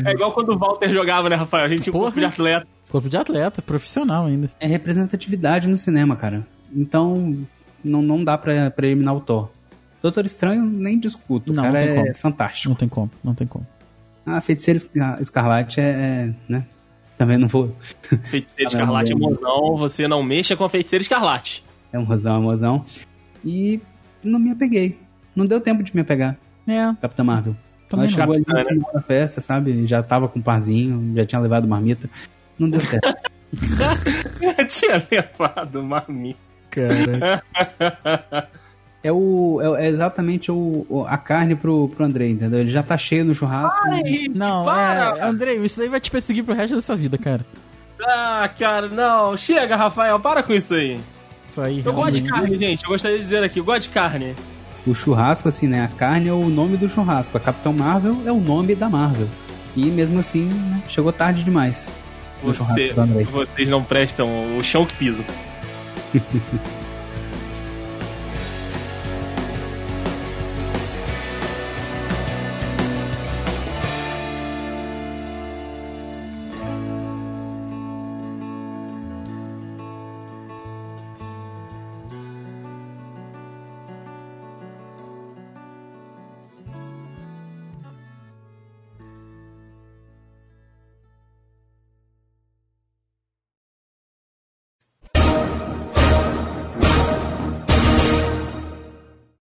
[SPEAKER 3] É igual quando o Walter jogava, né, Rafael? A gente tinha um
[SPEAKER 2] Porra.
[SPEAKER 3] corpo de atleta.
[SPEAKER 2] Corpo de atleta, profissional ainda.
[SPEAKER 4] é representatividade no cinema, cara. Então, não, não dá pra, pra eliminar o Thor. Doutor Estranho, nem discuto. O
[SPEAKER 2] Não,
[SPEAKER 4] cara
[SPEAKER 2] não tem
[SPEAKER 4] é
[SPEAKER 2] como.
[SPEAKER 4] fantástico.
[SPEAKER 2] Não tem como, não tem como.
[SPEAKER 4] A Feiticeira Esca- Escarlate é, é, né? Também não vou...
[SPEAKER 3] Feiticeiro
[SPEAKER 4] Ah, não,
[SPEAKER 3] escarlate é
[SPEAKER 4] não.
[SPEAKER 3] mozão, você não mexa com a feiticeira escarlate. *laughs*
[SPEAKER 4] É um rosão, é um rosão. E não me apeguei. Não deu tempo de me apegar,
[SPEAKER 2] É,
[SPEAKER 4] Capitã Marvel.
[SPEAKER 2] também
[SPEAKER 4] Ela
[SPEAKER 2] não.
[SPEAKER 4] chegou ali
[SPEAKER 3] Capitã,
[SPEAKER 4] no final da festa, sabe? Já tava com um parzinho, já tinha levado marmita. Não deu certo.
[SPEAKER 3] Tinha levado mami.
[SPEAKER 2] *laughs* Cara.
[SPEAKER 4] é, o, é, é exatamente o, o- a carne pro, pro André, entendeu? Ele já tá cheio no churrasco.
[SPEAKER 2] Não,
[SPEAKER 3] Para!
[SPEAKER 2] é, Andrei, isso daí vai te perseguir pro resto da sua vida, cara.
[SPEAKER 3] Ah, cara, não. Chega, Rafael, para com isso aí.
[SPEAKER 2] Isso aí,
[SPEAKER 3] Eu gosto de
[SPEAKER 2] realmente.
[SPEAKER 3] carne, gente. Eu gostaria de dizer aqui, eu gosto de carne.
[SPEAKER 4] O churrasco, assim, né? A carne é o nome do churrasco. A Capitão Marvel é o nome da Marvel. E mesmo assim, né, chegou tarde demais. no
[SPEAKER 3] Você,
[SPEAKER 4] churrasco do Andrei.
[SPEAKER 3] vocês não prestam o chão que piso.